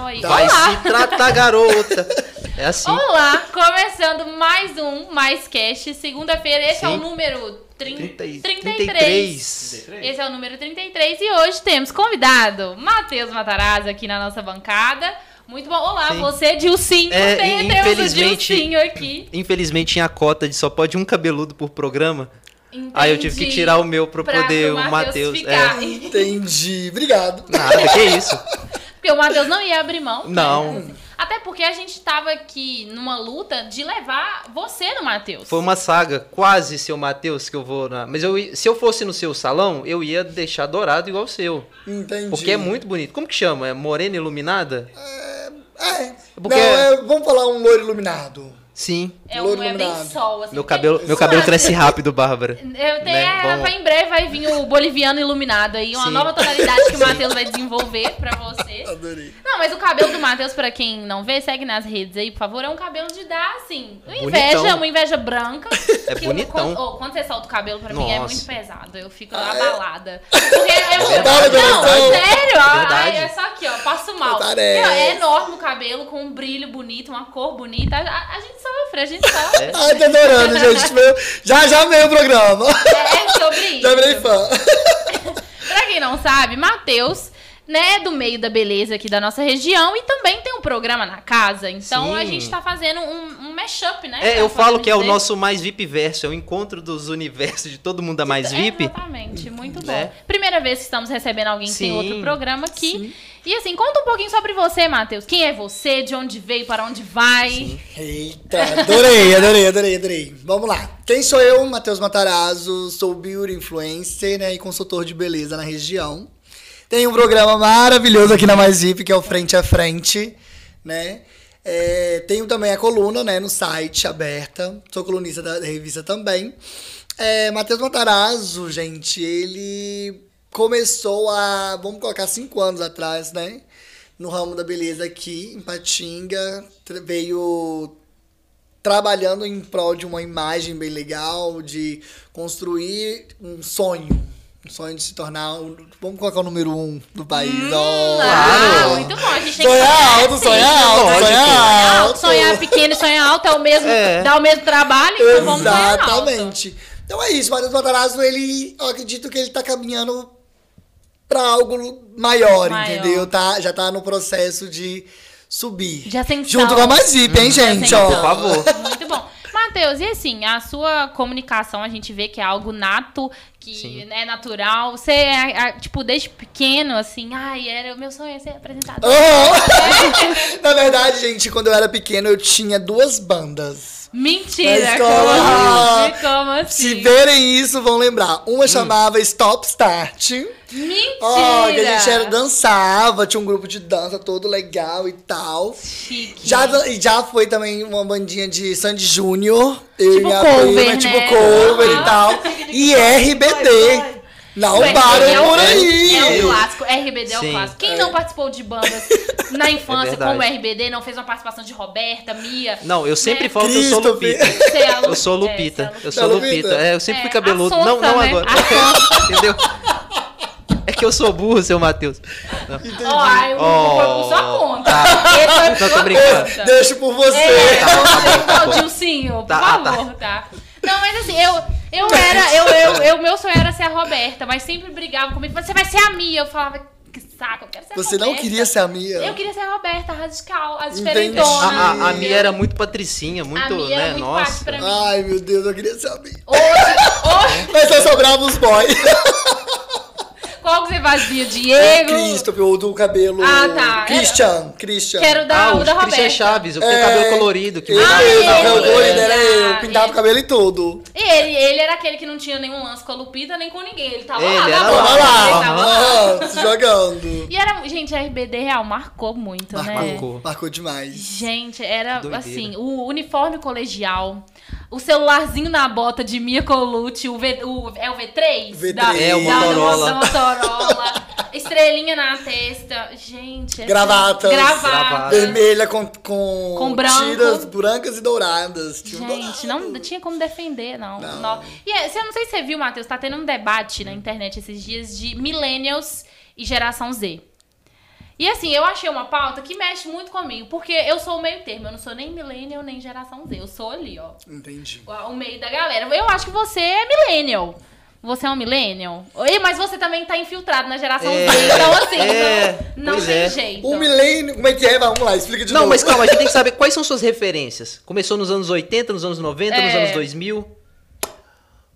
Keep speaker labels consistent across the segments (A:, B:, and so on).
A: aí.
B: Vai
A: Olá!
B: se tratar, garota. É assim.
A: Olá! Começando mais um Mais Cast. Segunda-feira, esse é o
B: Sim.
A: número trin- 33.
B: 33.
A: Esse é o número 33 e hoje temos convidado Matheus Matarazzo aqui na nossa bancada. Muito bom. Olá,
B: Sim.
A: você, Dilcinho.
B: É,
A: Tem-
B: e
A: temos o
B: infelizmente-
A: Dilcinho aqui.
B: Infelizmente tinha a cota de só pode um cabeludo por programa. Aí Ah, eu tive que
A: Entendi.
B: tirar o meu pra,
A: Pra-
B: poder
A: pro
B: o Matheus.
A: ficar.
B: É,
C: Entendi, obrigado.
B: nada, que isso?
A: Porque o Matheus não ia abrir mão. né?
B: Não.
A: Até porque a gente tava aqui numa luta de levar você no Matheus.
B: Foi uma saga, quase seu Matheus, que eu vou na. Mas eu, i- se eu fosse no seu salão, eu ia deixar dourado igual o seu.
C: Entendi.
B: Porque é muito bonito. Como que chama? É morena iluminada?
C: É.
B: Porque-
C: Não, é- vamos falar um loiro iluminado.
B: Sim.
A: É,
C: louro
A: um, é bem
C: iluminado.
A: sol, assim.
B: Meu
A: porque-
B: cabelo, meu cabelo cresce rápido, Bárbara.
A: Eu tenho,
B: Né?
A: é,
B: Vamos.
A: vai- em breve vai vir o boliviano iluminado aí, uma
B: Sim.
A: nova tonalidade que o Matheus vai desenvolver pra você.
C: Adorei.
A: Não, mas o cabelo do Matheus, pra quem não vê, segue nas redes aí, por favor. É um cabelo de dar, assim, uma inveja,
B: Bonitão.
A: uma inveja branca.
B: É
A: que
B: bonitão.
A: Quando, oh, quando você solta o cabelo, pra mim é
B: Nossa. Ah, é?
A: muito pesado. Eu fico abalada. Porque eu,
C: verdade,
A: não,
C: é verdade.
A: sério.
B: verdade.
A: Ai, é só aqui, ó, passo mal.
C: Parece.
A: Não, é enorme o cabelo, com um brilho bonito, uma cor bonita. A, a- a gente sofre, a gente
B: É?
A: sofre.
C: Ai, tô adorando, gente. Meu- Já já veio o programa.
A: É, sobre isso.
C: Já virei fã.
A: Pra quem não sabe, Matheus, né, é do meio da beleza aqui da nossa região e também tem um programa na casa. Então
B: Sim.
A: a gente tá fazendo um, um mashup, né?
B: É, eu
A: Tá
B: falo que é o
A: dizer.
B: nosso mais VIP verso, é o encontro dos universos de todo mundo da mais
A: É,
B: VIP.
A: Exatamente, muito bom.
B: Né?
A: Primeira vez que estamos recebendo alguém que tem
B: Sim.
A: outro programa aqui. E assim, conta um pouquinho sobre você, Matheus. Quem é você? De onde veio? Para onde vai?
C: Eita, adorei, adorei, adorei, adorei. Vamos lá. Quem sou eu? Matheus Matarazzo, sou beauty influencer né, e consultor de beleza na região. Tenho um programa maravilhoso aqui na Mais VIP, que é o Frente a Frente, né? É, tenho também a coluna, né, no site aberta. Sou colunista da, da revista também. É, Matheus Matarazzo, gente, ele começou a, vamos colocar, cinco anos atrás, né? no ramo da beleza aqui em Patinga, tra- veio trabalhando em prol de uma imagem bem legal, de construir um sonho. Um sonho de se tornar. o- Vamos colocar o número um do país. ó.
A: Ah, Hum, muito bom. A gente tem que
C: Sonhar alto,
A: assim.
C: sonhar alto,
B: Lógico.
C: sonhar alto.
A: Sonhar pequeno e sonhar alto é o mesmo,
B: É.
A: dá o mesmo trabalho, então vamos sonhar alto.
C: Exatamente. Então é isso, Matheus Matarazzo, ele, eu acredito que ele tá caminhando pra algo maior,
A: Maior.
C: entendeu? Tá, já tá no processo de subir.
A: De ascensão.
C: Junto com a Mazip,
A: Uhum.
C: hein, gente?
A: ascensão.
C: Ó.
B: Por favor.
A: Muito bom. Matheus, e assim, a sua comunicação a gente vê que é algo nato, que
B: Sim.
A: é natural. Você é, a- tipo, desde pequeno, assim, ai, era o meu sonho é ser apresentador.
C: Oh! Na verdade, gente, quando eu era pequeno, eu tinha duas bandas.
A: Mentira!
C: Na
A: Como
C: escola.
A: assim? Como
C: Se
A: assim?
C: verem isso, vão lembrar.
A: Hum.
C: Uma chamava Stop Start.
A: Mentira!
C: Ó, que a gente era, dançava, tinha um grupo de dança todo legal e tal.
A: Chique.
C: Já, dan- e já foi também uma bandinha de Sandy Júnior. Eu
A: Tipo
C: e minha
A: cover,
C: prima,
A: né? Ah.
C: tipo cover
A: Aham.
C: e tal. E RBD. Não
A: O RBD é
C: param
A: o-
C: por aí.
A: É o clássico, RBD é o
B: Sim.
A: clássico. Quem não participou de bandas na infância
B: verdade.
A: como RBD, não fez uma participação de Roberta, Mia,
B: Não, eu sempre
A: Né?
B: falo que eu sou
C: Christopher. Tá
B: Lupita.
A: você é a Lu-
B: Eu sou
A: é,
B: Lupita.
A: você é a
B: Eu sou
C: Lupita.
B: Lupita. É, eu sempre
A: É,
B: fui cabeludo.
A: a sonsa,
B: não, não
A: né?
B: agora.
A: A
B: Entendeu? É que eu sou burro, seu Matheus. Não.
A: Ó, ai, um
B: Ó,
A: foi por sua conta.
B: tá.
A: Esse foi por
B: Não, tô
A: sua
B: brincando.
A: conta.
C: Deixo por você.
A: É,
B: Tá bom, tá bom, tá
A: tá
B: bom.
A: Dilcinho,
B: Tá,
A: por
B: tá.
A: favor, tá. Não, mas assim, eu, eu era, eu, eu, eu, meu sonho era ser a Roberta, mas sempre brigava comigo, você vai ser a Mia. Eu falava, que saco, eu quero ser a
C: Você não
A: Roberta."
C: queria ser a minha?
A: é, Eu queria ser a Roberta, a radical, as
C: Entendi.
A: diferentonas.
B: A, a, a
A: entendeu?
B: minha era muito patricinha, muito,
A: Mia né? era
B: né?
A: muito parte
B: Nossa.
A: pra mim.
C: Ai, meu Deus, eu queria ser a minha.
A: Hoje,
C: Mas só sobrava os boys.
A: hoje, qual que você fazia?
C: É
A: Diego?
C: Christopher, ou do cabelo.
A: Ah, tá.
C: Christian, Christian.
A: Quero dar
B: Ah,
A: o da
B: o Christian
A: Roberta.
B: Chaves, o que
C: É.
B: tem cabelo colorido. Que
C: Ele, tá é
A: Ah,
B: mudava
A: ele,
B: de
A: Ah,
C: o
B: cor,
C: cabelo doido,
B: né?
C: era eu. Pintava
A: ele. Tá
C: o cabelo e tudo.
A: E ele, ele era aquele que não tinha nenhum lance com a Lupita nem com ninguém. Ele tava lá,
B: Ele
A: tava
B: era
A: lá,
B: lá,
C: Tava
A: ele
C: lá,
A: tava lá.
C: aham, se jogando.
A: E era, gente, a RBD real marcou muito, né?
B: Marcou.
C: Marcou demais.
A: Gente, era
B: Doideira.
A: assim, o uniforme colegial, o celularzinho na bota de Mia Colucci, o, V- o- é o V3?
C: V3.
A: Da,
C: É, o
A: da-
B: Motorola.
A: da Motorola. Estrelinha na testa. Gente. assim,
C: Gravatas.
A: Gravata.
C: Vermelha com, com,
A: Com branco.
C: tiras brancas e douradas. Tipo,
A: Gente, não tinha como defender, não.
C: Não.
A: Nó- E é, você- eu não sei se você viu, Matheus, tá tendo um debate na internet esses dias de millennials e geração Z. E assim, eu achei uma pauta que mexe muito comigo, porque eu sou o meio termo, eu não sou nem millennial, nem geração Z, eu sou ali, ó.
C: Entendi.
A: O meio da galera. Eu acho que você é millennial. Você é um millennial? Ih, Mas você também tá infiltrado na geração
B: É,
A: Z, então assim,
B: é,
A: não, não
B: pois
A: tem
B: é.
A: jeito.
C: O milênio, como é que é? Vamos lá, explica de
B: Não,
C: novo.
B: mas calma, a gente tem que saber quais são suas referências. Começou nos anos 80, nos anos 90, nos
A: É.
B: anos 2000.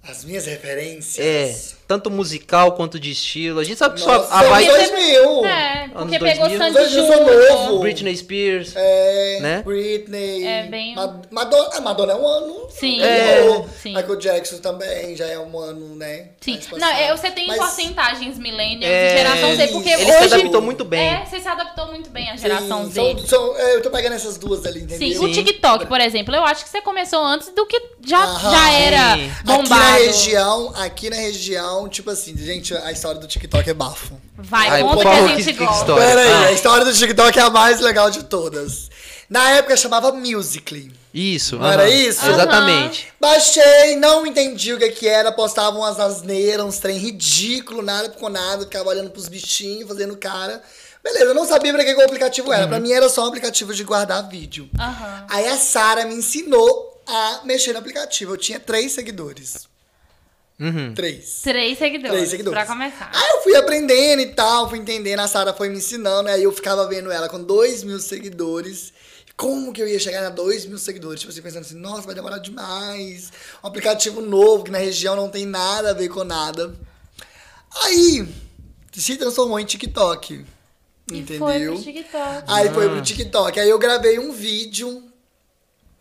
C: As minhas
B: É,
C: referências.
B: tanto musical quanto de estilo. A gente sabe que só
C: Nossa,
B: a
C: anos
B: vibe... tipo
A: vai-
C: 2000.
A: É, porque
B: Anos
A: pegou
B: 2000.
A: Sandy
C: Eu sou novo.
A: Júnior.
B: Britney Spears.
C: É,
B: Né?
C: Britney.
A: É, bem-
C: Mad- Madonna, ah, Madonna é um ano.
A: Sim.
B: É.
C: Demorou.
A: Sim.
C: Michael Jackson também já é um ano, né?
A: Sim.
C: Mais
A: Não,
C: passado.
A: é, você tem
C: Mas-
A: porcentagens millennials
B: É,
A: e geração Z, porque
B: Ele
A: hoje...
B: se adaptou muito bem.
A: É, você se adaptou muito bem à
C: Sim,
A: geração Z.
C: são- são- é, eu tô pegando essas duas ali, entendeu?
A: Sim, o TikTok, por exemplo, eu acho que você começou antes do que já,
C: Aham.
A: já era
B: Sim. Aqui
A: bombado.
C: Aqui na região, aqui na região, tipo assim, gente, a história do TikTok é bafo.
A: Vai,
B: Ai,
A: conta
B: por
A: que a
B: favor,
A: gente
B: que- que
A: gosta.
B: história.
C: Pera aí,
B: Ah.
C: a história do TikTok é a mais legal de todas. Na época chamava Musical.ly.
B: Isso.
C: Não era
B: aham.
C: isso?
B: Exatamente.
C: Baixei, não entendi o que que era, postavam umas asneiras, uns trem ridículo, nada com nada, ficava olhando pros bichinhos, fazendo cara. Beleza, eu não sabia pra que, que o aplicativo era.
B: Uhum.
C: Pra mim era só um aplicativo de guardar vídeo.
A: Aham.
C: Aí a Sara me ensinou a mexer no aplicativo. Eu tinha três seguidores.
B: Uhum.
C: Três.
A: Três seguidores,
C: Três seguidores.
A: pra começar.
C: Aí eu fui aprendendo e tal, fui entendendo, a Sara foi me ensinando, aí eu ficava vendo ela com dois mil seguidores. Como que eu ia chegar a dois mil seguidores? Tipo assim, pensando assim, nossa, vai demorar demais. Um aplicativo novo, que na região não tem nada a ver com nada. Aí, se transformou em TikTok. Entendeu?
A: E foi pro TikTok.
C: Aí foi pro TikTok. Aí eu gravei um vídeo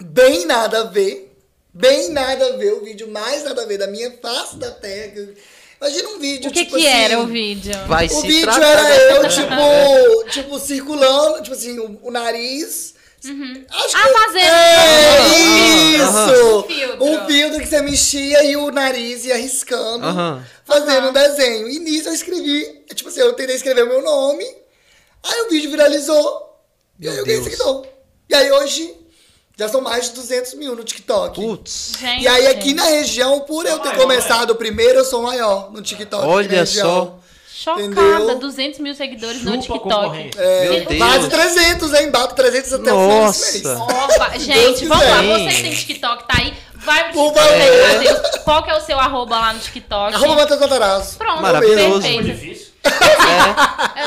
C: bem nada a ver. Bem nada a ver. O vídeo mais nada a ver da minha face da terra. Imagina um vídeo,
A: O que
C: tipo
A: que
C: assim,
A: era o vídeo?
B: Vai
C: O
B: se
C: vídeo
B: tratar,
C: era
B: né?
C: eu, tipo, tipo, circulando, tipo assim, o, o nariz. Acho
A: Ah, fazendo. Ah,
C: É
B: Aham,
C: isso!
A: aham.
C: Um filtro que você mexia e o nariz ia arriscando,
B: Aham.
C: fazendo
A: Aham.
C: um desenho. E nisso eu escrevi, tipo assim, eu tentei escrever o meu nome, aí o vídeo viralizou, e
B: Meu
C: aí eu ganhei
B: Deus.
C: seguidor. E aí hoje, já são mais de 200 mil no TikTok.
B: Putz.
A: Gente,
C: E aí aqui na região, por eu ter começado primeiro, eu sou maior no TikTok. aqui na
B: Olha
C: região.
B: só.
A: Chocada,
C: entendeu?
A: 200 mil seguidores
D: Chupa
A: no
D: a
A: TikTok.
D: concorrência.
C: É,
B: Meu Deus.
C: Quase 300, hein? Bato 300 até o final
B: Nossa.
C: desse mês.
A: Opa, gente,
C: Deus
A: vamos lá,
B: quiser.
A: você que tem TikTok, tá aí, vai pro
C: Por
A: TikTok,
C: favor.
A: Matheus. Qual que é o seu arroba lá no TikTok?
C: Arroba Matheus Matarazzo.
A: Pronto,
B: Maravilhoso.
D: Foi
A: perfeito.
D: difícil.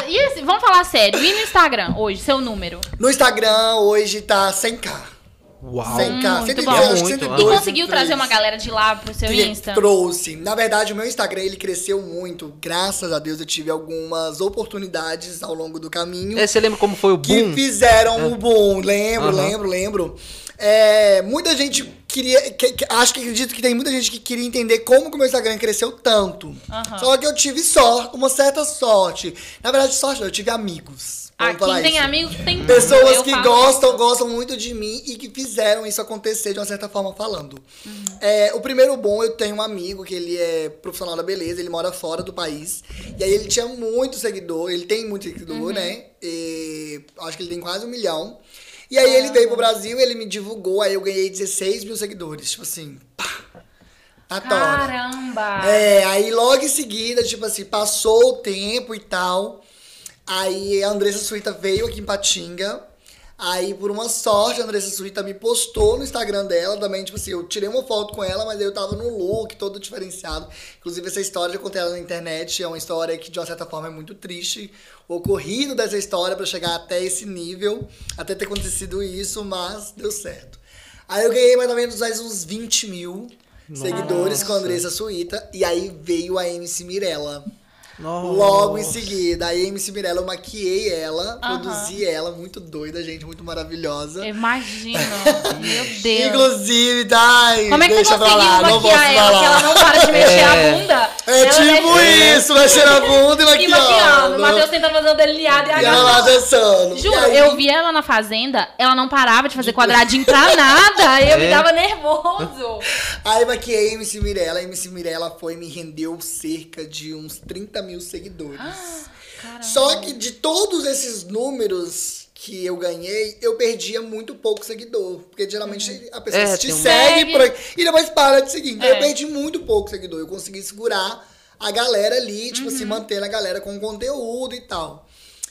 A: É, E assim, vamos falar sério, e no Instagram hoje, seu número?
C: No Instagram hoje tá 100k.
B: Uau.
C: 100k.
A: Hum, muito
C: 110,
A: bom.
B: Muito,
C: 102,
A: E
B: Dois,
A: conseguiu trazer uma galera de lá pro seu
C: Ele
A: Insta?
C: Trouxe. Na verdade, o meu Instagram ele cresceu muito. Graças a Deus eu tive algumas oportunidades ao longo do caminho.
B: É, você lembra como foi o
C: que
B: boom? Ah.
C: fizeram o boom. Lembro,
B: Aham.
C: lembro, lembro. É, muita gente queria. que- que- acho que acredito que tem muita gente que queria entender como que o meu Instagram cresceu tanto.
A: Aham.
C: Só que eu tive sorte, uma certa sorte. Na verdade, sorte, não, eu tive amigos.
A: Ah,
C: Vamos falar
A: quem tem
C: isso.
A: amigos tem
C: Pessoas
A: Eu
C: que
A: falo
C: gostam,
A: isso.
C: gostam muito de mim e que fizeram isso acontecer de uma certa forma falando.
A: Uhum.
C: É, o primeiro bom, eu tenho um amigo que ele é profissional da beleza, ele mora fora do país. E aí ele tinha muito seguidor, ele tem muito seguidor,
A: Uhum.
C: né? E acho que ele tem quase um milhão. E aí
A: Ah.
C: ele veio pro Brasil, ele me divulgou, aí eu ganhei 16 mil seguidores. Tipo assim, pá! Adoro.
A: Caramba!
C: É, aí logo em seguida, tipo assim, passou o tempo e tal. Aí a Andressa Suíta veio aqui em Patinga. Aí, por uma sorte, a Andressa Suíta me postou no Instagram dela também. Tipo assim, eu tirei uma foto com ela, mas aí eu tava num look todo diferenciado. Inclusive, essa história eu contei ela na internet. É uma história que, de uma certa forma, é muito triste. O ocorrido dessa história pra chegar até esse nível, até ter acontecido isso, mas deu certo. Aí eu ganhei mais ou menos mais uns 20 mil seguidores com a
B: Nossa.
C: Andressa Suíta. E aí veio a MC Mirella.
B: Nossa.
C: Logo em seguida, a MC Mirella, eu maquiei ela,
A: Aham.
C: produzi ela, muito doida, gente, muito maravilhosa.
A: Imagina, meu Deus.
C: Inclusive, dai,
A: Como é que
C: deixa
A: você
C: pra
A: conseguiu
C: lá, não vou
A: maquiar ela? Que ela
C: falar.
A: não para de mexer
B: É.
A: a bunda.
C: É
A: Ela
C: tipo
A: mexe-
C: isso, mexendo a bunda e
A: E maquiando. O Matheus
C: maquiando.
A: tentando fazer o delineado e tá a
C: E ela lá
A: galera.
C: dançando.
A: Juro,
C: E aí-
A: eu vi ela na fazenda, ela não parava de fazer quadradinho pra nada. Eu me
B: É.
A: dava nervoso.
C: Aí maquiei a MC Mirella, a MC Mirella foi e me rendeu cerca de uns 30 mil seguidores.
A: Ah.
C: Só que de todos esses números que eu ganhei, eu perdia muito pouco seguidor. Porque geralmente a pessoa
B: É,
C: te
B: tem um-
C: segue
A: Uhum. Segue.
C: por aí, e depois para de seguir. Então
A: É.
C: eu perdi muito pouco seguidor. Eu
A: Uhum.
C: consegui segurar a galera ali, tipo assim, mantendo a galera com conteúdo e tal.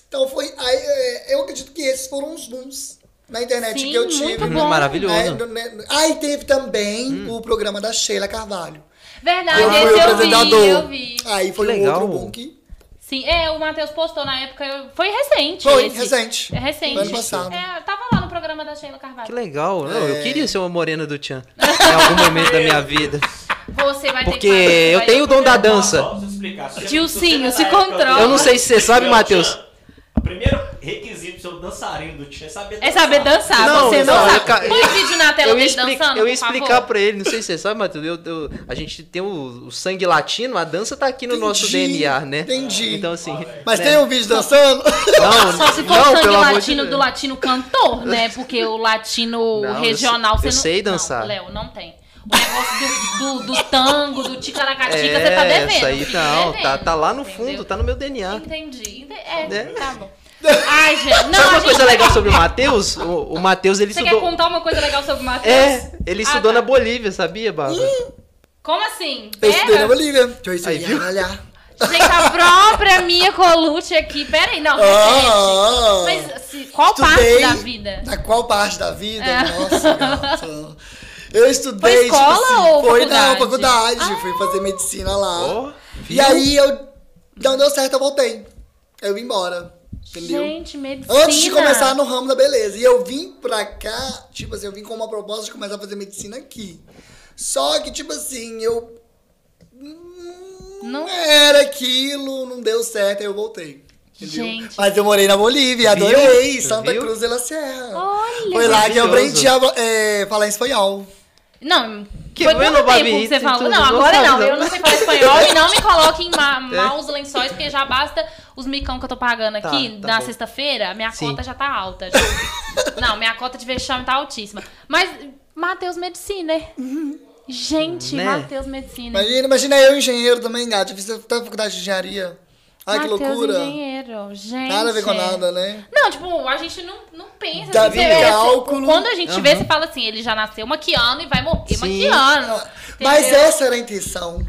C: Então foi. Aí, é, eu acredito que esses foram os booms na internet
A: Sim,
C: né, que eu tive.
A: muito
B: Uhum,
A: bom.
B: maravilhoso. Hum.
C: Né? No- né? Aí teve também o programa da Sheila Carvalho.
A: Verdade,
C: Eu fui o
A: esse eu
C: apresentador.
A: vi, eu vi.
C: Aí foi
B: Que
C: um
B: legal.
C: outro boom que
A: Sim, é, o Matheus postou na época. eu- Foi recente.
C: foi
A: esse.
C: recente.
A: É recente.
C: Foi ano passado.
A: É, tava lá no programa da Sheila
B: Que
A: Carvalho.
B: legal. Não,
C: É.
B: Eu queria ser uma morena do Tchan em algum momento da minha vida.
A: Você vai
B: Porque
A: ter que.
B: eu tenho o dom da
A: dança.
B: dança.
D: Vamos explicar. Se você-
A: Tiozinho,
D: se
A: se
D: você tá na época
A: controla.
D: do-
A: Eu
B: não sei se você sabe,
D: Meu
B: Matheus.
D: tchan, O primeiro requisito pro seu dançarino do Tchan é saber dançar.
A: É saber dançar,
B: Não,
A: você não
B: não, eu
A: sabe.
B: ca-
A: Põe vídeo na tela
B: Eu
A: dele
B: ia, expli-
A: dançando,
B: eu ia
A: por favor.
B: explicar pra ele, não sei se você sabe, Matheus, eu- eu- a gente tem o, o sangue latino, a dança tá aqui no nosso
C: Entendi,
B: DNA, né?
C: entendi.
B: Então assim.
A: É.
C: Mas
B: né?
C: tem um vídeo dançando?
B: Não,
A: Só se for
B: não,
A: sangue
B: pelo amor de
A: latino
B: Deus.
A: do latino cantor, né? Porque o latino
B: Não, eu
A: regional
B: sei-
A: você
B: eu
A: não.
B: sei dançar.
A: Não, Léo, não tem. O negócio do, do, do tango, do ticaracatica,
B: É,
A: você tá devendo.
B: essa aí
A: filho,
B: não,
A: devendo,
B: tá, tá lá no
A: entendeu? Então,
B: fundo, tá no meu DNA.
A: Entendi. ente- É,
B: Né?
A: tá bom. Ai, gente. Não,
B: Sabe
A: a
B: uma
A: gente-
B: coisa legal sobre o Matheus? O, o Matheus, ele
A: é. Você quer
B: estudou.
A: contar uma coisa legal sobre o Matheus?
B: É, ele
A: Ah,
B: estudou
A: tá.
B: na Bolívia, sabia, Bárbara?
C: Hum.
A: Como assim?
C: Eu estudei na
A: Pera.
C: Bolívia. Deixa eu
B: Aí,
C: estudei
B: viu?
C: a olhar.
A: Gente, a própria minha colute aqui. Pera aí, não.
C: Ah.
A: repete. Mas se- qual
C: Estudei-
A: parte da vida?
C: Na qual parte da vida?
A: É.
C: Nossa, gata. Eu estudei. tipo assim,
A: Foi escola ou
C: foi na
A: faculdade? Ah.
C: faculdade. Fui fazer medicina lá.
B: Ó,
C: e
B: viu?
C: aí eu. Não deu certo, eu voltei. Eu vim embora. Entendeu?
A: Gente, medicina.
C: Antes de começar no ramo da beleza. E eu vim pra cá, tipo assim, eu vim com uma proposta de começar a fazer medicina aqui. Só que, tipo assim, eu.
A: Não-
C: Não era aquilo, não deu certo, aí eu voltei. Entendeu?
A: Gente.
C: Mas eu morei na Bolívia, adorei.
B: Viu?
C: Santa
B: Viu?
C: Cruz de la Sierra.
A: Olha.
C: Foi lá que eu aprendi
B: Maravilhoso.
C: a é, falar espanhol.
A: Não,
B: Que
A: foi
B: bueno,
A: tanto tempo
B: Babi,
A: que você
B: tu-
A: falou.
B: tu
A: Não,
B: não
A: agora
B: sabe,
A: não.
B: não.
A: Eu não sei falar espanhol e não me coloquem em ma maus lençóis, porque já basta os micão que eu tô pagando
B: É. Tá,
A: aqui
B: tá
A: na
B: bom.
A: sexta-feira. Minha
B: Sim.
A: cota já tá alta. não, minha cota de vexame tá altíssima. Mas, Matheus Medicina. Gente,
B: Né?
A: Matheus Medicina.
C: Imagina, imagina eu, engenheiro também, gato. Eu fiz até a faculdade de engenharia. Ai, que
A: Matheus
C: loucura.
A: Engenheiro. Gente.
C: Nada a ver com nada, né?
A: Não, tipo, a gente não, não pensa.
C: Tá
A: assim,
C: vendo?
A: você-
C: Cálculo.
A: Quando a gente
B: Aham.
A: vê, você fala assim, ele já nasceu maquiano e vai morrer
B: Sim.
A: maquiano.
C: Mas é
A: Entendeu?
C: essa era a intenção.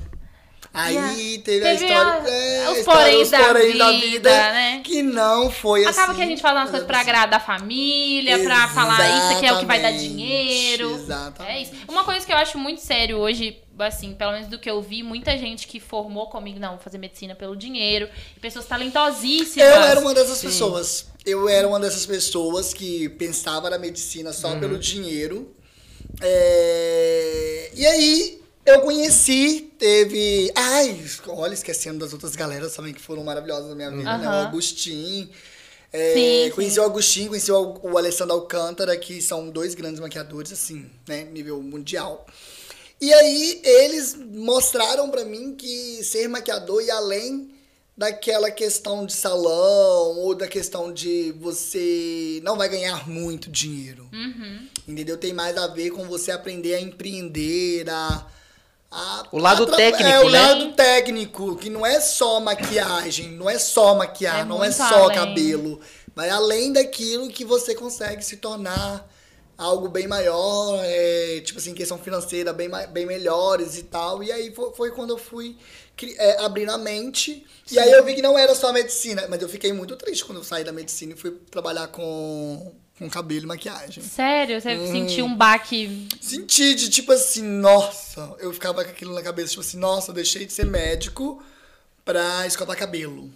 C: Aí
A: Yeah.
C: teve a
A: Teve
C: história.
A: a-
C: é,
A: os
C: a história,
A: poréns
C: os
A: da
C: poréns
A: vida, né?
C: Que não foi assim.
A: Acaba que a gente fala umas coisas pra agradar a família, pra falar isso aqui é o que vai dar dinheiro.
C: Exatamente.
A: É isso. Uma coisa que eu acho muito sério hoje, assim, pelo menos do que eu vi, muita gente que formou comigo, não, vou fazer medicina pelo dinheiro, e pessoas talentosíssimas.
C: Eu era uma dessas
B: Sim.
C: pessoas. Eu era uma dessas pessoas que pensava na medicina só pelo
A: Uhum.
C: dinheiro. É, E aí eu conheci, teve. Ai, olha, esquecendo das outras galeras também que foram maravilhosas na minha vida, né? O
A: Aham.
C: Agostinho. É,
A: Sim, Uhum. sim.
C: conheci o Agostinho, conheci o, o Alessandro Alcântara, que são dois grandes maquiadores, assim, né? Nível mundial. E aí eles mostraram pra mim que ser maquiador e além daquela questão de salão ou da questão de você não vai ganhar muito dinheiro.
A: Uhum.
C: Entendeu? Tem mais a ver com você aprender a empreender, a. a-
B: O lado
C: a tra-
B: técnico,
C: é, o
B: né?
C: lado técnico, que não é só maquiagem, não é só maquiar,
A: É
C: não é
A: muito
C: só
A: além.
C: cabelo. Vai além daquilo que você consegue se tornar algo bem maior, é, tipo assim, questão financeira, bem, ma- bem melhores e tal. E aí fo- foi, quando eu fui cri- é, abrindo a mente. E aí eu vi que não era só a medicina, mas eu fiquei muito triste quando eu saí da medicina e fui trabalhar com, com cabelo e maquiagem.
A: Sério,
C: Uhum.
A: você sentiu um baque.
C: Senti de tipo assim, nossa, eu ficava com aquilo na cabeça, tipo assim, nossa, eu deixei de ser médico pra escovar cabelo.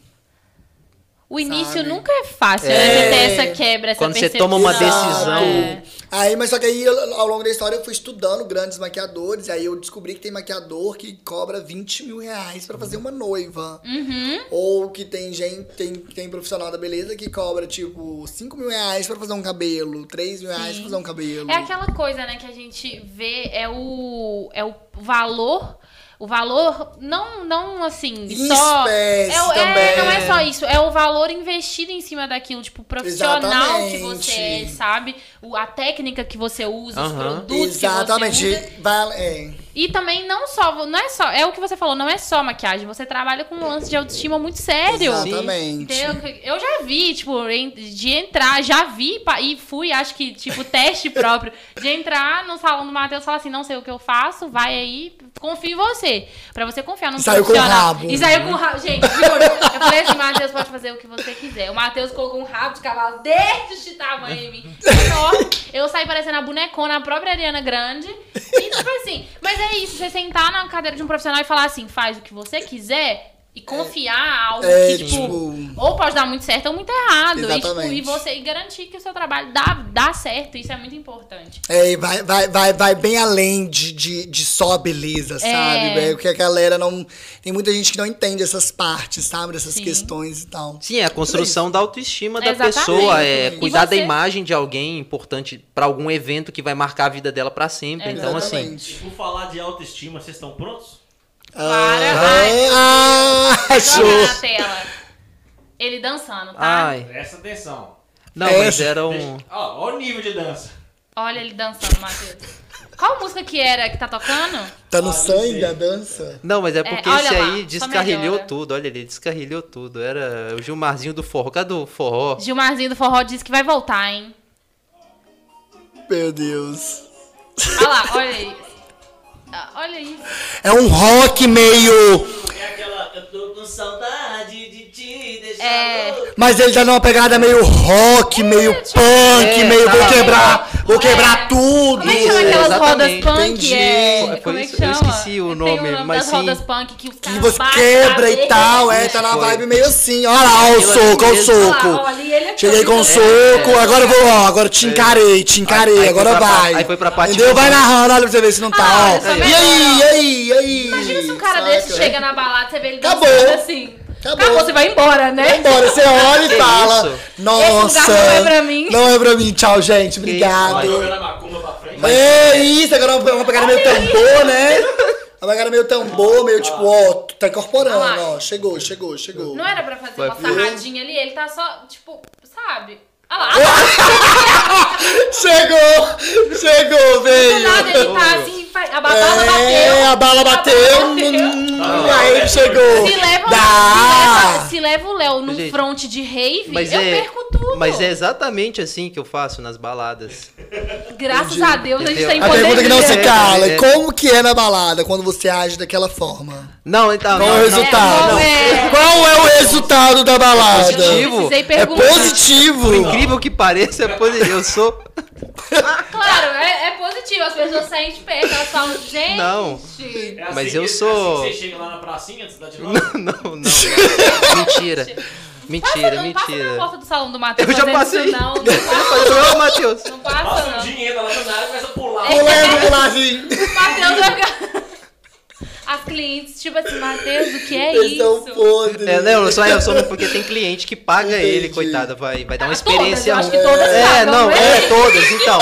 A: O início
C: Sabe?
A: nunca é fácil,
B: É.
A: né? Você ter essa quebra, essa
B: Quando você
A: percepção.
B: toma uma
C: Exato.
B: decisão.
A: É.
C: Aí, mas só que aí, ao ao longo da história, eu fui estudando grandes maquiadores, aí eu descobri que tem maquiador que cobra 20 mil reais pra fazer uma noiva.
A: Uhum.
C: Ou que tem gente, tem, tem profissional da beleza que cobra, tipo, 5 mil reais pra fazer um cabelo, 3 mil reais
A: Sim.
C: pra fazer um cabelo.
A: É aquela coisa, né, que a gente vê é o, é o valor. O valor, não, não assim,
C: Em
A: só.
C: espécie
A: É, o-
C: também.
A: é, não é só isso, é o valor investido em cima daquilo, tipo, o profissional que você é,
C: Exatamente.
A: sabe? O- a técnica que você usa, os
B: Aham.
A: produtos
C: Exatamente.
A: que você usa.
C: Vai- é.
A: E também não só, não é só, é o que você falou, não é só maquiagem, você trabalha com um lance de autoestima muito sério.
C: Exatamente.
A: Entendeu? Eu já vi, tipo, en- de entrar, já vi pa- e fui, acho que, tipo, teste próprio. De entrar no salão do Matheus e falar assim, não sei o que eu faço, vai aí, confio em você. Pra você confiar num
C: E saiu com o
A: profissional.
C: rabo.
A: E saiu com o rabo. Gente, juro. Eu falei assim, Matheus, pode fazer o que você quiser. O Matheus colocou um rabo de cavalo deste tamanho em mim. Enorme. Eu saí parecendo a bonecona, a própria Ariana Grande. E tipo assim, mas é isso, você sentar na cadeira de um profissional e falar assim, faz o que você quiser... E confiar algo
C: É,
A: que,
C: tipo,
A: ou pode dar muito certo ou muito errado. E, tipo,
C: Exatamente.
A: E, você e garantir que o seu trabalho dá, dá certo. Isso é muito importante.
C: É, e vai, vai, vai, vai bem além de, de, de só a beleza, sabe? É, porque a galera não. Tem muita gente que não entende essas partes, sabe? Dessas
A: Sim.
C: questões e tal.
B: Sim, é a construção da autoestima da
A: Exatamente.
B: pessoa, é
A: E
B: cuidar da
A: você-
B: imagem de alguém importante pra algum evento que vai marcar a vida dela pra sempre.
A: É.
B: Então, assim,
C: Exatamente.
D: E por falar de autoestima, vocês estão prontos?
A: Para. Ai,
C: Ah, ah,
A: joga na
C: show!
A: tela. Ele dançando, tá?
B: Ah, ai,
D: Presta atenção.
B: não,
C: É.
B: mas era um
D: Deixa- Ó, ó o nível de dança.
A: Olha ele dançando, Matheus. Qual música que era que tá tocando?
C: Tá no
D: Ah, não
C: sangue
D: sei.
C: da dança?
B: Não, mas é
A: É,
B: porque
A: olha
B: esse
A: lá,
B: aí
A: só
B: descarrilhou
A: melhora.
B: tudo, olha ele descarrilhou tudo. Era o Gilmarzinho do forró, cadê o forró?
A: Gilmarzinho do Forró disse que vai voltar, hein?
C: Meu Deus.
A: Olha lá, olha isso. Ah, Olha isso.
C: É um rock meio.
D: É aquela. Eu tô com saudade de te deixar.
A: É.
C: Mas ele tá numa pegada meio rock, meio punk,
B: É,
C: meio. Vou
B: tá.
C: quebrar. Vou
A: É.
C: quebrar tudo.
A: Como é que chama aquelas rodas
B: exatamente.
A: punk?
C: Entendi.
A: É,
B: Foi- foi
A: como é
B: isso-
A: que
B: eu
A: chama?
B: esqueci o
A: Tem
B: nome, mas
A: das
B: sim.
A: rodas punk que os
C: Que
A: caras
C: você
A: batem
C: quebra
A: cabeça.
C: e tal, é, tá na
B: Foi.
C: vibe meio assim. Olha lá, ó, o
B: Aquilo
C: soco, ó, o
B: ali mesmo.
A: Olha lá,
C: soco.
A: olha, e ele é
C: Cheguei com
A: todo-
C: o soco, agora eu vou, ó, agora te encarei, te encarei,
B: Aí- aí foi
C: agora
B: pra
C: vai.
B: pa- aí foi pra parte do-
C: Entendeu? Vai narrando, olha pra você ver se não
A: Ah,
C: tá,
A: olha,
C: ó.
A: só
C: E
A: melhora, ó.
C: aí, e aí, e aí?
A: Imagina se um cara
C: Saca? é.
A: desse chega na balada, você vê ele
C: Acabou.
A: dançando assim.
C: Acabou.
A: você vai embora, né?
C: Vai embora, você olha
B: Que
C: e fala.
B: isso?
C: Nossa.
A: Esse lugar não é pra mim.
C: Não é pra mim, tchau, gente,
D: Ó,
C: obrigado.
D: jogando a macumba pra frente.
C: É isso, agora é uma uma pegada meio tambor, né? Uma pegada meio tambor, meio tipo, ó, tá incorporando,
A: Olha lá.
C: ó. Chegou, chegou, chegou.
A: Não é era pra fazer
B: Vai
A: uma
B: ver.
A: sarradinha ali, ele tá só, tipo, sabe? Olha lá, olha lá,
C: Chegou! Chegou,
A: do nada
C: veio!
A: ele tá assim, faz- a babala
C: É,
A: bateu.
C: a bala bateu, hum, aí chegou.
A: Se leva, se
C: Dá!
A: leva- se leva o Léo num
B: Gente,
A: front de rave,
B: Mas
A: eu
B: é,
A: perco tudo.
B: mas é exatamente assim que eu faço nas baladas.
A: Graças a Deus a gente
B: Entendeu?
A: tá em
C: A
A: poder
C: pergunta que não
A: livre.
C: se cala é
B: É.
C: como que é na balada quando você age daquela forma?
B: Não, então, não,
C: Qual é o
B: não.
C: resultado?
A: qual é?
C: Qual é o resultado da balada?
A: Eu
B: Positivo.
A: precisei
C: É
A: perguntar.
C: positivo!
B: Por incrível que pareça, é posi- eu sou
A: Claro, é, é positivo. As pessoas saem de perto, elas falam, gente.
B: Não.
D: É assim
B: Mas
D: que-
B: eu
D: é
B: sou-
D: Assim que você chega lá na pracinha, você tá de novo.
B: não, não. Mentira.
A: Passa,
B: Mentira,
A: não passa na
B: mentira.
A: porta do salão do Matheus.
B: Eu
A: fazendo
B: já passei.
A: isso, Não, não passa,
B: Ô, Matheus.
A: não passa,
D: Passa um
A: não.
D: dinheiro lá na área e começa a pular.
A: É
C: Pulando, pularzinho!
A: O Matheus vai ficar. As clientes, tipo assim, Matheus, o que é
C: Eles
A: isso?
C: são podres!
B: É, não, eu sou, eu sou porque tem cliente que paga
C: Entendi.
B: ele, coitado, vai, vai dar uma
A: Ah, todas,
B: experiência
A: eu acho
B: ruim.
A: que todas
B: É,
A: pagam,
B: não,
A: né?
B: é todas, então.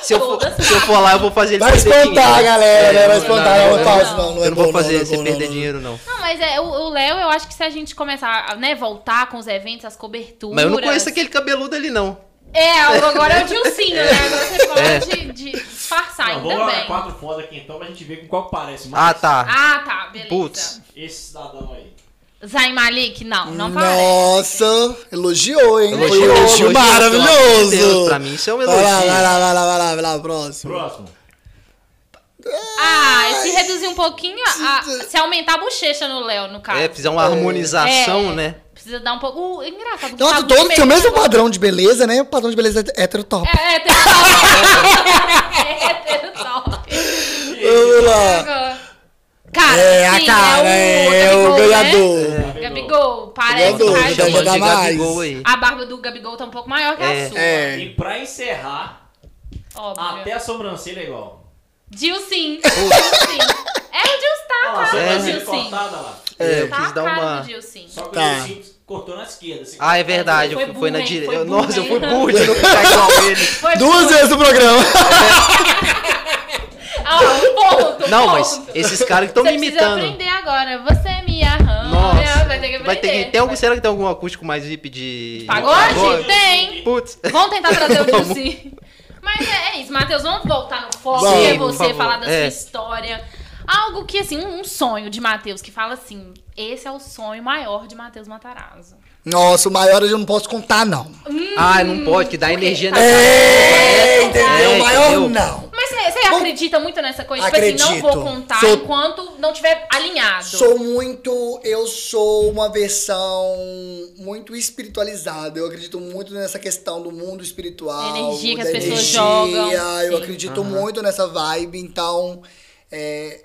B: Se eu, for,
A: Todas
B: se eu for lá, eu vou fazer ele
C: Vai
B: perder
C: espantar,
B: dinheiro.
C: galera, né? Vai
B: É, não,
C: espantar,
B: não,
C: não,
B: eu
C: não,
B: não-
C: faz, não, não é
B: Eu não vou
C: bom,
B: fazer
C: não é
B: você
C: bom,
B: perder
C: não.
B: dinheiro, não.
A: Não, mas é, o- o Léo, eu acho que se a gente começar, né, voltar com os eventos, as coberturas.
B: Mas eu não conheço aquele cabeludo ali, não.
A: É, agora é o Dilcinho, né? Agora você
B: É.
A: pode de, disfarçar,
D: Não,
A: Tá, ainda
D: vamos lá, é
A: bem.
D: quatro fotos aqui então pra gente ver com qual que parece mais.
B: Ah, tá.
A: Ah, tá, beleza.
B: Putz.
D: Esse cidadão aí.
A: Zayn Malik, não, não parece.
C: Nossa, elogiou, hein? Foi
B: Hum. Elogiou,
C: um elogio
B: elogiou, pelo amor de Deus,
C: maravilhoso!
B: Pra mim, isso é um
C: Vai lá, vai
B: elogio.
C: lá, vai lá, vai lá, vai lá, próximo.
D: Próximo.
A: Ah, e se reduzir um pouquinho, a- a- se aumentar a bochecha no Léo, no caso.
B: É, precisa uma harmonização,
A: É.
B: né?
A: Precisa dar um pouco. Uh, é engraçado.
C: Nossa,
A: Gustavo
C: todos têm o
A: Meireles
C: mesmo
A: agora-
C: padrão de beleza, né? O padrão de beleza é hétero top.
A: É, é, tem É, tem top.
C: Vamos lá.
A: é, Cara,
C: É,
A: sim,
C: a cara, é,
A: o, tá
C: o
A: Gabigol,
C: ganhador.
D: tá
A: Né? Gabigol, parece
C: Ganhador,
A: mais-
C: já
B: Chamando
C: É dá
B: de
C: mais.
B: Gabigol aí.
A: A barba do Gabigol tá um pouco maior que a
B: É.
A: sua.
C: É.
D: E pra encerrar,
A: Óbvio.
D: até a sobrancelha é igual.
A: Gil sim. Gil sim. É o Gil tá,
D: Olha lá, a
A: cara.
B: é.
A: do
D: sobrancelha
A: Gil sim.
D: cortada lá.
B: É, eu
A: Tá
B: quis
A: a
B: dar
A: cara
B: uma.
A: do Gil sim.
D: Só que
C: Tá.
D: o Gil cortou na esquerda. assim.
B: Ah, é verdade,
A: Foi
B: foi, foi
A: burro,
B: na
A: hein?
B: direita.
A: Foi
B: Eu-
A: burro,
B: Nossa, eu
A: hein?
B: fui burro de não ficar igual ele.
A: Foi
C: Duas vezes no programa.
A: Ah, um ponto. um
B: Não,
A: ponto.
B: mas esses caras que estão me
A: Você precisa
B: imitando.
A: aprender agora. Você me arranha.
B: Nossa,
A: Vai ter que aprender.
B: vai ter que. Tem algum, será que tem algum acústico mais VIP de.
A: Pagode?
B: Agora?
A: Tem.
B: Putz.
A: Vamos tentar trazer o
B: Vamos.
A: Dilcinho. Mas é, é isso, Matheus. Vamos voltar no foco.
C: Vamos,
A: ver
B: por
A: você
B: favor.
A: falar da
B: É.
A: sua história. Algo que, assim, um, um sonho de Matheus, que fala assim, esse é o sonho maior de Matheus Matarazzo.
C: Nossa, o maior eu não posso contar, não.
A: tá Hum.
B: Ah, não pode, que dá
A: porque
B: energia
A: tá-
B: na
C: É, entendeu?
B: É,
C: O maior
B: entendeu?
C: não.
A: Mas você você
C: Bom,
A: acredita muito nessa coisa? Tipo assim, não vou
C: acredito.
A: contar
C: Sou-
A: enquanto não tiver alinhado.
C: Sou muito. Eu sou uma versão muito espiritualizada. Eu acredito muito nessa questão do mundo espiritual.
A: Da energia que
C: da
A: as pessoas
C: energia.
A: jogam,
C: Eu
A: sim.
C: acredito muito nessa vibe, então. É,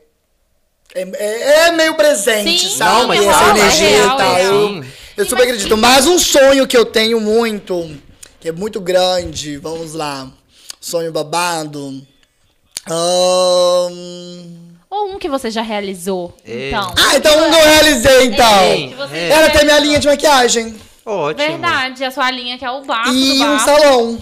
C: é, é- é meio presente,
A: Sim,
C: sabe?
B: Não, mas
C: essa
B: fala, é
C: energia tá
A: real,
C: e tal.
A: é real.
C: Eu-
B: Sim.
C: Eu
A: Sim,
C: super
A: mas-
C: acredito. Mas um sonho que eu tenho muito, que é muito grande, vamos lá. Sonho babado. Ahn,
A: Ou um que você já realizou,
B: É.
A: então.
C: Ah, então não realizei,
A: É,
C: então.
A: que você
B: É.
A: já
C: Ela tem minha
A: realizou.
C: linha de maquiagem
B: Ótimo.
A: Verdade, a sua linha que é o bafo do
C: e um
A: bafo.
C: salão.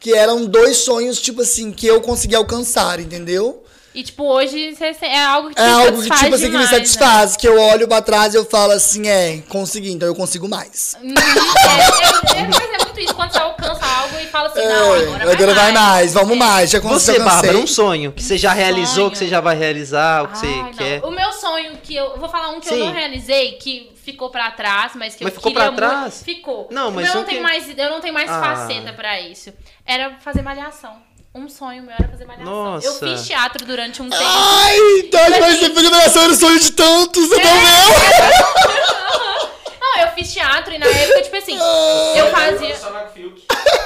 C: Que eram dois sonhos, tipo assim, que eu consegui alcançar, entendeu?
A: E tipo, hoje você- você- é algo que te
C: É algo que,
A: satisfaz
C: tipo assim, que me
A: demais, né?
C: satisfaz. Que eu olho pra trás e eu falo assim, é, consegui, então eu consigo mais.
A: Né? Uhum, é, é, é, mas é muito isso, quando você alcança algo e fala assim, não,
C: É,
A: agora, É.
C: agora vai mais, vamos mais, já consegui.
B: Você,
C: já alcancei.
B: Bárbara, um sonho que você já realizou,
A: sonho.
B: que você já vai realizar, É o que
A: Ai, não.
B: você quer.
A: O meu sonho que eu. eu Vou falar um que eu
B: Sim.
A: não realizei, que ficou pra trás, mas que
B: Mas
A: eu
B: ficou
A: queria
B: pra trás?
A: muito- Ficou.
B: Não, mas
A: eu não
B: um
A: tenho
B: que-
A: mais, eu não tenho mais
B: Ah.
A: faceta pra isso. Era fazer malhação. Um sonho meu era fazer malhação. Eu
B: Nossa.
A: fiz teatro durante um tempo.
C: Ai, então mas você foi geração era o um sonho de tantos, você não
A: Não, eu fiz teatro e na época, tipo assim, eu fazia.
D: Bolsonaro Fiuk.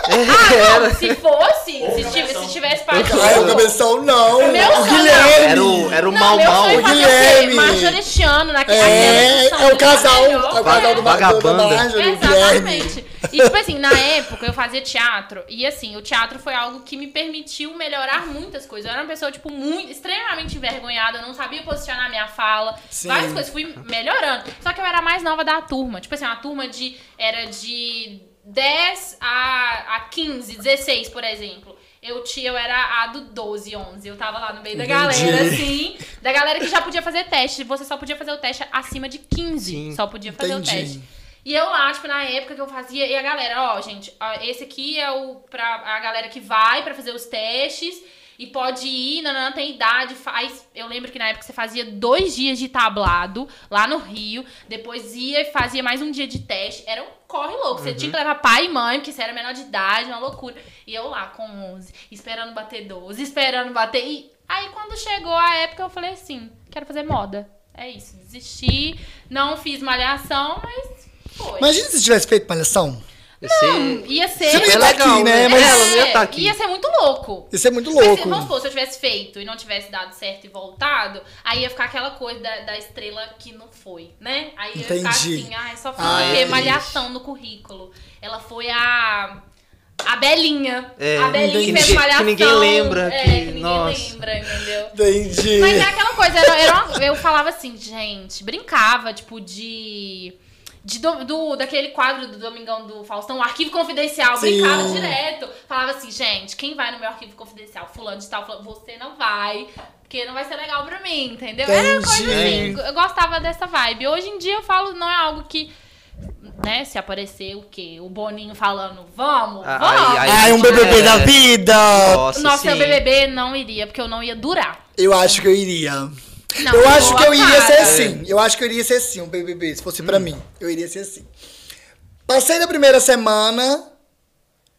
A: Não, se fosse,
D: Ou
A: se, tive-
D: malhação.
A: se tivesse
C: Ai, o
A: partido.
C: cabeção não.
A: Meu
C: o
A: sonho,
C: Guilherme.
B: Era o, era um o
A: Não,
B: mal
A: meu
B: mal.
A: sonho é fazer o quê?
C: Guilherme.
A: Majorestiano naquele
C: É,
A: naquela
C: é
A: edição,
C: o casal.
A: melhor.
C: É o casal do
B: Vagabanda.
C: Marjorie, o Guilherme.
A: Exatamente. E, tipo assim, na época eu fazia teatro. E, assim, o teatro foi algo que me permitiu melhorar muitas coisas. Eu era uma pessoa, tipo, muito, extremamente envergonhada. Eu não sabia posicionar minha fala.
C: Sim.
A: Várias coisas. Fui melhorando. Só que eu era a mais nova da turma. Tipo assim, uma turma de... Era de 10 a, a 15, 16, por exemplo. Eu, tinha, eu era a do 12, 11. Eu tava lá no meio da galera,
C: Entendi.
A: assim. Da galera que já podia fazer teste. Você só podia fazer o teste acima de 15.
B: Sim.
A: Só podia fazer
C: Entendi.
A: o teste. E eu lá, tipo, na época que eu fazia, e a galera, ó, gente, ó, esse aqui é o pra a galera que vai pra fazer os testes e pode ir, não, não tem idade, faz. Eu lembro que na época você fazia dois dias de tablado lá no Rio, depois ia e fazia mais um dia de teste. Era um corre louco. Você tinha que levar pai e mãe, porque você era menor de idade, uma loucura. E eu lá com 11, esperando bater 12, esperando bater. E aí quando chegou a época, eu falei assim: quero fazer moda. É isso, desisti, não fiz malhação, mas foi.
C: Imagina se tivesse feito palhação.
B: Você...
A: Ia ser.
C: Você não ia
B: É
C: tá
B: legal,
C: aqui, né?
B: né?
C: Mas-
B: Ela não ia tá
A: um É,
B: aqui.
A: ia ser muito louco.
C: Isso é muito
A: Mas
C: louco.
A: se, Tipo assim, vamos supor, se eu tivesse feito e não tivesse dado certo e voltado, aí ia ficar aquela coisa da, da estrela que não foi, né? Aí ia ficar
C: Entendi.
A: assim, ah, só foi
C: Ah,
B: é
A: malhação no currículo. Ela foi a. A Belinha.
B: É,
A: a Belinha
C: que
A: fez
B: ninguém-
A: malhação.
B: que ninguém lembra,
A: É,
B: que-
A: ninguém
B: nossa.
A: lembra, entendeu?
C: Entendi.
A: Mas é aquela coisa, era, era uma- eu falava assim, gente, brincava, tipo, de. de do, do- daquele quadro do Domingão do Faustão, o arquivo confidencial,
C: Sim.
A: brincava direto. Falava assim, gente, quem vai no meu arquivo confidencial? Fulano de tal, fulano, você não vai, porque não vai ser legal pra mim, entendeu? Era uma coisa assim,
C: Entendi.
A: eu gostava dessa vibe. Hoje em dia eu falo, não é algo que. Né, se aparecer o quê? O Boninho falando, vamos,
B: Ah,
A: vamos.
B: aí-
C: Ai, um BBB
B: É.
C: da vida.
B: Nossa,
A: Nossa,
B: sim.
A: o BBB não iria, porque eu não ia durar.
C: Eu acho que eu iria.
A: Não,
C: eu acho
A: boa
C: que eu iria ser
A: cara.
C: assim. Eu acho que eu iria ser assim, um BBB. Se fosse pra mim, eu iria ser assim. Passei na primeira semana,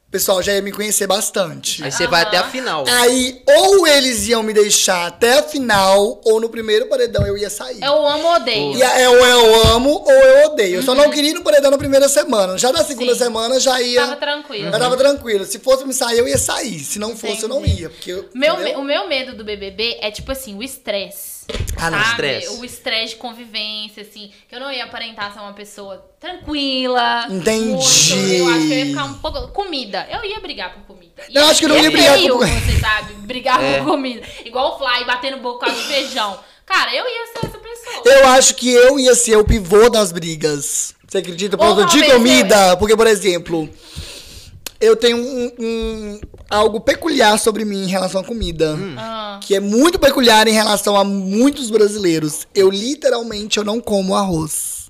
C: o pessoal já ia me conhecer bastante.
B: Aí você vai
A: Aham.
B: até a final.
A: Ah.
C: Aí, ou eles iam me deixar até a final, ou no primeiro paredão eu ia sair.
A: Eu amo ou odeio.
C: E é ou eu amo ou eu odeio. Eu só não queria ir no paredão na primeira semana. Já na segunda
A: Uhum. Sim.
C: semana já ia.
A: Tava tranquilo.
C: Eu tava tranquilo. Se fosse me sair, eu ia sair. Se não fosse, eu não
A: Entendi.
C: ia. Porque eu,
A: Meu,
C: entendeu?
A: me- o meu medo do BBB é tipo assim, o estresse.
C: Ah, não,
A: sabe?
B: estresse.
A: O estresse de convivência, assim. Que eu não ia aparentar ser uma pessoa tranquila.
C: Entendi.
A: muito, eu acho que eu ia ficar um pouco. Comida. Eu ia brigar por comida. E
C: Eu acho que eu não
A: é
C: ia brigar
A: feio,
C: por-
A: Você sabe? Brigar
B: É.
A: por comida. Igual o Fly batendo boca com feijão. Cara, eu ia ser essa pessoa.
C: Eu acho que eu ia ser o pivô das brigas. Você acredita? Por
A: Ou
C: causa de
A: talvez
C: comida.
A: é.
C: Porque, por exemplo, eu tenho um, um- algo peculiar sobre mim em relação à comida.
A: Ah,
C: Que é muito peculiar em relação a muitos brasileiros. Eu literalmente eu não como arroz.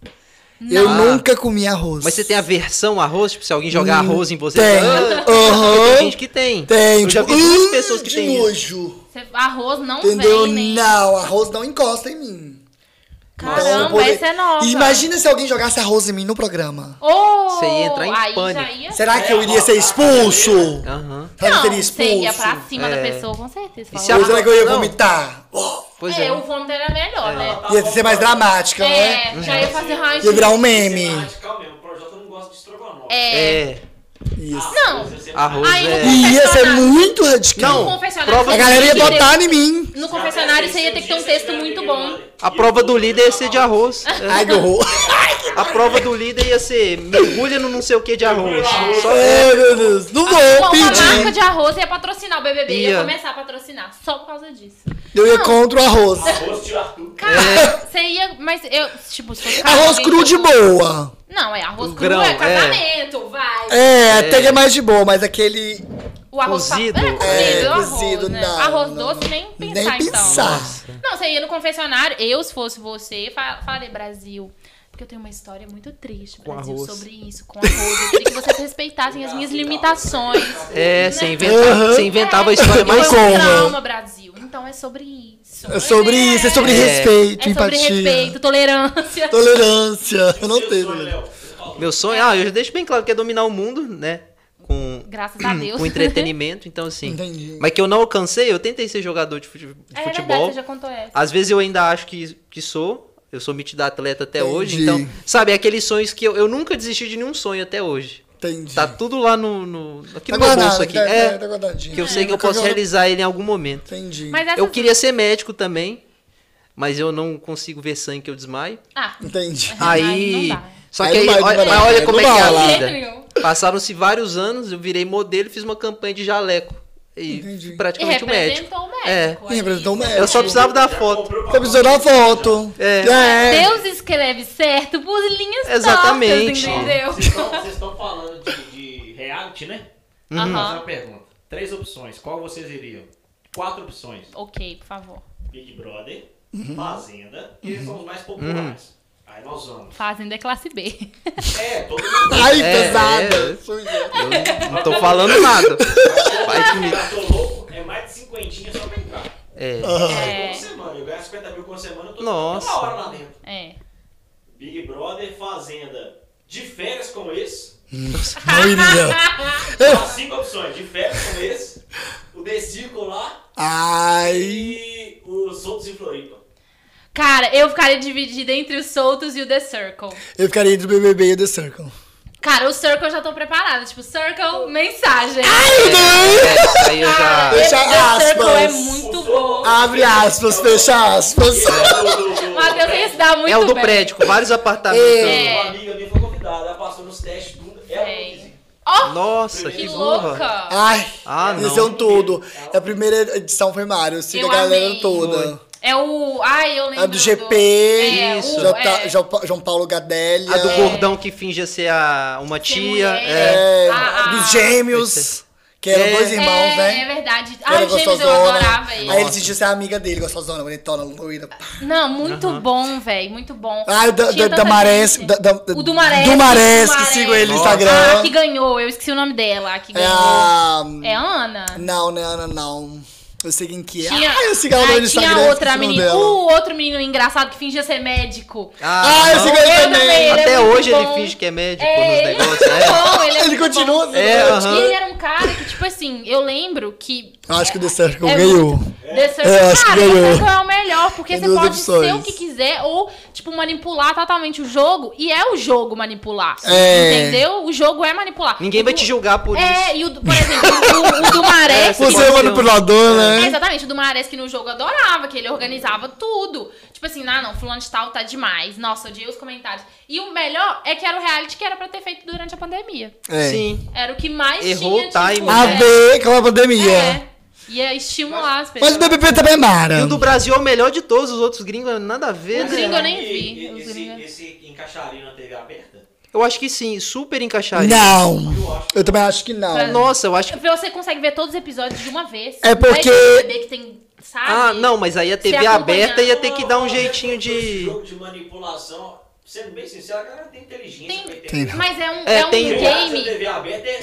C: Eu
B: Não.
C: nunca comi arroz.
B: Mas você tem aversão a arroz? Tipo, se alguém jogar
C: Hum,
B: arroz em você...
C: Tem.
B: Ah,
C: Aham.
B: Tem gente que tem.
C: Tem,
B: Eu já
C: tipo,
B: vi duas
C: "Hum,
B: pessoas que
C: de
B: têm isso.
C: nojo.
A: Você- arroz não
C: Entendeu?
A: vem, nem.
C: Não, arroz não encosta em mim. Então,
A: Caramba,
C: eu poder-
A: essa é nova.
C: Imagina se alguém jogasse arroz em mim no programa.
A: Oh,
B: Você ia entrar em
A: aí
B: pânico.
A: Já ia...
C: Será que eu iria ser expulso?
B: Aham.
C: Será que eu
A: Não,
C: teria
A: você ia
C: expulso?
A: pra cima da
B: É.
A: pessoa, com certeza.
B: E se
A: Falava-
C: Ou será que eu ia
B: Não.
C: vomitar? Oh,
B: Pois
A: é,
B: é.
A: o vômito era melhor, né?
D: tá
C: ia ser mais dramática, né?
A: É, já ia fazer raiz.
C: Ia virar um meme.
D: Radical mesmo, o Projota não gosta de estrogonofe. Ah,
A: É.
B: É.
C: Isso.
A: Não.
B: Arroz
A: Aí
B: é.
A: não-
C: E ia ser
A: Confessionário.
C: muito radical.
A: No confessionário.
B: prova-
A: você
C: A galera ia
A: tinha que ter- um
C: botar em mim.
A: No confessionário você ia ter que ter um texto muito bom.
B: A prova do líder ia ser de arroz. É.
C: Ai, que horror.
B: A prova do líder ia ser mergulha no não sei o que de arroz. Só
C: Ai, meu Deus. Não vou
A: Uma marca
C: pedir.
A: de arroz ia patrocinar o BBB, ia
B: Ia. É.
A: começar a patrocinar, só por causa disso.
C: Eu ia
A: Não.
C: contra o arroz.
D: Arroz de Arthur.
A: Cara, você ia, mas eu, tipo, se fosse
C: Arroz
A: alguém
C: cru
A: que-
C: de boa.
A: Não, é arroz
B: O
A: cru,
B: grão,
A: é
B: é.
A: casamento, vai.
C: É, até que é mais de boa, mas aquele.
A: O arroz fa-
B: Cozido.
A: É, cozido,
C: É,
A: o arroz,
C: cozido,
A: né?
C: não,
A: Arroz
C: não,
A: doce,
C: não.
A: nem pensar,
C: Nem
A: então.
C: pensar.
A: Não, você ia no confessionário, eu, se fosse você, fa- falei, Brasil, porque eu tenho uma história muito triste,
B: Com
A: Brasil,
B: arroz.
A: sobre isso, com arroz. Eu queria que vocês respeitassem as minhas limitações.
B: É, você inventa-
C: Aham.
B: você inventava a história
A: porque
B: mais
A: foi um
C: Como?
A: trauma, Brasil. Então é sobre isso.
C: É sobre isso, é sobre
B: É.
C: respeito,
A: É sobre
C: empatia.
A: respeito, tolerância.
C: Tolerância. Eu não tenho
D: Sonho,
C: tolerância.
D: é Léo. Você fala,
B: Meu sonho, ah, eu já deixo bem claro que é dominar o mundo, né? Com,
A: Graças a Deus.
B: com entretenimento, então assim.
C: Entendi.
B: Mas que eu não alcancei, eu tentei ser jogador de fute- de
A: É verdade,
B: futebol.
A: você já contou essa.
B: Às vezes eu ainda acho que, que sou. Eu sou metido a atleta até
C: Entendi.
B: hoje. Então, sabe, é aqueles sonhos que eu, eu nunca desisti de nenhum sonho até hoje.
C: Entendi.
B: Tá tudo lá no. no aqui no meu
C: guardado,
B: bolso aqui.
C: Tá,
B: é,
C: tá guardadinho.
B: que eu sei que eu
C: Nunca
B: posso
C: joga-
B: realizar ele em algum momento.
C: Entendi.
A: Mas essas...
B: Eu queria ser médico também, mas eu não consigo ver sangue que eu desmaio.
A: Ah,
C: Entendi.
A: Aí
B: Aí.
A: não dá.
B: Só
C: Aí
B: que aí,
C: não vai, não
B: olha,
C: vai,
B: mas
C: não
B: olha
C: vai.
B: como é que
C: Não
A: um
B: é
C: vai.
B: a
A: Jeito nenhum.
B: vida. Passaram-se vários anos, eu virei modelo e fiz uma campanha de jaleco. E
C: Entendi.
B: fui
A: e
B: praticamente um médico.
A: representou o médico.
B: É.
A: olha
C: Representou um o
A: isso.
C: médico.
B: Eu só precisava da
D: já
B: foto.
D: comprou pra
C: Você precisou da foto.
B: É.
A: Deus escreve certo por linhas
B: Exatamente.
A: tortas, entendeu?
D: Vocês estão- Vocês estão falando de, de reality, né?
B: Uhum.
D: Vou fazer
A: Aham.
D: uma pergunta. Três opções. Qual vocês iriam? Quatro opções.
A: Ok, por favor.
D: Big Brother,
B: Uhum.
D: Fazenda, e eles são os mais populares. Aí nós vamos.
A: Fazenda é classe B.
D: É, todo mundo.
C: Ai,
B: É,
C: pesada. um
B: é. Eu não tô falando nada. Vai comigo.
D: Já tô louco, é mais de cinquentinha só pra entrar.
B: É.
A: É.
D: Por semana, eu ganho 50 mil por semana, eu tô
B: Nossa.
D: toda hora lá dentro.
A: É.
D: Big Brother, Fazenda, de férias com esse.
C: Não iria.
D: As cinco opções, de férias com esse, o The Circle lá
C: Ai.
D: e os outros em Floripa.
A: Cara, eu ficaria dividida entre os soltos e o The Circle.
C: Eu ficaria entre o BBB e o The Circle.
A: Cara, o Circle eu já tô preparada. Tipo, Circle, mensagem.
B: É, aí eu já.
A: Cara, esse
C: Fecha
A: The Circle é
C: aspas.
A: muito bom.
C: Abre aspas, fecha aspas.
A: O Matheus ia se dar muito
B: É o do
A: bem.
B: prédio, com vários apartamentos.
A: É.
D: Uma amiga minha foi convidada, ela passou nos testes, tudo. Ela não quis ir.
A: Ó,
B: Nossa,
A: que
B: que burra.
A: louca.
C: Ai.
B: Ah,
C: Eles
B: não.
C: são tudo.
B: É
C: A primeira edição foi Mário. Eu sigo
A: Eu
C: a galera
A: amei.
C: toda.
A: É o... Ai, eu lembro
C: A do GP.
A: É,
B: Isso.
A: o-
C: João,
A: é,
C: Ta- João Pa- João Paulo Gadelha.
B: A do gordão que finge ser a, uma
A: Ser
B: tia.
A: mulher.
B: É.
C: É,
A: Ah, ah.
C: dos gêmeos. Que eram
B: É.
C: dois irmãos,
A: é,
C: né?
A: É verdade.
C: Que era
A: Ai, Gêmeos, eu adorava ele.
C: Aí ele decidiu ser amiga dele, gostosona, bonitona, loira.
A: Não, muito
B: Aham.
A: bom, velho. Muito bom.
C: Ah, o da,
A: Tinha
C: da,
A: tanta
C: da Marés.
A: gente.
C: Da, da,
A: O do Marés.
C: Do Marés,
A: do
C: que
A: Marés.
C: sigo ele no
B: Nossa.
C: Instagram.
A: Ah, que ganhou. Eu esqueci o nome dela. a que
C: É
A: ganhou.
C: a.
A: É a Ana?
C: Não, não, não, não. Eu sei quem que é.
A: Tinha,
C: ah, eu sigo ela
A: Ai,
C: no
A: tinha
C: Instagram.
A: outra
C: esqueci o nome
A: menina.
C: dela.
A: O outro menino engraçado que fingia ser médico.
B: Ah,
C: Ah, esse
B: não.
C: garoto
A: Eu
C: também.
A: também, ele é
B: Até
A: muito
B: hoje
A: bom.
B: ele finge que é médico
A: É,
B: nos
A: ele é
B: negócios. É.
A: Bom, ele é
C: Ele
A: muito bom.
C: continua sendo
B: É,
C: ótimo.
B: aham.
A: E ele era um cara que, tipo assim, eu lembro que.
C: Eu acho que o The Circle
A: É
C: ganhou.
A: The Circle,
C: É, acho que
A: cara, The
C: ganhou.
A: Circle é o melhor, porque
C: Tem
A: você
C: duas
A: pode ser
C: opções.
A: o que quiser ou, tipo, manipular totalmente o jogo, e é o jogo manipular.
C: É.
A: Entendeu? O jogo é manipular.
B: Ninguém
A: O
B: vai
A: do-
B: te julgar por
A: É,
B: isso.
A: e o, do- por exemplo, o, o do Maré.
B: Você é
C: manipulador, né?
A: É, exatamente, o do Mares que no jogo eu adorava, que ele organizava tudo. Tipo assim, ah, não, fulano de tal tá demais. Nossa, odiei os comentários. E o melhor é que era o reality que era pra ter feito durante a pandemia.
C: É.
B: Sim.
A: Era o que mais
B: Errou
A: tinha,
B: o né? timing.
C: A
A: é.
C: ver com a pandemia.
A: É. Ia estimular as pessoas.
C: Mas o BBB também é Mara.
B: E o do Brasil é o melhor de todos, os outros gringos nada a ver,
A: Os
B: né?
A: gringos eu nem
D: E-
A: vi,
D: e-
A: os
D: Esse,
A: gringos.
D: esse encaixaria na TV aberta?
B: Eu acho que sim, super encaixaria.
C: Não.
D: Eu acho.
C: Eu também acho que não.
B: Nossa, eu acho que.
A: Você consegue ver todos os episódios de uma vez.
C: É
A: Não
C: porque-
A: esse bebê que tem, sabe?
B: Ah, não, mas aí a TV
A: acompanhar.
B: aberta ia ter que dar um
D: Não,
B: jeitinho
D: Esse
B: de.
D: jogo de manipulação, sendo bem sincero, a galera tem inteligência.
A: Tem-
D: pra entender.
C: Tem.
A: Mas é um,
B: É,
A: é um
B: tem-
D: Tem graça,
A: game.
D: TV aberta é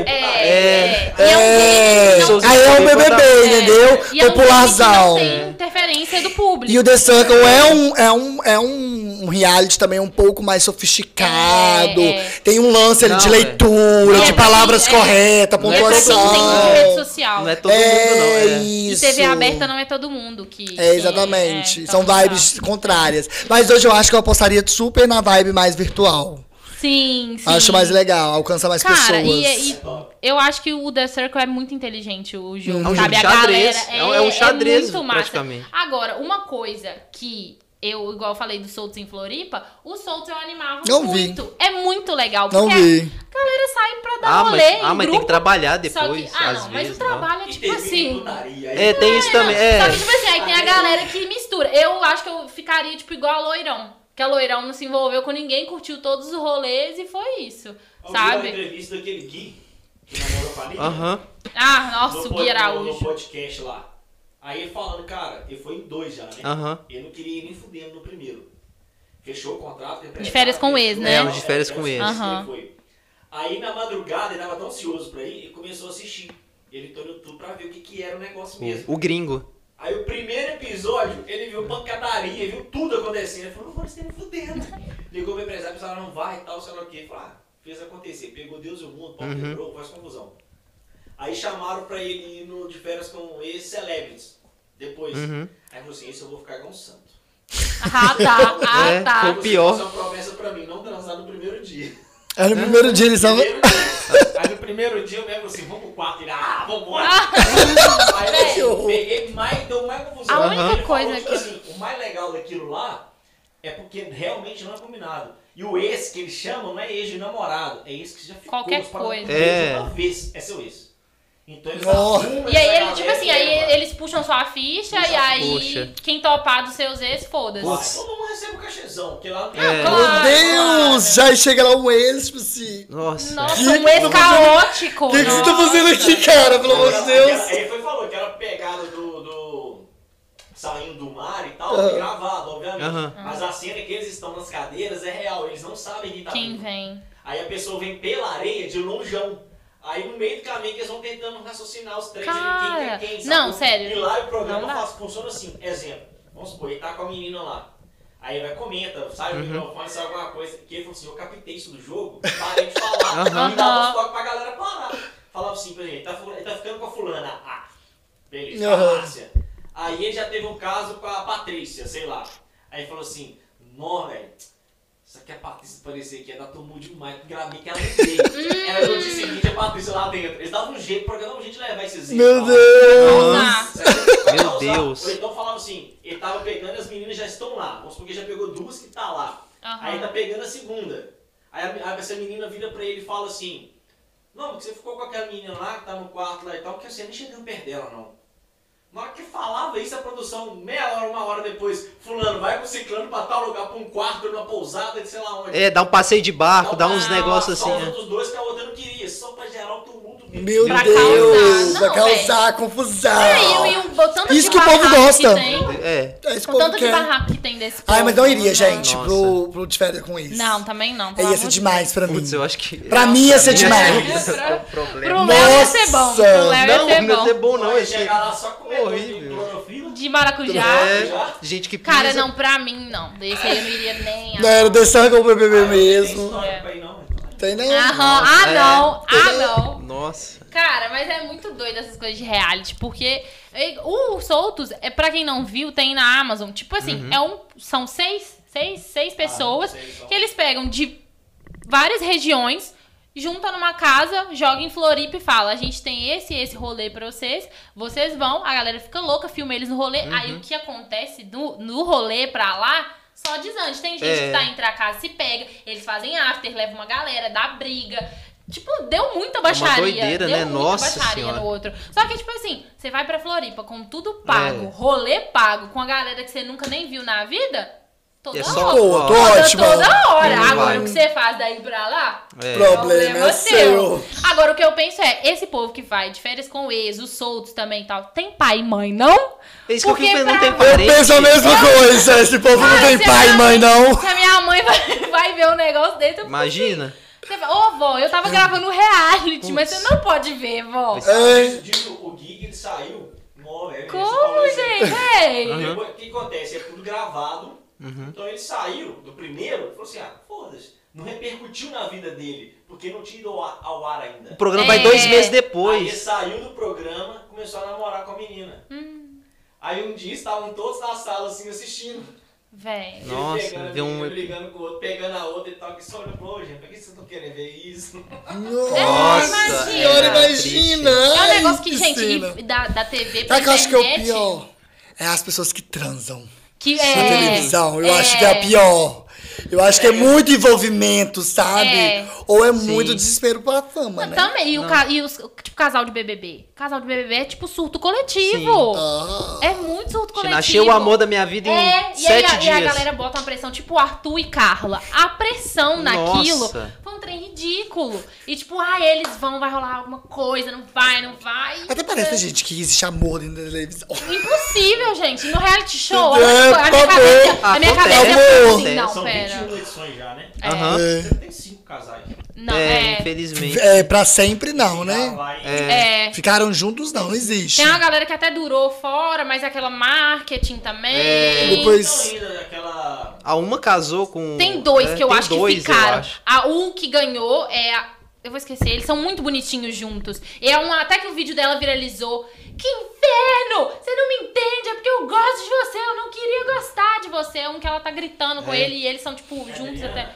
A: É,
D: putaria.
A: é,
B: É.
A: é um game que
B: pessoas
C: Aí é o
B: escolherem
C: BBB,
B: votar.
C: entendeu?
A: E é um
C: Popularzão.
A: filme que não tem interferência do público.
C: E o The Circle é um, é um, é um reality também um pouco mais sofisticado.
A: É, é.
C: Tem um lance ali de
B: Não, é.
C: leitura,
A: Não,
C: de
A: é.
C: palavras
A: É.
C: corretas,
B: Não é
A: É pra
C: pontuação.
A: quem tem muita rede social.
B: Não é todo mundo, não.
C: É
B: É.
A: E
C: isso.
A: TV aberta não é todo mundo que.
C: É, exatamente.
A: é, então
C: São
A: não dá.
C: vibes contrárias. Mas hoje eu acho que eu apostaria super na vibe mais virtual.
A: Sim, sim.
C: Acho mais legal, alcança mais
A: Cara,
C: pessoas.
A: e, é e eu acho que o The Circle é muito inteligente, o jogo.
B: É um
A: sabe?
B: jogo de
A: a
B: xadrez.
A: galera
B: É um- é um xadrez,
A: muito massa.
B: praticamente.
A: Agora, uma coisa que eu, igual eu falei do Soltos em Floripa, o Soltos eu animava
C: Não vi.
A: muito. É muito legal.
C: Não
A: porque
C: vi.
A: a galera sai pra dar
B: Ah,
A: rolê
B: mas,
A: em
B: ah, mas tem
A: grupo.
B: que trabalhar
A: só que-
B: depois,
A: ah,
B: às
A: não, mas
B: vezes. né?
A: o trabalho é tipo assim.
B: É, tem isso também. É.
A: Só que, tipo assim, aí tem a galera que mistura. Eu acho que eu ficaria, tipo, igual a Loirão. Que a Loirão não se envolveu com ninguém, curtiu todos os rolês e foi isso.
D: a
A: Sabe?
D: entrevista daquele Gui, que namorou com a Anitta,
B: Aham.
A: Ah,
D: no
A: nossa, o
D: pod-
A: Gui
D: no- No
A: Araújo.
D: podcast lá. Aí ele falando, cara, ele foi em dois já, né?
B: Aham.
D: Ele não queria ir nem fudendo no primeiro. Fechou o contrato. com a
A: De férias com o ex, né?
B: É, um de férias com o ex.
A: Aham.
D: Ele foi. Aí na madrugada ele tava tão ansioso pra ir e começou a assistir. Ele entrou no YouTube pra ver o que, que era o negócio mesmo.
B: O gringo.
D: Aí o primeiro episódio, ele viu pancadaria, viu tudo acontecendo. Ele falou, não vou nem fudendo. Ligou pro empresário, o pessoal não vai e tal, sei lá o quê. Falou, ah, fez acontecer. Pegou Deus e o mundo, pau
B: Uhum.
D: quebrou, faz confusão. Aí chamaram pra ele ir no, de férias com ex-celebrities. Depois.
B: Uhum.
D: Aí falou assim, esse eu vou ficar igual um santo.
A: Ah, tá. Ah,
B: É,
A: tá.
B: foi- O pior.
D: Isso é uma promessa pra mim, não transar no primeiro dia.
A: é
C: Era no primeiro dia, eles estavam.
D: Primeiro dia. Aí no primeiro dia eu mesmo assim, vamos pro quarto. Ele, ah, vambora. Aí eu peguei mais, deu mais confusão.
A: A única
D: Ele falou,
A: coisa
D: tipo
A: que-
D: assim, o mais legal daquilo lá é porque realmente não é combinado. E o ex que eles chamam não é ex de namorado, é ex que já ficou.
A: Qualquer
D: você fala,
A: coisa.
D: "Meu Deus,
B: É.
D: Uma vez, é seu ex. Então eles
C: Nossa.
D: arrumam
A: E aí,
D: essa
A: ele, tipo
D: galera né?
A: assim,
D: e
A: aí
D: leva.
A: eles puxam sua ficha e aí
B: Puxa.
A: quem topar dos seus ex,
D: Vai,
A: foda-se.
D: todo mundo recebe o cachezão, porque lá não tem.
B: É.
A: claro.
C: Meu Deus! Já chega lá um ex, tipo assim.
B: Nossa.
A: Nossa,
C: Que
A: um
C: que
A: ex
C: tá fazendo-
A: caótico.
C: O que, que você tá
A: nossa.
C: fazendo aqui, cara? Pelo amor de Deus!
D: Aí foi falou que era pegada do. do- Saindo do mar e tal,
C: Aham.
D: gravado, obviamente.
B: Aham.
D: Mas a cena é que eles estão nas cadeiras é real, eles não sabem quem tá
A: Quem
D: vindo.
A: vem?
D: Aí a pessoa vem pela areia de longeão. Aí no meio do caminho que eles vão tentando raciocinar os três
A: Cara,
D: de quem é quem.
A: não,
D: sacou?
A: sério.
D: E lá o programa
A: Não dá.
D: faz- funciona assim. Exemplo, vamos supor, ele tá com a menina lá. Aí vai, comenta, sai o microfone, sai alguma coisa. Que ele falou assim: eu captei isso do jogo, parei de falar.
A: Aham.
D: E dava uns toques pra galera parar. Falava assim pra ele: ele tá, fu- ele tá ficando com a fulana. Ah, beleza, com a
C: Aham.
D: Márcia. Aí ele já teve um caso com a Patrícia, sei lá. Aí ele falou assim: nó, velho. Isso aqui é a Patrícia parecer que é da Tomu demais, que gravei que ela não veio. Era no dia seguinte a Patrícia lá dentro. Eles davam um jeito, porque davam um jeito de levar esses
C: Meu
D: itens.
C: Deus!
A: Nossa.
B: Meu Deus.
D: Ou então falava assim, ele tava pegando e as meninas já estão lá. Vamos supor que já pegou duas que tá lá.
A: Aham.
D: Aí tá pegando a segunda. Aí a- a- essa menina vira pra ele e fala assim, não, porque você ficou com aquela menina lá que tá no quarto lá e tal, porque você nem chegou perto dela, não. Na hora que falava isso, a produção, meia hora, uma hora depois, fulano, vai com ciclano pra tal lugar, pra um quarto, numa pousada, de sei lá onde.
B: É, dá um passeio de barco, dá uns
A: Ah,
B: negócios assim.
D: Só
B: né?
D: os outros dois que a outra não queria, só pra gerar o tumulto dentro.
C: Meu
A: Pra
C: Deus!
A: causar.
C: Vai
A: Não,
C: causar confusão!
A: É, e, e o tanto
C: Ah.
A: de
C: Isso que o povo
A: barraco
C: gosta.
A: Que tem,
B: É.
C: É isso que
A: o tanto
C: o povo
A: de
C: quer.
A: barraco que tem desse povo. né?
C: Ai, mas não iria, gente,
B: Nossa.
C: pro, pro de férias com ex.
A: Não, também não.
C: É,
A: pelo
C: ia
A: amor
C: ser
A: de
C: demais pra mim.
B: Putz, eu acho que.
C: Pra mim ia ser demais.
A: Deus. Pra- Pro
B: Problema.
A: Léo ia ser bom. Pro Léo
B: Não,
A: ia ser
B: não ia ser
A: bom.
B: bom, não.
D: Vai
B: ia ser-
D: chegar lá só com
B: horrível.
D: clorofila.
A: De maracujá.
B: É, gente que pisa.
A: Cara, não, pra mim não. Esse aí eu não iria nem.
C: Não, era descer com o BBB
D: Tem
C: mesmo.
D: história pra ir, não. então.
C: Tem nem.
A: Aham, ah
B: É.
A: não, ah não.
B: Nossa.
A: Cara, mas é muito doido essas coisas de reality, porque é, o Soltos, é, pra quem não viu, tem na Amazon. Tipo assim, é um, são seis, seis,
D: Ah,
A: seis pessoas
D: seis, só.
A: que eles pegam de várias regiões, junta numa casa, joga em Floripa e fala: a gente tem esse e esse rolê pra vocês, vocês vão, a galera fica louca, filma eles no rolê. Aí
B: Uhum.
A: o que acontece no, no rolê pra lá. Só desante. Tem gente
B: É.
A: que tá entre a casa e se pega, eles fazem after, levam uma galera, dá briga. Tipo, deu muita baixaria.
B: doideira,
A: deu
B: né?
A: muita
B: Nossa
A: baixaria
B: Senhora.
A: no outro. Só que, tipo assim, você vai pra Floripa com tudo pago,
B: É.
A: rolê pago, com a galera que você nunca nem viu na vida, toda
B: É
A: hora.
B: só-
C: Pô, tô
A: Toda-
C: ótimo.
A: Toda hora.
B: Não
A: Agora,
B: vai.
A: o que você faz daí pra lá,
B: É.
C: Problema seu.
A: Agora, o que eu penso é, esse povo que vai de férias com o ex, os soltos também e tal, tem pai e mãe, não?
B: É isso que eu
A: Porque
B: fico pensando, não
A: pra-
B: tem
C: Eu
B: parente.
C: penso a mesma coisa. Esse povo não
A: Ah,
C: tem
A: se a
C: pai e
A: minha
C: mãe, não.
A: Se a minha mãe vai, vai ver um negócio desse, eu fico
B: Imagina.
A: Você fala, ô vó, eu tava gravando um reality, mas
B: Putz.
A: você não pode ver, vó.
B: Vai ser-
C: É.
D: Diz o Gui saiu, não, é,
A: Como, gente? Ei!
B: Aham.
D: O que acontece? É tudo gravado. Então ele saiu do primeiro e falou assim: ah, foda-se. Não repercutiu na vida dele, porque não tinha ido ao ar, ao ar ainda.
B: O programa vai dois
A: É.
B: meses
D: Aí ele
B: depois.
D: saiu do programa, começou a namorar com a menina.
A: Hum.
D: Aí um dia estavam todos na sala assim assistindo.
A: Véi.
D: Ele
B: Nossa,
D: pegando, a
B: deu
D: menina
B: um-
D: brigando com o outro, pegando a outra e tal, que só olha pô, gente, pra que vocês não querem ver isso?
A: É, Nossa,
C: senhora,
A: é
C: imagina!
A: É um
C: Ai,
A: negócio que, gente,
C: cena.
A: e da, da TV pra
C: Sabe o que eu acho que é o
A: internet...
C: pior? É as pessoas que transam
A: que
C: na
A: é...
C: televisão. Eu
A: é,
C: acho que é a pior. Eu acho que é muito envolvimento, sabe?
A: É.
C: Ou é muito
B: Sim.
C: desespero pra fama,
A: Não,
C: né?
A: Também, e, o ca- e os, tipo, casal de BBB. Casal de BBB é tipo surto coletivo.
C: Ah.
A: É muito surto coletivo.
B: Achei o amor da minha vida em
A: É, e aí
B: sete
A: a, e
B: dias.
A: a galera bota uma pressão, tipo Arthur e Carla. A pressão naquilo
B: Nossa.
A: foi um trem ridículo. E tipo, ah, eles vão, vai rolar alguma coisa, não vai, não vai.
B: é
C: Até parece, gente, que existe amor dentro da televisão.
A: Impossível, gente. No reality show, a
C: É,
A: minha, a minha
C: por
A: cabeça,
B: favor.
A: a minha
B: Acontece. um
A: cabeça é assim,
B: Amor.
A: não,
D: São
A: pera.
D: 21 edições já, né?
B: Aham.
C: É.
D: Você tem cinco casais.
A: Não,
B: é,
A: é.
B: infelizmente.
C: É, pra sempre não,
D: Já
C: né?
D: vai-
A: é.
C: Ficaram juntos não, não existe.
A: Tem uma galera que até durou fora, mas é aquela marketing
B: É.
A: também.
C: Depois-
D: Então ainda aquela.
B: A Ah, uma casou com.
A: Tem dois
B: é,
A: que eu
B: tem
A: acho que
B: dois, eu
A: ficaram.
B: acho.
A: A um que ganhou é a. Eu vou esquecer, eles são muito bonitinhos juntos. E é uma, até que o vídeo dela viralizou. Que inferno! Você não me entende, é porque eu gosto de você, eu não queria gostar de você. É um que ela tá gritando com
B: É.
A: ele e eles são, tipo, juntos
D: Adriana,
A: até.
D: Adriana.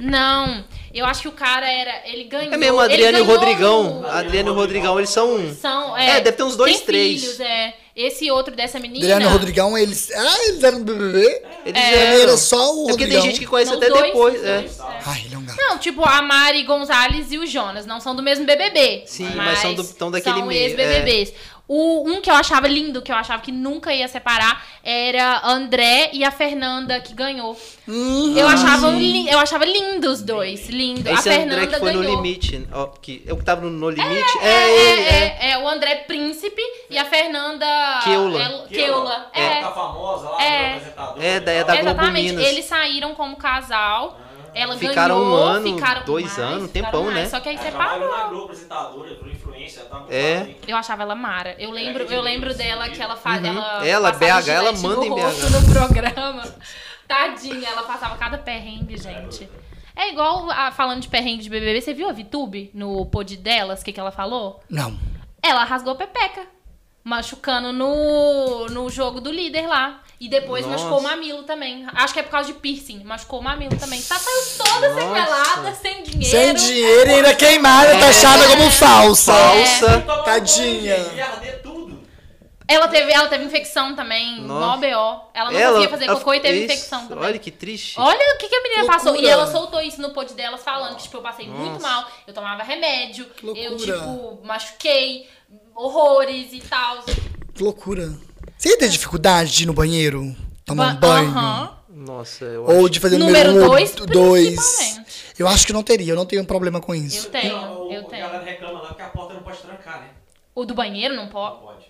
A: Não, eu acho que o cara era. Ele ganhou.
B: É mesmo,
A: ele
B: Adriano e o
A: ganhou
B: Rodrigão.
A: no-
B: Adriano e o Rodrigão, eles são um.
A: São, é,
B: É, deve ter uns dois,
A: tem
B: três.
A: Filhos, é. Esse outro dessa menina.
C: Adriano e Rodrigão, eles. Ah, eles eram do BBB?
B: Eles
C: Pra mim
B: eram.
C: Era só o
B: É porque tem
C: Rodrigão.
B: gente que conhece
A: É. Não,
B: até
A: dois,
B: depois.
A: os
B: É.
A: dois, é.
C: Ai, ele é um gato.
A: Não, tipo, a Mari Gonzalez e o Jonas não são do mesmo BBB.
B: Sim, mas são do- tão daquele
A: são
B: meio, é.
A: ex-BBBs. O, um que eu achava lindo, que eu achava que nunca ia separar, era André e a Fernanda, que ganhou.
C: Hum,
A: Eu, achava, li- eu achava lindo os dois, lindo.
B: Uhum. Esse
A: a
B: André
A: Fernanda
B: que foi
A: ganhou.
B: no limite. Ó, que, eu que tava no, No limite. É,
A: É,
B: ele.
A: é,
B: é.
A: é, é, o André Príncipe e a Fernanda...
B: Keula.
A: El- Keula, é.
D: Ela tá famosa lá,
A: É.
D: apresentadora.
B: É,
D: e
B: da- é
D: tal.
B: da- Globo
A: Exatamente,
B: Minas.
A: eles saíram como casal. Ela
B: Ficaram
A: ganhou,
B: um ano,
A: ficaram
B: dois
A: mais,
B: anos,
A: ficaram
B: tempão,
A: mais,
B: né?
A: Só que aí
D: Ela trabalhou
A: separou.
D: na Globo, apresentadora, virou influência, ela tava
B: É.
D: falando aí.
A: Eu achava ela mara. Eu lembro, eu lembro dela que ela faz. Ela,
B: Uhum. Ela,
A: passava
B: BH, ela
A: gilete
B: manda
A: no
B: em
A: rosto
B: BH.
A: no programa. Tadinha, ela passava cada perrengue, gente. É igual, a- falando de perrengue de BBB, você viu a Vitube no pod delas, o que, que ela falou?
C: Não.
A: Ela rasgou a pepeca, machucando no, no jogo do líder lá. E depois
B: Nossa.
A: machucou o mamilo também. Acho que é por causa de piercing, machucou o mamilo também. Tá, saiu toda
B: Nossa.
A: sequelada, sem dinheiro.
C: Sem dinheiro e ainda queimada, taxada como falsa.
D: É.
B: Falsa.
D: Toma
C: Tadinha.
D: banho, gente, ia arder tudo.
A: Ela teve, ela teve infecção também, mó
B: Nossa.
A: BO. Ela não
B: Ela-
A: conseguia fazer
B: ela-
A: cocô e teve
B: isso,
A: infecção também.
B: Olha que triste.
A: Olha o que, que a menina
C: Loucura.
A: passou. E ela soltou isso no pod delas falando que, tipo, eu passei muito
B: Nossa.
A: mal. Eu tomava remédio.
C: loucura.
A: Eu, tipo, machuquei. Horrores e tal.
C: Que loucura. Você ia ter dificuldade de ir no banheiro? Tomar um
A: É. Ba-
C: banho?
A: Aham.
B: Nossa, eu acho.
C: Ou de fazer
A: Número
C: número 1
A: dois,
C: um, ou dois.
A: principalmente.
C: Eu acho que não teria, eu não tenho problema com
A: Eu
C: isso.
A: tenho,
D: Não, Então, o-
A: eu
D: A
A: tenho.
D: galera reclama lá porque a porta não pode trancar, né?
A: O do banheiro não
D: Não
A: pode.
D: pode.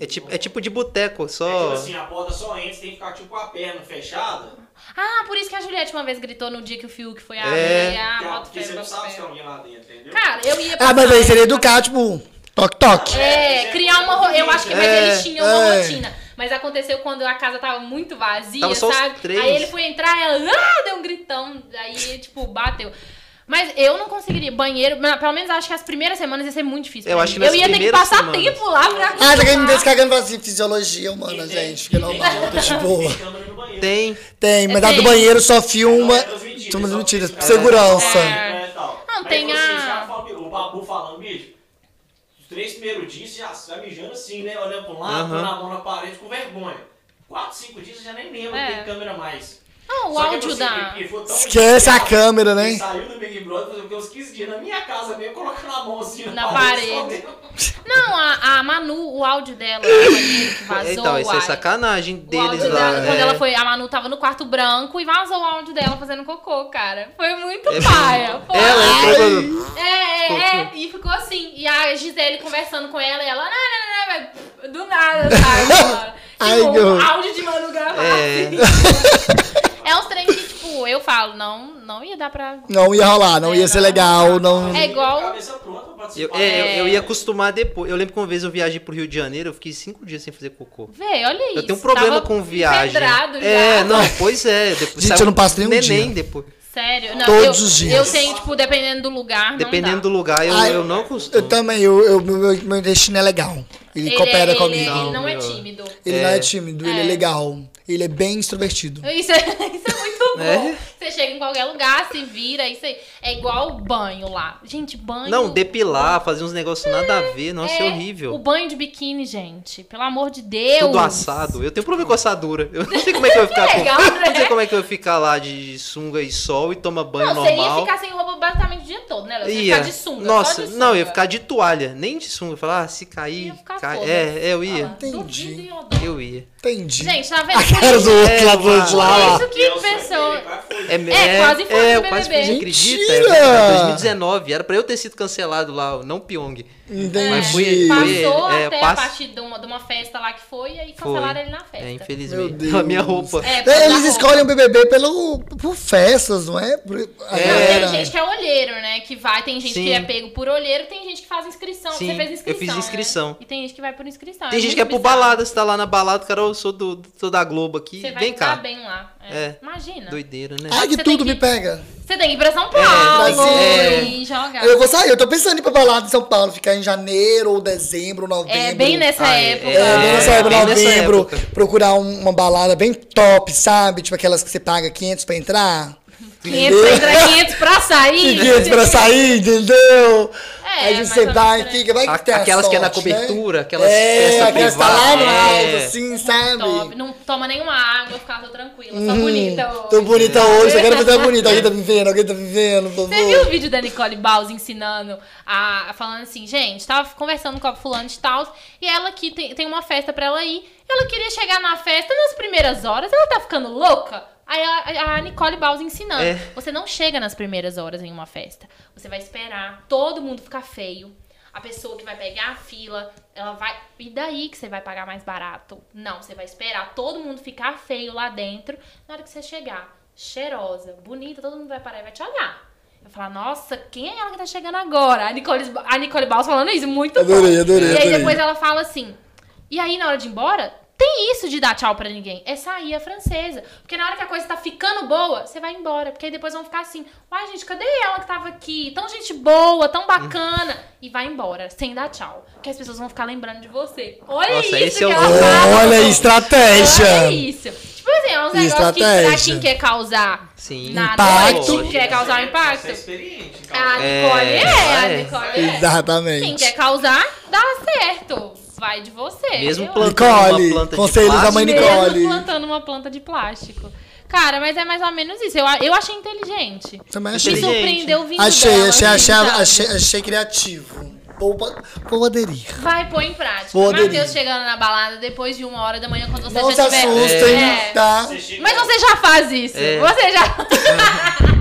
B: É tipo, é tipo de boteco,
D: É tipo
B: só.
D: assim, a porta só entra, você tem que ficar tipo com a perna fechada.
A: Ah, por isso que a Juliette uma vez gritou no dia que o Fiuk foi a.
B: É.
A: Ah,
D: porque a-
A: bota
D: porque
A: fé,
D: você não
A: bota
D: sabe se é um
A: fé.
D: tem alguém lá dentro, entendeu?
A: Cara, eu ia.
C: Ah, mas
A: passar,
C: aí seria
A: eu ia
C: educar, tipo, toque, toque.
A: É, criar uma ro- Eu acho que mas
B: É,
A: eles tinham uma
C: é.
A: rotina. Mas aconteceu quando a casa tava muito vazia,
B: Tava só os
A: sabe?
B: três.
A: Aí ele foi entrar, ela ah, deu um gritão. Aí, tipo, bateu. Mas eu não conseguiria. Banheiro, mas pelo menos acho que as primeiras semanas ia ser muito difícil.
B: Eu
A: pra
B: acho
A: mim.
B: que nas
A: eu ia ter que
B: primeiras
A: passar
B: semanas.
A: tempo lá pra.
C: Ah, tá querendo me
A: acostumar.
C: descagando pra assim, fisiologia
D: E
C: humana,
D: tem-
C: gente.
D: e
C: Que
D: tem
C: normal, tô de boa.
A: É
D: Tem câmera no banheiro.
B: Tem. é,
C: Tem, mas a do
A: tem.
C: banheiro só filma.
D: Não, é transmitida,
C: Toma
D: só
C: mentiras.
D: fica-
C: Segurança.
D: É, e tal.
A: Não,
D: Aí
A: tem
D: falou assim,
A: a-
D: os caras falam, O Babu falando, bicho. Os três primeiros dias você já sai mijando assim, né? Olhando pra um lado,
B: Aham.
D: pondo a mão na parede com vergonha. Quatro, cinco dias você já nem lembra,
A: É.
D: não tem câmera mais.
A: Não, o
D: Só que é
A: áudio
D: você-
A: da.
D: ele- ele foi tão
C: Esquece a
D: desesperado,
C: câmera, né?
D: ele Saiu do Big Brother, fazer o quê? uns 15 dias na minha casa mesmo, colocando a mão assim
A: Na parede.
D: escondendo.
A: Não, a, a Manu, o áudio dela, o banheiro que vazou.
B: então, isso é
A: uai.
B: sacanagem
A: O áudio
B: deles lá.
A: dela,
B: é.
A: quando ela foi, a Manu tava no quarto branco e vazou o áudio dela fazendo cocô, cara. Foi muito paia. Foi.
B: É Ela entrou no-
A: É, é, é,
B: Ficou
A: e ficou assim. E a Gisele conversando com ela e ela, não, não, não, não, mas do nada, sabe?
C: Ai,
A: tipo,
C: que
A: um
C: horror.
A: áudio de Manu gravado.
B: É.
A: É uns trem que, tipo, eu falo, não, não ia dar pra.
C: Não ia rolar, não ia ser legal, não.
A: É igual-
D: Cabeça pronta pra
B: Eu,
D: participar.
B: é, eu, eu
A: É.
B: ia acostumar depois. Eu lembro que uma vez eu viajei pro Rio de Janeiro, eu fiquei cinco dias sem fazer cocô.
A: Véi, olha isso.
B: Eu tenho um problema
A: tava
B: com viagem.
A: empedrado já.
B: É, não, pois é. Depois,
C: Gente,
B: sabe,
C: eu não passo nem um
B: neném
C: dia.
B: depois.
A: Sério. Não,
C: Todos
A: eu,
C: os dias.
A: Eu tenho, tipo, dependendo do lugar, não
B: Dependendo
A: dá.
B: do lugar, eu,
C: Ah,
B: eu não
C: Eu
B: costumo.
C: também, eu, eu- meu, meu intestino é legal. Ele, coopera
A: ele,
C: comigo.
A: Ele,
B: Não,
A: ele não é
B: meu.
A: tímido.
C: Ele não é tímido, ele é
A: É.
C: legal. Ele é bem extrovertido.
A: Isso é, isso é muito bom.
B: É.
A: Você chega em qualquer lugar, se vira, isso aí. É igual banho lá. Gente, banho.
B: Não, depilar, fazer uns negócios nada a ver. Nossa, é,
A: É, O
B: horrível.
A: banho de biquíni, gente. Pelo amor de Deus.
B: Tudo assado. Eu tenho problema com assadura. Eu não sei como é que eu vou ficar com.
A: legal,
B: Eu não sei
A: né?
B: como é que eu vou ficar lá de sunga e sol e toma banho
A: Não, você ia
B: normal.
A: ficar sem roupa basicamente o dia todo, né? Léo? Você ia
B: Ia.
A: ficar de sunga.
B: Nossa,
A: só de sunga.
B: não, eu ia ficar de toalha, nem de sunga. Falar, ah, se cair,
A: Ia ficar
B: cai.
A: foda.
B: É, é, eu
A: Olha lá,
B: ia.
C: Entendi.
A: duvido e eu dou.
B: Eu ia.
C: Entendi.
A: Gente, tá vendo?
C: a cara do outro
B: É,
C: lá do outro lá.
A: Isso
D: Eu
A: que
D: sou
A: pessoa.
D: aquele, quase foi.
B: me-
A: É, quase foi
B: é,
A: no
B: eu quase
A: BBB.
B: fui, acredita? É,
C: Mentira!
B: verdade, 2019, era pra eu ter sido cancelado lá, não Pyong. Mas fui-
C: Entendi.
B: fui-
A: Passou
B: é,
A: até
B: passa-
A: a partir de uma, de uma festa lá que foi e aí
B: Foi.
A: cancelaram ele na festa.
B: É,
C: Meu
B: infelizmente.
C: Deus.
B: A minha roupa.
A: É, por
C: Eles
A: causa da roupa.
C: escolhem o BBB pelo, por festas, não é? Por- a
B: É.
A: Não,
C: galera.
A: tem gente que é olheiro, né? Que vai, tem gente
B: Sim.
A: que é pego por olheiro, tem gente que faz inscrição.
B: Sim,
A: Você fez
B: eu
A: inscrição.
B: fiz
A: né?
B: inscrição.
A: E tem gente que vai por inscrição.
B: Tem gente
A: muito
B: que é pro
A: bizarro.
B: balada, você tá lá na balada, cara, eu sou, do, sou da Globo aqui,
A: Você vai
B: vem
A: ficar
B: cá.
A: bem lá. É.
B: É.
A: Imagina.
B: Doideira, né?
C: Ai,
A: Você
C: que
A: tem
C: tudo
A: que-
C: me pega.
A: Você tem que ir pra
C: É,
A: São Paulo
B: Brasil.
A: e jogar.
C: Eu vou sair, eu tô pensando em ir pra balada em São Paulo, ficar em janeiro ou dezembro, novembro.
A: É bem nessa
B: Ah, é,
A: época.
C: É, bem nessa
B: É,
C: época,
B: bem nessa
C: novembro,
B: época.
C: procurar um- uma balada bem top, sabe? Tipo aquelas que você paga 500 pra entrar.
A: 500 pra entrar, 500 pra sair.
C: 500 pra sair, entendeu?
A: É,
C: Aí
A: mais
C: você tá
A: ou
C: vai,
A: menos, né?
C: fica, vai que
B: A-
C: tem a
B: aquelas que é na
C: sorte, né?
B: cobertura, aquelas
C: é,
B: festas
C: aquelas que tá lá
B: privadas,
C: no alto,
B: é.
C: assim, sabe?
A: Top. Não toma nenhuma água, fica tô tranquila. Só
C: Hum,
A: bonita. hoje.
C: Tô bonita hoje, eu quero fazer uma bonita. Alguém tá me vendo? Alguém tá me vendo, por
A: Você viu o
C: favor?
A: vídeo da Nicole Baus ensinando, a, falando assim, gente, tava conversando com a fulano de tal, e ela aqui tem, tem uma festa pra ela ir, ela queria chegar na festa nas primeiras horas, ela tá ficando louca? Aí a, a Nicole Baus ensinando,
B: É.
A: você não chega nas primeiras horas em uma festa, você vai esperar todo mundo ficar feio, a pessoa que vai pegar a fila, ela vai. E daí que você vai pagar mais barato? Não, você vai esperar todo mundo ficar feio lá dentro. Na hora que você chegar, cheirosa, bonita, todo mundo vai parar e vai te olhar. Vai falar, nossa, quem é ela que tá chegando agora? A Nicole, a Nicole Baus falando isso, muito
C: Adorei,
A: bom.
C: adorei,
A: E aí
C: adorei.
A: depois ela fala assim. E aí, na hora de ir embora, tem isso de dar tchau pra ninguém. É sair a francesa. Porque na hora que a coisa tá ficando boa, você vai embora. Porque aí depois vão ficar assim, uai, gente, cadê ela que tava aqui? Tão gente boa, tão bacana. E vai embora, sem dar tchau. Porque as pessoas vão ficar lembrando de você. Olha
B: Nossa,
A: isso
B: esse
A: que
B: é o-
A: ela fala.
C: Olha a estratégia.
A: Olha isso. Tipo assim, é uns negócios que pra
C: Estratégia.
A: quem quer causar
B: Sim.
A: na
C: Impacto.
A: noite, quer causar um
D: Você é
A: impacto. Ah.
D: experiente,
A: A
D: cara.
A: Nicole é, a
B: é.
A: Nicole é. Quem quer
C: Exatamente.
A: causar, dá certo. Vai de você.
B: Mesmo
A: eu acho.
B: plantando
C: Nicole,
B: uma planta
C: conselhos
B: de
C: da mãe
B: plástico,
C: Nicole.
A: Mesmo plantando uma planta de plástico. Cara, mas é mais ou menos isso. Eu, a- eu achei inteligente.
C: Também
A: Me
B: Inteligente.
C: achei.
A: surpreendeu o vídeo
C: Achei,
A: dela,
C: achei,
A: assim,
C: achei,
A: sabe?
C: achei, achei criativo. Vou, vou aderir.
A: Vai pôr em prática.
C: Vou aderir.
A: Matheus chegando na balada depois de uma hora da manhã, quando você
C: Não se
A: já tiver...
C: assustem,
A: É.
C: tá?
D: Você chega-
A: Mas você já faz isso.
B: É.
A: Você já...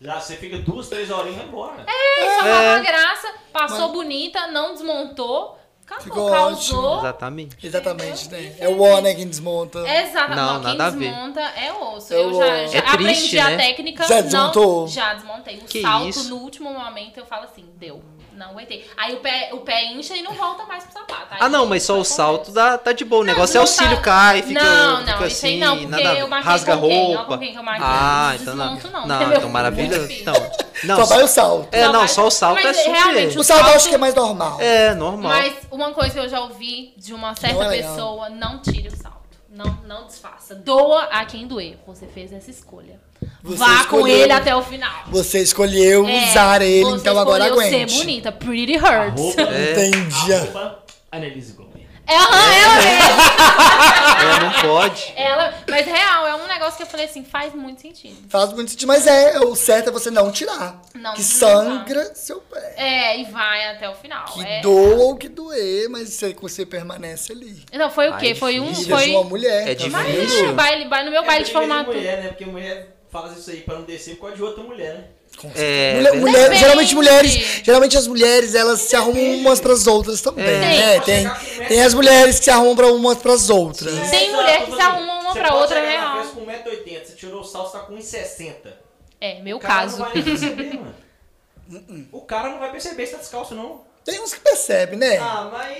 D: Já você fica duas, três horinhas e vai embora.
A: Só
B: É.
A: tava uma graça, passou bonita, não desmontou, acabou,
C: Ficou
A: causou.
B: Exatamente.
C: Exatamente, né? É o O, né, quem desmonta.
A: Exato,
B: Não,
A: não, quem
B: nada a ver.
A: desmonta é osso.
C: É
A: Eu já,
C: o-
A: já
B: É
A: aprendi
B: triste,
A: a
B: né?
A: técnica.
C: Já
A: não-
C: desmontou?
A: já desmontei. O
B: Que
A: salto
B: isso?
A: no último momento eu falo assim, deu. Não aguentei. Aí o pé, o pé incha e não volta mais pro sapato. Aí é
B: Ah, não, mas só o
A: foi
B: salto dá, tá de boa. O negócio é o
A: desmontar-
B: cílio cai, fica,
A: Não, não,
B: fica
A: isso
B: assim,
A: aí não, porque
B: nada,
A: eu marquei
B: rasga
A: com quem, ó,
B: roupa.
A: com quem que eu marquei.
B: ah,
A: Não
B: então não.
A: desmonto não,
B: Não,
A: entendeu?
B: então maravilha. Então, não,
C: Só vai o salto.
B: É,
A: Não,
B: não,
A: vai-
B: só o salto
A: Mas,
B: é super.
A: realmente,
C: O
A: o
C: salto eu acho
A: salto-
C: que é mais normal.
B: É, normal.
A: Mas uma coisa que eu já ouvi de uma certa
C: é legal.
A: pessoa, não tire o salto. Não, não desfaça. Doa a quem doer. Você fez essa escolha.
C: Você
A: Vá com
C: escolheu.
A: ele até o final.
C: Você escolheu
A: É,
C: usar ele,
A: você
C: então agora
A: escolheu
C: aguente.
A: ser bonita. Pretty
D: A
A: hurts.
D: roupa,
B: É.
C: Entendi.
D: a roupa, Annelise Gomes.
A: Ela, ela mesmo.
B: Ela Ah, é, não pode.
A: Ela, mas real, é um negócio que eu falei assim, faz muito sentido.
C: Faz muito sentido, mas é, o certo é você não tirar.
A: Não
C: que
A: tirar.
C: sangra seu pé.
A: É, e vai até o final.
C: Que
A: é.
C: doa o que doer, mas você, você permanece ali.
A: Então, foi o
B: Ai,
A: quê? Foi um.
C: Filhas
A: Foi.
C: de uma mulher.
B: É
C: tá
B: difícil.
C: vendo?
A: Imagina, baile, baile, no meu baile de
D: briga
A: formatura.
D: É mulher, né? Porque mulher faz isso aí pra não descer por causa de outra mulher, né?
B: É,
C: Mulher- mulher-
A: Depende.
C: geralmente mulheres, geralmente as mulheres elas se arrumam umas pras outras também,
B: É.
C: né?
D: Tem.
C: Tem, tem as mulheres que se arrumam pra umas pras outras.
A: Tem
D: Essa
A: mulher
D: roupa
A: que se
D: assim,
A: arruma uma
D: você
A: pra
D: pode
A: outra,
D: chegar
A: é
D: na
A: real.
D: festa com 1,80m, você tirou o salto, você tá com 1,60m.
A: É, meu
D: O cara
A: caso.
D: não vai nem perceber, mano. O cara não vai perceber se tá descalço, não.
C: Tem uns que percebem, né?
D: Ah, mas.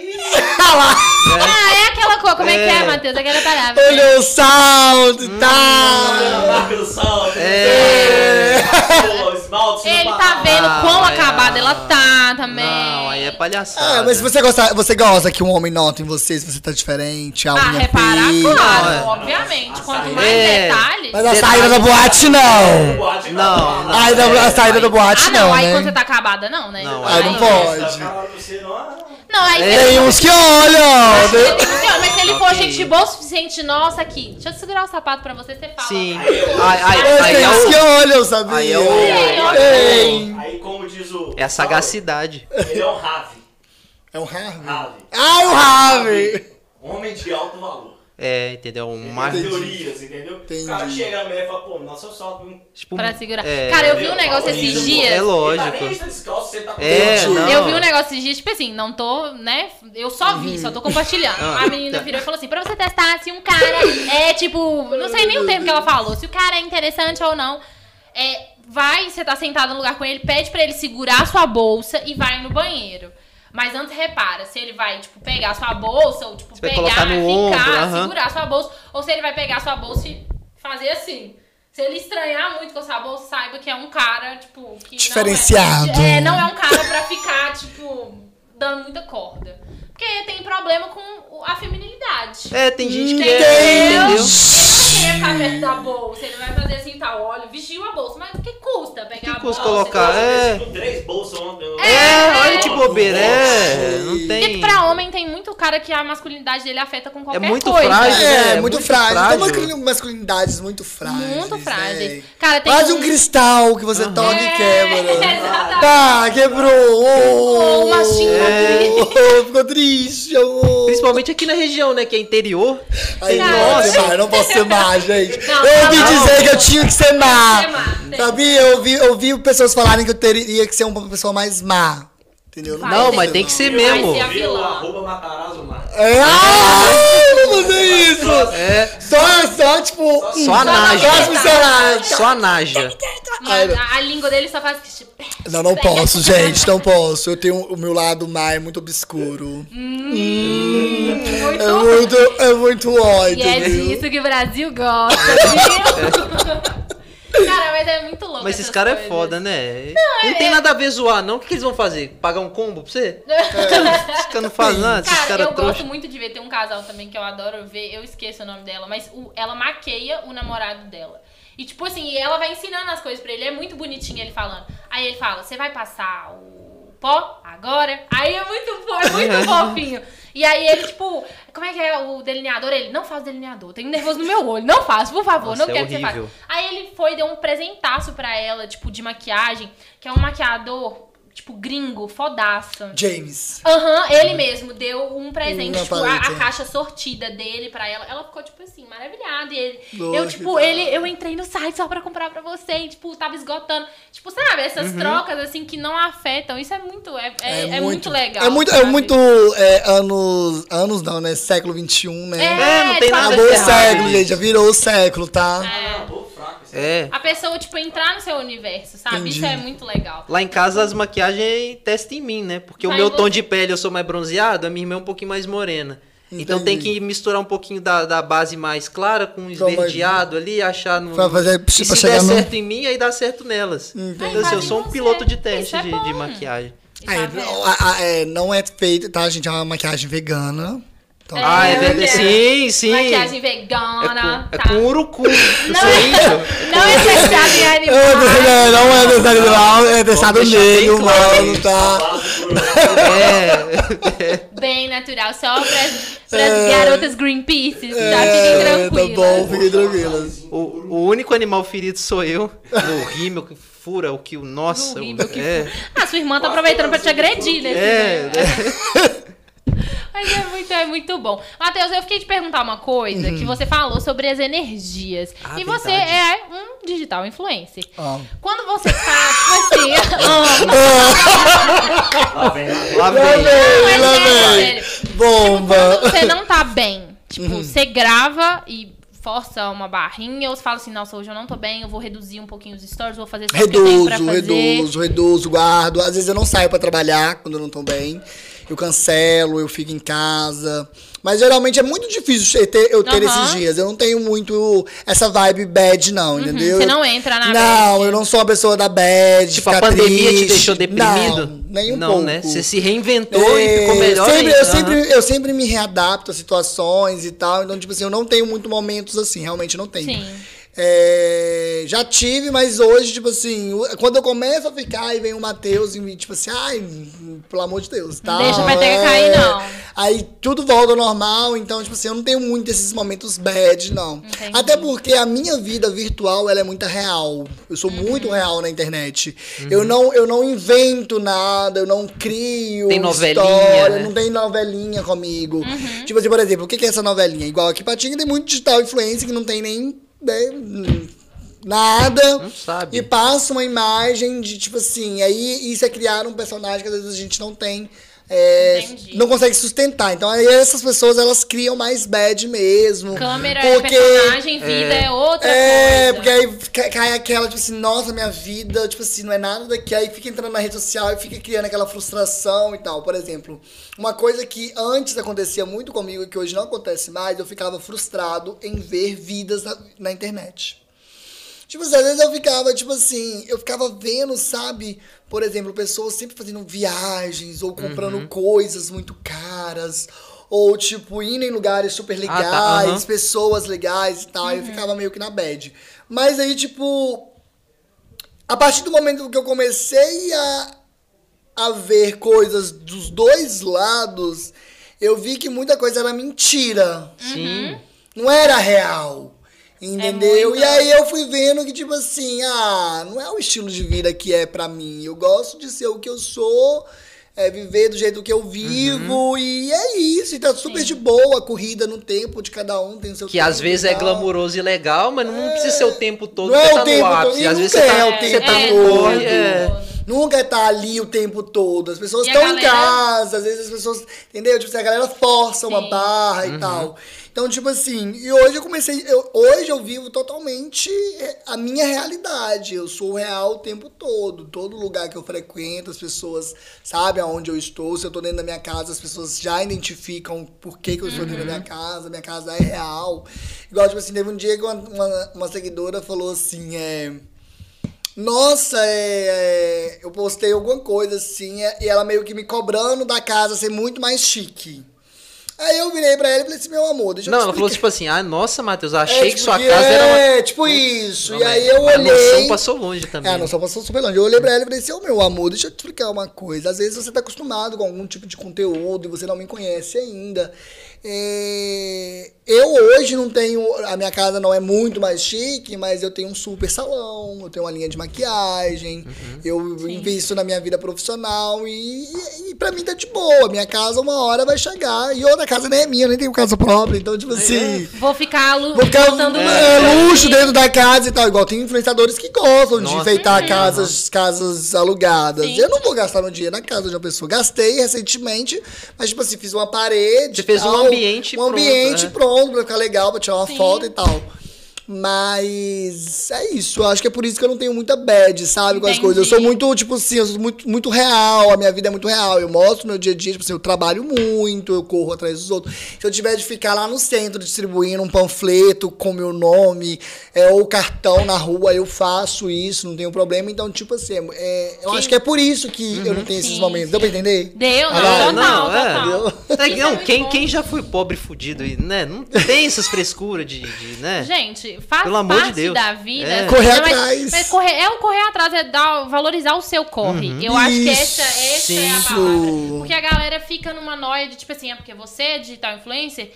A: Ah, é aquela coisa. Como é que é,
B: É.
A: Matheus? Aquela parada.
C: Olha o tá? saldo e
B: Hum.
C: tal.
D: Marca o salto.
B: É.
D: né? Passou, esmalte no
A: Ele tá
D: barro.
A: vendo quão
B: Ah,
A: acabada
B: é.
A: ela tá também.
B: Não, aí é palhaçada.
C: Ah, mas se você gosta, você gosta que um homem nota em você, se você tá diferente, a
A: Ah,
C: unha
A: reparar,
C: feia.
A: claro,
B: é.
A: obviamente.
D: A
A: Quanto
D: saída.
A: mais
B: É.
A: detalhes.
C: Mas a
B: Detalhe.
A: tá
C: saída da boate, não.
D: Boate
B: Não, não.
C: A saída, a saída da boate,
A: é Ah, não, aí
C: né?
A: quando você tá acabada, não, né?
B: Não,
C: Ah,
B: aí
C: não
D: Essa
C: pode.
D: cara do senão, ah,
A: Não, aí
B: É.
A: você-
C: Tem uns que olham.
A: Você
C: né?
A: tem que ter- Mas se ele for
B: Ok.
A: gente boa o suficiente, nossa, aqui. Deixa eu segurar o sapato pra você, você fala.
B: Sim.
A: tá?
B: Aí, aí, aí
C: Tem
B: é,
C: uns que
B: o-
C: olham, sabia?
B: aí é o-
C: Tem.
D: Aí, como diz o.
B: é a sagacidade.
D: Ele é um rave.
C: É o Harvey.
D: Rave.
C: Ah, é o Harvey.
D: Homem de alto valor.
B: É, entendeu? Um mar...
D: Tem teorias, entendeu?
C: Entendi.
D: O cara chega na mulher e fala, pô, nossa, eu um salto. não-
B: Tipo,
A: Pra segurar.
B: é,
A: Cara, eu vi um negócio esses
D: É
A: dias.
B: É
D: Ele tá nem
B: lógico.
D: descalço, você tá com
B: É,
C: Entendi.
B: não.
A: Eu vi um negócio esses dias, tipo assim, não tô, né? Eu só vi, só tô compartilhando.
B: Uhum. Ah,
A: a menina
B: tá.
A: virou e falou assim: pra você testar se um cara é tipo. Não sei nem o termo que ela falou, se o cara é interessante ou não. É, vai, você tá sentado no lugar com ele, pede pra ele segurar a sua bolsa e vai no banheiro. Mas antes repara, se ele vai, tipo, pegar a sua bolsa, ou tipo,
B: Você vai
A: pegar,
B: colocar no ombro,
A: ficar,
B: aham.
A: segurar a sua bolsa, ou se ele vai pegar a sua bolsa e fazer assim. Se ele estranhar muito com a sua bolsa, saiba que é um cara, tipo, que
C: Diferenciado.
A: Não é, é, não é um cara pra ficar, tipo, dando muita corda. Porque tem problema com o- a feminilidade.
B: É, tem gente que é,
A: Entendeu? Ele não
B: entendeu?
A: vai querer ficar perto da bolsa, ele vai fazer assim, tá, olha, vestiu a bolsa, mas o que custa pegar a
B: Que
A: bolsa?
B: custa colocar? É.
D: Com três bolsas ontem. eu-
B: É, olha que
D: Nossa,
B: bobeira, é.
C: Nossa.
B: Não
A: Porque
B: tem.
A: pra homem tem muito cara que a masculinidade dele afeta com
B: É
A: qualquer
B: muito
A: coisa.
B: frágil.
C: É,
B: É,
C: muito
B: muito
C: frágil. Tem
B: frágil.
C: masculin- masculinidades muito frágeis.
A: né? Muito frágil.
C: né?
A: Cara, tem
C: Quase um cristal que você toca e
A: É,
C: quebra.
A: exatamente.
C: Tá, quebrou. Oh,
A: Ou uma xinga
B: É.
C: oh, ficou triste. Oh.
B: Principalmente aqui na região, né? Que é interior.
C: Aí,
A: Não.
C: nossa, eu não posso ser má, gente.
A: Não,
C: eu ouvi
A: não.
C: dizer que eu tinha que ser má.
A: Ser má, sim.
C: Sabia? Eu ouvi, eu ouvi pessoas falarem que eu teria que ser uma pessoa mais má. Entendeu?
A: Vai,
B: Não,
C: posso
B: Ah, mas
C: ser
B: tem
C: má.
B: que ser
D: Viu?
B: mesmo.
A: Vai ser
D: Viu?
A: vilã.
D: Arroba Matarazzo Marques.
C: É,
B: Ah,
C: ai, eu não fazer isso.
B: É.
C: Só, só, tipo...
B: Só a Naja.
C: Só funcionário.
B: é Só a Naja.
A: Mas a, a língua dele só faz que. tipo,
C: Não, não posso, gente, não posso. Eu tenho o meu lado má é muito obscuro.
A: Hum. Muito.
C: É muito, é muito ódio,
A: E é
C: viu?
A: disso que o Brasil gosta, viu? Cara, mas é muito louco.
B: Mas esses caras é foda, né? Não, tem nada a ver zoar, não. O que, que eles vão fazer? Pagar um combo pra você? Os caras não fazem nada, esses
A: Cara, eu
B: caras
A: gosto
B: trouxas.
A: muito de ver. Tem um casal também que eu adoro ver. Eu esqueço o nome dela, mas o- ela maqueia o namorado dela. E tipo assim, e ela vai ensinando as coisas pra ele. É muito bonitinho ele falando. Aí ele fala: Você vai passar o pó agora? Aí é muito fo- é muito fofinho. E aí ele, tipo, como é que é o delineador? Ele, não faz delineador, tenho nervoso no meu olho, não faço, por favor,
B: Nossa,
A: não
B: é
A: quero que você
B: horrível.
A: faça. Aí ele foi e deu um presentaço pra ela, tipo, de maquiagem, que é um maquiador, tipo, gringo, fodaço.
C: James.
A: Aham, ele mesmo deu um presente,
C: Uma
A: tipo, a,
C: paleta. é.
A: a caixa sortida dele pra ela. Ela ficou, tipo assim, maravilhada. E ele,
C: Nossa,
A: eu,
C: que
A: tipo,
C: da
A: ele, eu entrei no site só pra comprar pra você. E, tipo, tava esgotando. Tipo, sabe, essas trocas, assim, que não afetam. Isso é muito, é, é, é muito, legal.
C: Uhum. É muito, é
A: sabe?
C: muito é, anos. Anos não, né? Século XXI, né?
B: É, não tem
A: tipo,
B: nada
C: Acabou o
B: de errado.
C: século, gente. Já virou o século, tá?
A: É.
D: Acabou Ah, fraco esse
B: É.
A: A pessoa, tipo, entrar no seu universo, sabe? Isso
C: Entendi.
A: é muito legal.
B: Lá em casa as maquiagens testam em mim, né? Porque
A: Vai
B: o meu
A: você.
B: tom de pele eu sou mais bronzeado, a minha irmã é um pouquinho mais morena. Então tem
C: Entendi. Então,
B: que misturar um pouquinho da, da base mais clara com um
C: mais-
B: esverdeado ali, achar no.
C: Pra fazer- pra
B: É. e se
C: chegar
B: der
C: no-
B: certo em mim, aí dá certo nelas.
C: Entendi.
B: Então, assim, eu sou
A: Fazem
B: um piloto de
A: você.
B: teste
A: Isso é
B: de,
A: bom.
B: de maquiagem.
A: E
C: Aí,
A: tá vendo?
C: a- a- é, não é feito, tá, gente? É uma maquiagem vegana. Então,
A: É,
B: ah, é verdade. Sim, sim.
A: Maquiagem
B: É
A: vegana,
B: com, é
A: tá?
B: com urucu. Isso
A: Não
B: é isso?
A: Não é testado em
C: É, é,
A: animais.
C: não é testado animal, é testado
B: deixar bem
C: nele,
B: claro
C: humano, tá?
D: Básico pro-
B: É.
A: Bem natural, só pras, pras garotas Greenpeace, tá? Fiquem
C: É,
A: tranquilas.
C: tá bom, fiquem tranquilas.
B: O, o único animal ferido sou eu. No rímel que fura o que o nossa.
A: No
B: o-
A: rímel que
B: é.
A: Ah, sua irmã tá aproveitando pra te agredir, né?
B: É,
A: Mas é muito, é muito bom. Matheus, eu fiquei te perguntar uma coisa
C: Uhum.
A: que você falou sobre as energias.
B: Ah,
A: e você
B: verdade.
A: é um digital influencer.
C: Ó.
A: Quando você tá, tipo assim...
D: Lá vem, lá vem.
B: Lá
C: Lá
B: vem.
C: vem,
A: Não,
C: lá
A: é sério,
C: vem.
A: sério.
C: Bomba. Uhum.
A: quando você não tá bem, tipo, você grava e força uma barrinha ou você fala assim, nossa, hoje eu não tô bem, eu vou reduzir um pouquinho os stories, vou fazer só o que eu tenho pra
C: Reduzo,
A: fazer.
C: reduzo, reduzo, guardo. Às vezes eu não saio pra trabalhar quando eu não tô bem. Eu cancelo, eu fico em casa. Mas geralmente é muito difícil eu ter, eu ter
A: Aham.
C: esses dias. Eu não tenho muito essa vibe bad, não, entendeu?
A: Uhum. você não entra na
C: Não,
A: bad.
C: eu não sou uma pessoa da bad.
B: Tipo,
C: ficar
B: a pandemia
C: triste.
B: te deixou deprimido?
C: Não, nem um
B: Não,
C: pouco.
B: né? Você se reinventou e ficou
C: É,
B: melhor
C: sempre,
B: ainda.
C: eu,
B: Aham.
C: sempre, eu sempre me readapto a situações e tal. Então, tipo assim, eu não tenho muito momentos assim, realmente não tenho.
A: Sim.
C: É, já tive, mas hoje, tipo assim, o- quando eu começo a ficar e vem o Matheus e me, tipo assim, ai, pelo amor de Deus, tá?
A: Deixa a peteca cair, não.
C: Aí tudo volta ao normal, então, tipo assim, eu não tenho muito esses momentos bad, não.
A: Entendi.
C: Até porque a minha vida virtual, ela é muito real. Eu sou muito real na internet.
B: Uhum.
C: Eu, não, eu não invento nada, eu não crio
B: Tem novelinha,
C: história,
B: né?
C: não tem novelinha comigo. Tipo assim, por exemplo, o que que é essa novelinha? Igual aqui Patinga tem muito digital influencer que não tem nem... né, Nada.
B: Não sabe.
C: E passa uma imagem de, tipo assim, aí isso é criar um personagem que às vezes a gente não tem. é,
A: Entendi.
C: não consegue sustentar. Então aí essas pessoas elas criam mais bad mesmo.
A: Câmera
C: porque
A: é personagem, vida é, outra coisa.
C: é, porque aí ca- cai aquela, tipo assim, nossa, minha vida, tipo assim, não é nada daqui. Aí fica entrando na rede social e fica criando aquela frustração e tal. Por exemplo, uma coisa que antes acontecia muito comigo e que hoje não acontece mais, eu ficava frustrado em ver vidas na, na internet. Tipo, assim, às vezes eu ficava, tipo assim, eu ficava vendo, sabe? Por exemplo, pessoas sempre fazendo viagens ou comprando
B: Uhum.
C: coisas muito caras. Ou, tipo, indo em lugares super
B: Ah, tá,
C: legais,
B: aham.
C: pessoas legais e tal. Eu ficava meio que na bad. Mas aí, tipo, a partir do momento que eu comecei a, a ver coisas dos dois lados, eu vi que muita coisa era mentira.
A: Uhum.
B: Sim.
C: Não era real.
B: É
C: Entendeu?
A: muito-
C: E aí eu fui vendo que, tipo assim, ah, não é o estilo de vida que é pra mim. Eu gosto de ser o que eu sou, é, viver do jeito que eu vivo,
B: Uhum.
C: e é isso. E tá super de boa a corrida no tempo de cada um, tem o seu
B: Que às
C: tempo e
B: vezes é
C: tal.
B: glamouroso e legal, mas não precisa ser o tempo todo
C: Não
B: que
C: é
B: você
C: o
B: tá
C: tempo
B: no
C: todo,
B: ápice.
C: e
B: Às
C: não
B: vezes você tá,
C: é o
B: você
C: tempo
B: tá no
C: todo.
B: corre. é.
C: Nunca é tá ali o tempo todo. As pessoas
A: E a
C: estão em
A: galera-
C: casa, às vezes as pessoas. Entendeu? Tipo, assim, a galera força uma
A: Sim.
C: barra e tal. Então, tipo assim, e hoje eu comecei. eu- hoje eu vivo totalmente é, a minha realidade. Eu sou real o tempo todo. Todo lugar que eu frequento, as pessoas sabem aonde eu estou. Se eu tô dentro da minha casa, as pessoas já identificam por que, que eu estou dentro da
A: Uhum.
C: minha casa. Minha casa é real. Igual, tipo assim, teve um dia que uma, uma, uma seguidora falou assim: é. Nossa, é, é, eu postei alguma coisa assim, é, e ela meio que me cobrando da casa ser muito mais chique. Aí eu virei pra ela e falei assim, meu amor, deixa eu
B: Não,
C: te
B: ela falou
C: explicar.
B: tipo assim, ah, nossa, Matheus, eu achei que
C: É, tipo,
B: sua
C: que
B: casa era uma...
C: É, tipo isso. e
B: Não,
C: aí
B: mas
C: eu
B: A noção
C: olhei...
B: passou longe também.
C: É, a noção passou super longe. Eu olhei pra ela e falei assim, ô meu amor, deixa eu te explicar uma coisa. Às vezes você tá acostumado com algum tipo de conteúdo e você não me conhece ainda. É, Eu hoje não tenho. A minha casa não é muito mais chique, mas eu tenho um super salão, eu tenho uma linha de maquiagem, eu invisto na minha vida profissional e, e, e pra mim tá de boa. Minha casa uma hora vai chegar. E outra casa nem é minha, eu nem tenho casa própria, então, tipo assim.
A: Vou ficar lu-
C: Vou ficar
A: botando
C: é, luxo dentro da casa e tal. Igual tem influenciadores que gostam de
B: Nossa.
C: enfeitar casas, casas alugadas.
A: Sim.
C: Eu não vou gastar meu dinheiro na casa de uma pessoa. Gastei recentemente, mas tipo assim, fiz uma parede.
B: Você fez um
C: tal,
B: ambiente
C: Um
B: pronto,
C: ambiente
B: né?
C: pronto pra ficar legal, pra tirar uma
A: Sim.
C: foto e tal. Mas é isso, eu acho que é por isso que eu não tenho muita bad, sabe? Com as
A: Entendi.
C: coisas. Eu sou muito, tipo assim, eu sou muito, muito real, a minha vida é muito real. Eu mostro meu dia a dia, tipo assim, eu trabalho muito, eu corro atrás dos outros. Se eu tiver de ficar lá no centro distribuindo um panfleto com meu nome, é, ou cartão na rua, eu faço isso, não tenho problema. Então, tipo assim, é, eu
A: Sim. Uhum.
C: acho que é por isso que eu não tenho esses
A: Sim,
C: momentos. Deu pra entender?
A: Deu, não,
B: Ah,
A: total,
B: não, é,
A: total.
B: É que
A: Isso é
B: não,
A: muito
B: quem,
A: bom.
B: quem já foi pobre e fudido, e, né? Não tem essas frescuras de, de, né?
A: Gente, faz
B: Pelo amor de
A: parte
B: Deus.
A: da vida.
B: É.
C: Correr
A: Não, mas-
C: atrás.
A: Mas correr, é o correr atrás, é dar, valorizar o seu corre.
B: Uhum.
A: Eu acho que essa, essa é a
C: Isso.
A: palavra. Porque a galera fica numa noia de, tipo assim, é porque você é digital influencer,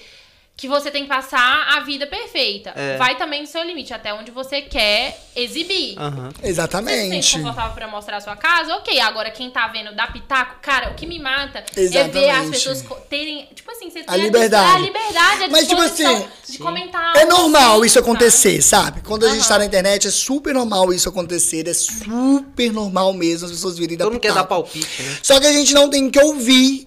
A: que você tem que passar a vida perfeita.
B: É.
A: Vai também no seu limite, até onde você quer exibir.
B: Aham.
A: Você se sente
C: Exatamente.
A: confortável pra mostrar a sua casa? Ok, agora quem tá vendo da Pitaco, cara, o que me mata é ver as
C: Exatamente.
A: pessoas co- terem, tipo assim, você tem
C: A liberdade.
A: A liberdade, a
C: Mas, tipo
A: disposição
C: assim,
A: de comentar.
C: É
A: algo
C: normal
A: assim,
C: isso
A: sabe?
C: acontecer, sabe? Quando a gente
A: Aham.
C: tá na internet, é super normal isso acontecer. É super normal mesmo as pessoas virem da
B: Todo mundo quer dar
C: pitaco.
B: palpite, né?
C: Só que a gente não tem que ouvir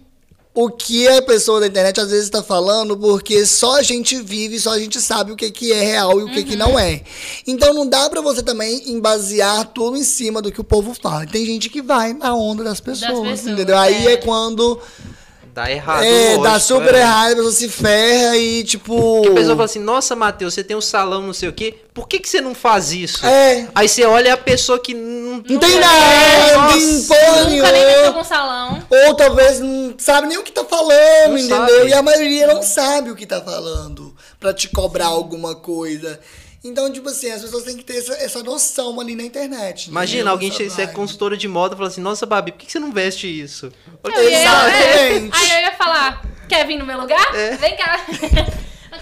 C: o que a pessoa da internet às vezes está falando, porque só a gente vive, só a gente sabe o que, que é real e o que, que não é. Então não dá pra você também embasear tudo em cima do que o povo fala. Tem gente que vai na onda das pessoas,
A: pessoas,
C: entendeu? Aí
A: é.
C: é quando
B: Dá errado.
C: é, dá
B: Ah, lógico,
C: super
B: é.
C: errado, a pessoa se ferra e tipo...
B: A pessoa fala assim, nossa, Matheus, você tem um salão, não sei o quê. Por que, que você não faz isso?
C: É,
B: Aí você olha a pessoa que não é,
C: não tem
A: Nunca-
C: nada, não tem
B: Nossa,
C: porra
A: Nunca nem mexeu
C: nenhuma.
A: com salão.
C: Ou talvez não sabe nem o que tá falando,
B: Não
C: entendeu?
B: sabe.
C: E a maioria não sabe o que tá falando pra te cobrar alguma coisa. Então, tipo assim, as pessoas têm que ter essa, essa noção ali na internet.
B: Imagina,
C: entendeu?
B: alguém
C: Essa
B: che- você é
C: vibe.
B: consultora de moda e fala assim, nossa, Babi, por que que você não veste isso? Olha
A: Eu
B: que
A: ia-
B: saco.
C: Exatamente.
A: Aí eu ia falar, quer vir no meu lugar?
B: É.
A: Vem cá.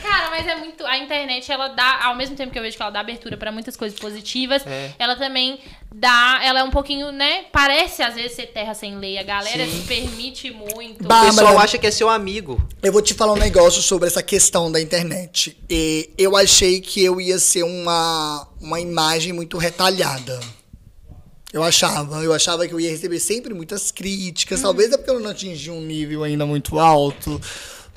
A: Cara, mas é muito. A internet, ela dá. Ao mesmo tempo que eu vejo que ela dá abertura pra muitas coisas positivas,
B: É.
A: ela também dá. Ela é um pouquinho, né? Parece às vezes ser terra sem lei. A galera se permite muito.
C: Ba-
B: O pessoal
C: Bárbara.
B: acha que é seu amigo.
C: Eu vou te falar um negócio sobre essa questão da internet. E eu achei que eu ia ser uma, uma imagem muito retalhada. Eu achava, eu achava que eu ia receber sempre muitas
B: Hum.
C: críticas, talvez é porque eu não atingi um nível ainda muito alto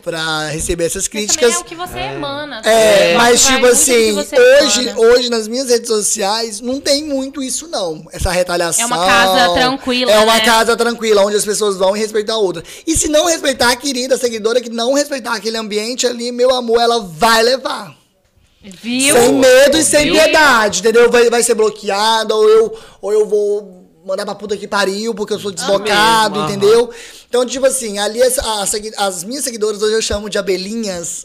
C: pra receber essas
A: Mas também
C: críticas.
A: é o que você emana.
C: É,
A: sabe?
C: mas
A: Vai
C: tipo
A: muito do que
C: assim,
A: você
C: hoje,
A: emana.
C: hoje nas minhas redes sociais não tem muito isso não, essa retaliação.
A: É uma casa tranquila,
C: É uma
A: né?
C: casa tranquila onde as pessoas vão e respeitam a outra. E se não respeitar a querida seguidora que não respeitar aquele ambiente ali, meu amor, ela vai levar.
A: Viu?
C: Sem medo e sem
A: Viu?
C: piedade, entendeu? Vai, vai ser bloqueada, ou eu, ou eu vou mandar pra puta que pariu, porque eu
A: Ah,
C: sou deslocado,
B: Mesmo, aham.
C: entendeu? Então, tipo assim, ali as, a segui- as minhas seguidoras hoje eu chamo de abelhinhas.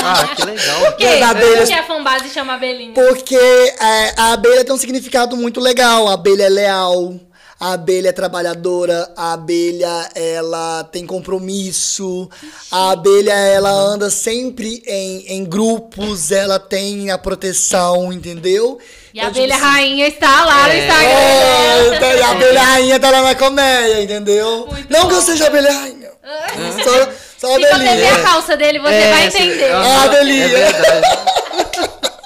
B: Ah, que legal.
A: Por quê?
C: As abelhas-
A: Por que a fanbase chama abelhinha?
C: Porque é, a abelha tem um significado muito legal. A abelha é leal, a abelha é trabalhadora, a abelha ela tem compromisso, a abelha ela anda sempre em, em grupos, ela tem a proteção, entendeu?
A: E a
C: Então, tipo
A: abelha
C: assim,
A: rainha está lá no
B: É.
C: é,
A: Instagram.
C: então, e a abelha rainha tá lá na colmeia, entendeu?
A: Muito
C: Não que
A: bom. Ah.
C: eu seja abelha rainha. Só, só
A: Se você
C: abelhinha.
A: ver a calça dele, você
B: É,
A: vai
B: essa-
A: entender.
B: aham,
C: Ah, Adelinha.
B: É verdade.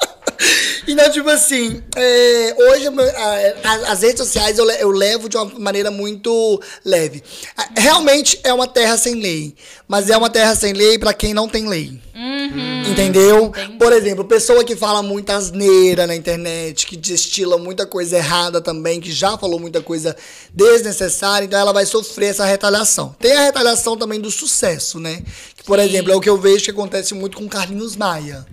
C: Então, tipo assim, é, hoje a- a- as redes sociais eu, le- eu levo de uma maneira muito leve. A- Realmente é uma terra sem lei, mas é uma terra sem lei pra quem não tem lei.
A: Uhum.
C: Entendeu?
A: entendi.
C: Por exemplo, pessoa que fala muita asneira na internet, que destila muita coisa errada também, que já falou muita coisa desnecessária, então ela vai sofrer essa retaliação. Tem a retaliação também do sucesso, né? Que, por exemplo, é o que eu vejo que acontece muito com Carlinhos Maia.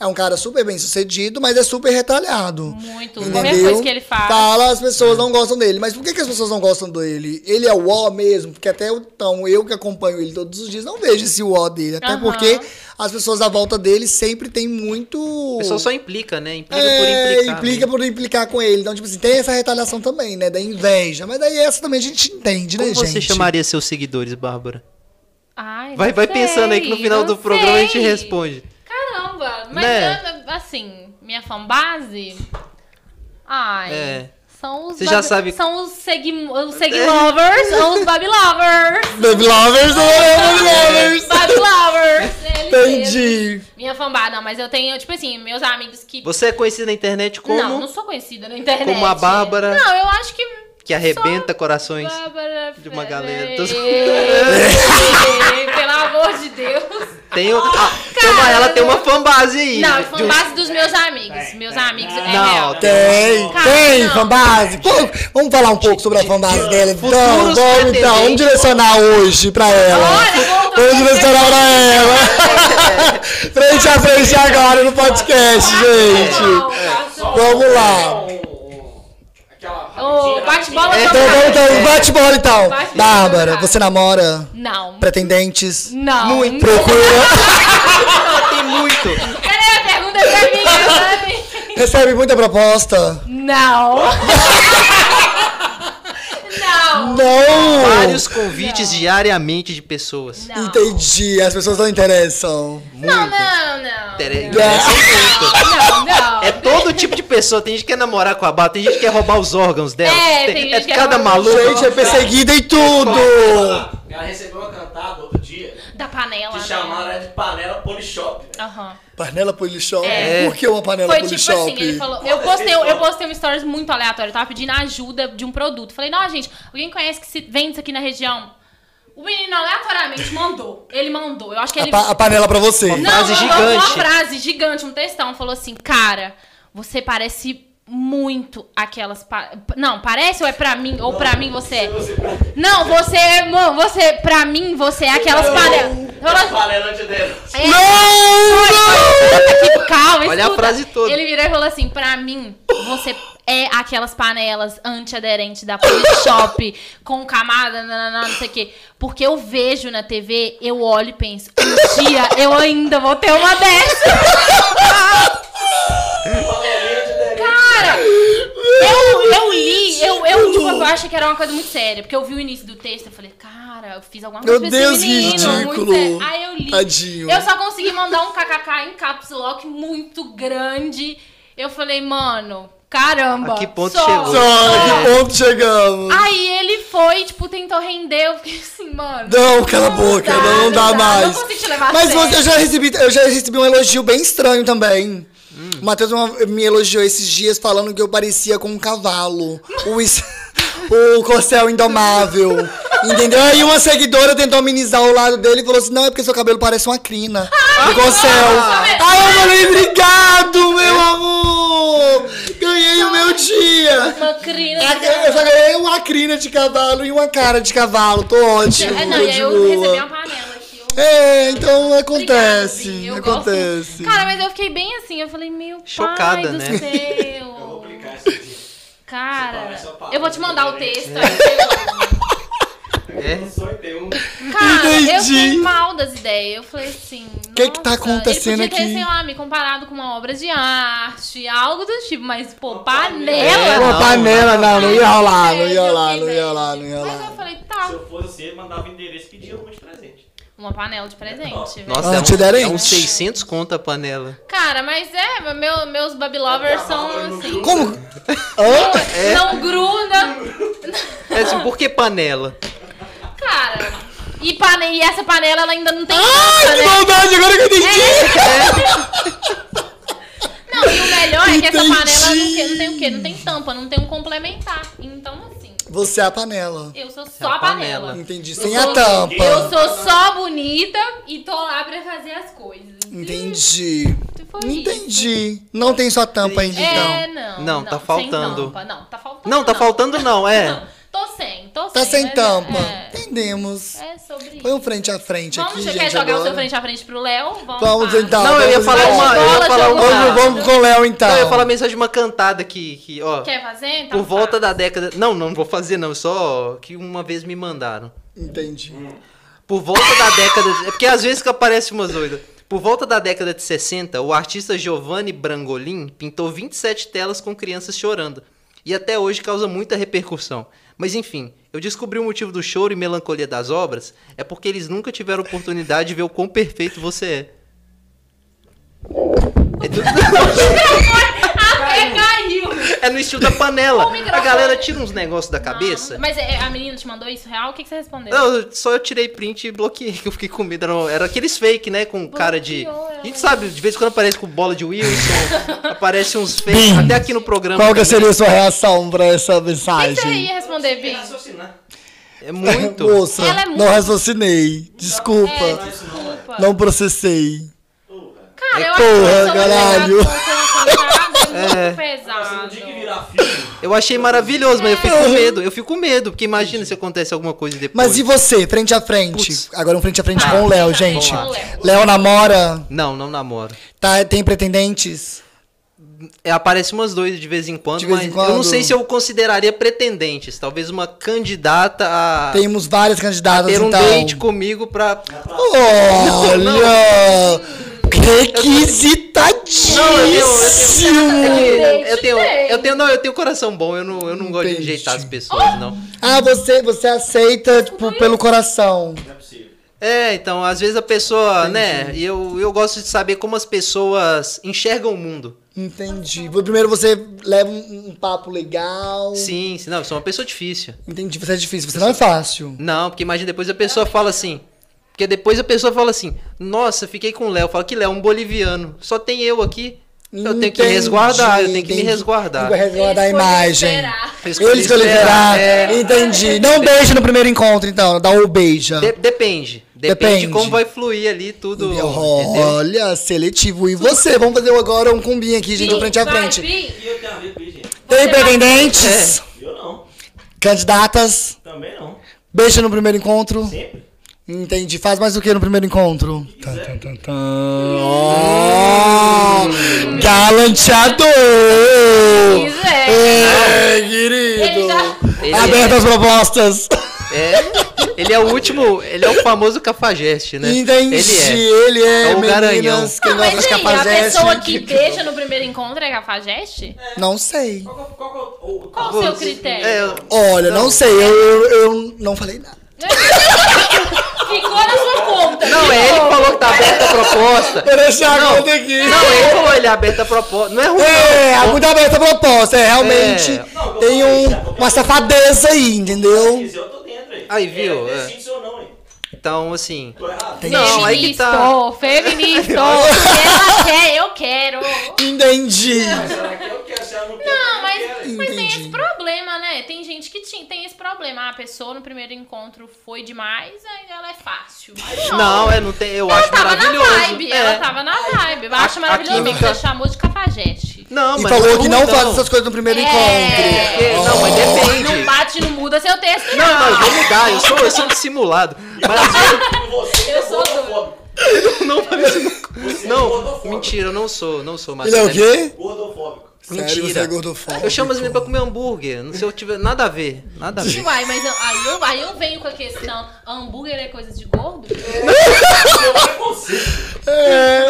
C: É um cara super bem sucedido, mas é super retalhado.
A: Muito.
C: Entendeu?
A: Qualquer coisa que ele faz.
C: Fala, as pessoas não gostam dele. Mas por que, que as pessoas não gostam dele? Ele é o ó mesmo, porque até então eu que acompanho ele todos os dias não vejo esse ó dele. Até
A: Aham.
C: porque as pessoas à volta dele sempre tem muito.
B: O pessoal só implica, né? Implica
C: É,
B: por implicar. né?
C: implica por implicar com ele. Então, tipo assim, tem essa retaliação também, né? Da inveja. Mas daí essa também a gente entende, né,
B: Como
C: gente?
B: você chamaria seus seguidores, Bárbara?
A: Ai,
B: Vai,
A: não
B: vai
A: sei,
B: pensando aí que no final do
A: não
B: programa a gente
A: sei.
B: responde.
A: Caramba, mas
B: Né?
A: eu- assim, minha fanbase. Ai.
B: É.
A: São os
B: Você já sabe- É.
A: São os segui, os segui lovers ou os baby lovers.
C: Baby lovers, baby lovers.
A: baby lovers. eles mesmos.
C: Entendi.
A: Minha fanbase, não, mas eu tenho, tipo assim, meus amigos que.
B: Você é conhecida na internet como
A: Não, não sou conhecida na internet.
B: Como a Bárbara.
A: Não, eu acho que.
B: que arrebenta corações.
A: Bárbara.
B: de uma galera. Tô-
A: Ei, Pelo amor de Deus.
B: Tem, o- ah, então vai, ela tem uma fanbase aí.
A: Não, é
B: De um-
A: fanbase dos meus amigos. Meus amigos. É real.
B: Não,
C: Tem,
A: Cara,
C: tem,
A: não.
C: fanbase. Pô, Vamos falar um pouco sobre a fanbase dela, então.
B: Futuros
C: Vamos, então, vamos
B: pretendentes.
C: direcionar hoje pra
B: um
C: ela.
A: Olha, voltou.
C: Vamos
B: tá
C: direcionar pra ela. frente a frente agora no podcast, gente.
B: É.
A: Gente.
C: Vamos lá.
D: Aquela
A: Ô,
D: rapidinha,
A: bate bola
B: É,
C: Então, vamos, então, bate bola, então.
A: Bate bola,
C: Bárbara,
A: tá.
C: você namora
A: Não.
C: pretendentes?
A: Não.
C: Muito. Procura.
B: Ah, tem muito.
A: Peraí, a pergunta é pra mim, é pra mim.
C: Recebe muita proposta?
A: Não. Não.
C: Não.
B: Vários convites diariamente de pessoas.
A: Não.
C: Então, Entendi, as pessoas não interessam.
A: Não, não, não.
B: Inter- interessa muito.
A: Não, não.
B: É todo tipo de pessoa. Tem gente que quer namorar com a Bárbara, tem gente que quer roubar os órgãos dela.
A: É, tem gente que quer
B: cada
A: roubar os
B: maluco.
C: Gente, é perseguida em tudo.
D: Ela recebeu uma cantada outro dia
A: Da panela.
D: que
A: né?
D: chamaram ela de panela polishop. né? velho.
A: Aham.
C: Panela Polishop?
B: É.
C: Por que uma panela
A: Foi
C: Polishop?
A: tipo assim, ele falou. Eu postei, eu postei um stories muito aleatório. Eu tava pedindo ajuda de um produto. Falei, não, gente, alguém conhece que se vende isso aqui na região? O menino aleatoriamente mandou. Ele mandou. Eu acho que
C: A,
A: ele.
C: pa- a panela pra você.
A: Não,
B: Frase
A: ele mandou
B: gigante.
A: uma frase gigante, um textão. Falou assim, cara, você parece muito aquelas. pa- Não, parece ou é pra mim? Ou pra mim você é. Não, você é. mo- Você, pra mim, você é aquelas panelas. Falou assim,
D: Panela de Deus.
A: é,
C: Não!
A: que calma,
B: Olha a
A: tipo, escuta.
B: frase toda.
A: Ele virou e falou assim: pra mim, você é aquelas panelas antiaderentes da Polishop, com camada, nananã, não sei o quê. Porque eu vejo na TV, eu olho e penso, um dia eu ainda vou ter uma dessa.
D: Panelinha de Deus.
A: É. Cara, eu, eu li, eu, eu, tipo, eu acho que era uma coisa muito séria. Porque eu vi o início do texto, eu falei, cara, eu fiz alguma coisa
C: Meu
A: pra
C: Deus,
A: tipo esse
C: que
A: menino. muito
C: ridículo.
A: sério. Aí eu li.
C: Tadinho.
A: Eu só consegui mandar um kkk em caps lock muito grande. Eu falei, mano, caramba.
B: A que ponto
A: só,
B: chegou?
C: Só, que
A: Ah.
C: ponto chegamos.
A: Aí ele foi, tipo, tentou render. Eu fiquei assim, mano.
C: Não, cala a boca,
A: dá,
C: não, dá, mais.
A: Não consigo te levar a
C: Mas
A: sério.
C: você- eu já recebi, eu já recebi um elogio bem estranho também. O Matheus uma- me elogiou esses dias falando que eu parecia com um cavalo. o, is- o corcel indomável. Entendeu? Aí uma seguidora tentou amenizar o lado dele e falou assim: não, é porque seu cabelo parece uma crina. do corcel. Aí eu falei, obrigado, meu amor! Ganhei o meu dia!
A: Uma crina.
C: Ah, Eu já ganhei uma crina de cavalo e uma cara de cavalo, tô ótimo.
A: É, não,
C: tô
A: e aí
C: de
A: eu
C: boa.
A: recebi uma panela aqui. eu-
C: É, então acontece.
A: Obrigada, Vim, eu
C: acontece.
A: gosto. Cara, mas eu fiquei bem assim, eu falei, meu pai
B: Chocada,
A: do
B: né?
A: céu.
D: Eu vou aplicar esse dia.
A: Cara,
D: Você parece uma
A: eu vou te mandar o
D: palavra
A: texto. aí eu-
B: É.
D: Um sonho tem um.
A: Cara, eu
C: Entendi.
A: fiquei mal das ideias. Eu falei assim. tipo O
C: Que que tá acontecendo
A: ele podia ter,
C: aqui?
A: Sei lá, ah, me comparado com uma obra de arte, algo do tipo, mas, pô,
B: É,
A: panela.
C: Uma
B: não,
C: panela, não, não ia rolar, não
A: Sério,
C: ia rolar,
A: que
C: não ia
A: ideia.
C: rolar, não ia
A: assim. Mas
C: rolar.
A: eu falei,
D: Se
A: tá,
D: eu fosse você, mandava o endereço e pedia uma de presente.
A: uma panela de presente. velho.
B: Nossa,
C: Ah,
B: é,
C: te
B: um,
C: derem?
B: é uns 600 conto a panela.
A: Cara, mas é, meu, meus babylovers são assim.
C: Como? Hã? é?
A: Não gruda.
B: É assim, por que panela?
A: Cara, e, pane- e essa panela ela ainda não tem. tampa,
C: Ai, que
A: né?
C: maldade, agora que eu
B: É
C: entendi!
A: Não, e o melhor é que essa
C: Entendi.
A: panela não, que- não tem o quê? Não tem tampa, não tem um complementar. Então, assim,
C: Você é a panela.
A: eu sou só
B: a
A: a panela.
B: panela.
C: Entendi,
A: Eu
C: sem
A: sou-
C: a tampa.
A: Eu sou só bonita e tô lá pra fazer as coisas.
C: Entendi.
A: Se for isso.
C: Entendi. Não tem sua tampa ainda,
A: É,
C: então.
A: não.
B: Não, tá
A: sem
B: faltando.
A: tampa. Não, tá faltando.
B: Não, tá faltando não, é.
A: Não, Tô sem, tô sem.
C: Tá sem
A: mas é-
C: tampa.
A: É,
C: Entendemos.
A: é sobre
C: Põe
A: isso.
C: um frente a frente
A: Vamos,
C: aqui,
A: você
C: gente.
A: quer jogar o
C: agora.
A: seu frente a frente pro Léo? Vamos,
C: Vamos
A: lá.
C: então.
B: Não, eu ia
C: vamos
B: falar
C: então.
B: uma. Eu ia
A: Bola,
B: falar
A: jogo.
B: uma.
C: Vamos, vamos com o Léo, então.
B: Não, eu ia falar a mensagem de uma cantada que, que ó.
A: Quer fazer? Então
B: Por volta
A: faz.
B: da década. Não, não vou fazer, não. Só que uma vez me mandaram.
C: Entendi.
B: Por volta da década. É porque às vezes que aparece umas doidas. Por volta da década de 60, o artista Giovanni Brangolin pintou 27 telas com crianças chorando. E até hoje causa muita repercussão. Mas enfim, eu descobri o motivo do choro e melancolia das obras é porque eles nunca tiveram oportunidade de ver o quão perfeito você é. É, do-
A: Até Ah, caiu.
B: é no estilo da panela.
A: O microfone.
B: A galera tira uns negócios da cabeça.
A: Não, mas é, a menina te mandou isso real? O que, que você respondeu?
B: Não, eu- só eu tirei print e bloqueei, que eu fiquei com medo. Era, era aqueles fake, né? Com cara de.
A: Bloqueou ela.
B: A gente sabe, de vez em quando aparece com bola de Wilson, aparece uns fake. Até aqui no programa.
C: Qual que é
B: também. né?
C: seria a sua reação pra essa
A: O que você
C: mensagem?
A: ia responder,
D: Tem que
A: Bim?
D: raciocinar.
B: É muito.
C: Moça,
A: Ela é muito-
C: não raciocinei. Desculpa.
A: É, desculpa.
C: Não processei.
D: Porra. tá
A: Cara, eu
C: Porra,
A: acho que
C: caralho.
A: eu sou muito é muito
D: Nossa, no
A: pesado.
D: um dia que virar filho,
B: Eu achei maravilhoso, mas eu fico com medo. Eu fico com medo, porque imagina se acontece alguma coisa depois.
C: Uhum. Mas e você, frente a frente?
B: Putz.
C: Agora um frente a frente com o Léo, gente.
A: Ah, Vamos lá.
C: Léo namora,
B: Não, não namoro.
C: tá, tem pretendentes?
B: É, aparece umas doidas de vez em quando,
C: De vez
B: mas
C: em quando.
B: eu não sei se eu consideraria pretendentes. Talvez uma candidata
A: Ah.
B: a
C: Temos várias candidatas,
B: ter um
C: então.
A: tipo,
B: date comigo pra.
C: Olha!
B: Não, eu tenho- eu tenho- um
C: Requisitadíssimo!
A: Gente,
B: Eu tenho,
A: tem.
B: eu tenho, não, eu tenho coração bom, eu não, eu não gosto de
C: Entendi.
B: rejeitar as pessoas, não.
C: Ah, você, você aceita tipo, pelo coração.
D: não é possível.
B: É, então, às vezes a pessoa, né, e eu, eu gosto de saber como as pessoas enxergam o mundo.
C: Entendi. Primeiro você leva um, um papo legal.
B: Sim, sim, não, eu sou uma pessoa difícil.
C: Entendi, você é difícil, você não é fácil.
B: Não, porque imagina, depois a pessoa fala assim, porque depois a pessoa fala assim, nossa, fiquei com o Léo, fala que Léo, é um boliviano, só tem eu aqui. Eu tenho que resguardar, eu tenho que me
C: entendi.
B: resguardar.
C: Tem que resguardar a imagem.
B: Eles
C: Eles que eu
B: liberar,
C: liberar.
B: é.
C: Entendi. Não beija no primeiro encontro, então. Dá o beija.
B: De- depende. Depende.
C: Depende.
B: de como vai fluir ali tudo. entendeu?
C: Olha, seletivo. E você? Vamos fazer agora um cumbinho aqui, gente, frente a frente.
D: E eu tenho a ver com isso, gente.
C: Tem
A: tá
C: pretendentes? É.
D: E eu não.
C: Candidatas?
D: Também não.
C: Beija no primeiro encontro?
D: Sempre.
C: Entendi. Faz mais o que no primeiro encontro? Tá, tá, tá, tá. Oh, galanteador!
A: Isso é.
C: É,
A: Ele
C: querido! Tá
A: já-
B: Ele
C: Aberto
B: é-
C: as propostas!
B: É, ele é o último, ele é o famoso cafajeste, né?
C: Entendi,
B: Ele é.
C: ele é,
B: É o garanhão.
C: meninas, quem
A: Não,
C: gosta
A: mas
C: de
A: gente, a
C: capazeste.
A: pessoa que beija no primeiro encontro é cafajeste?
C: Não sei.
D: Qual, qual, qual, o-
A: Qual o seu critério?
B: É,
C: Olha, não sei, eu, eu, eu não falei nada.
A: Ficou na sua conta.
B: não,
A: de
B: é ele que
A: novo.
B: falou que tá aberta a proposta.
C: Vou deixar
B: Não.
C: a conta aqui.
B: Não, ele falou ele é aberto a proposta. Não é ruim.
C: É,
B: não.
C: a muito aberta a proposta, é, realmente
B: É.
D: Não, eu
C: tem
D: falei,
C: um-
D: já, eu
C: uma
D: falei.
C: safadeza aí,
D: Se
C: entendeu?
D: quiser, eu tô dentro aí.
B: Aí, viu?
D: É,
B: É.
D: decide se ou não, hein?
B: Então, assim.
D: Tô errado.
C: Tem-
B: Não, aí que
A: feminista,
B: tá.
A: feminista. Ela quer, eu quero.
C: Entendi.
D: Mas será que eu quero? Será que eu não quero?
A: Não,
D: Eu não
A: mas,
D: quero.
A: mas tem
C: Entendi.
A: esse problema, né? Tem gente que ti- tem esse problema. Ah, a pessoa no primeiro encontro foi demais, aí ela é fácil. Mas
B: Não, é, não tem. Eu
A: Ela
B: acho
A: tava na
B: maravilhoso.
A: vibe,
B: É. tá.
A: ela tava na vibe. Eu acho
B: a
A: maravilhoso.
B: química-
A: Você chamou de cafajeste.
B: Não,
C: E
B: mas
C: falou que não
B: então.
C: faz essas coisas no primeiro
A: É.
C: encontro.
B: Porque- Não, mas
A: Não
B: depende.
A: bate, não muda seu texto,
B: Não,
A: não.
B: não, eu vou mudar. Eu sou, eu sou dissimulado. Mas
D: E Você
A: Eu
D: é
A: sou doida.
D: gordofóbico.
B: eu não
D: Você é
B: Não,
D: gordofóbico.
B: mentira, eu não sou, não sou
C: Ele é o
B: Marcelo.
C: quê?
D: Gordofóbico.
C: Sério, você é
B: Mentira.
C: gordofóbico.
B: Eu chamo as meninas pra comer hambúrguer. Não sei, eu tiver. Nada a ver. Nada a ver.
A: Uai, mas eu- aí, eu, aí eu venho com a questão: hambúrguer é coisa de gordo?
D: Seu preconceito.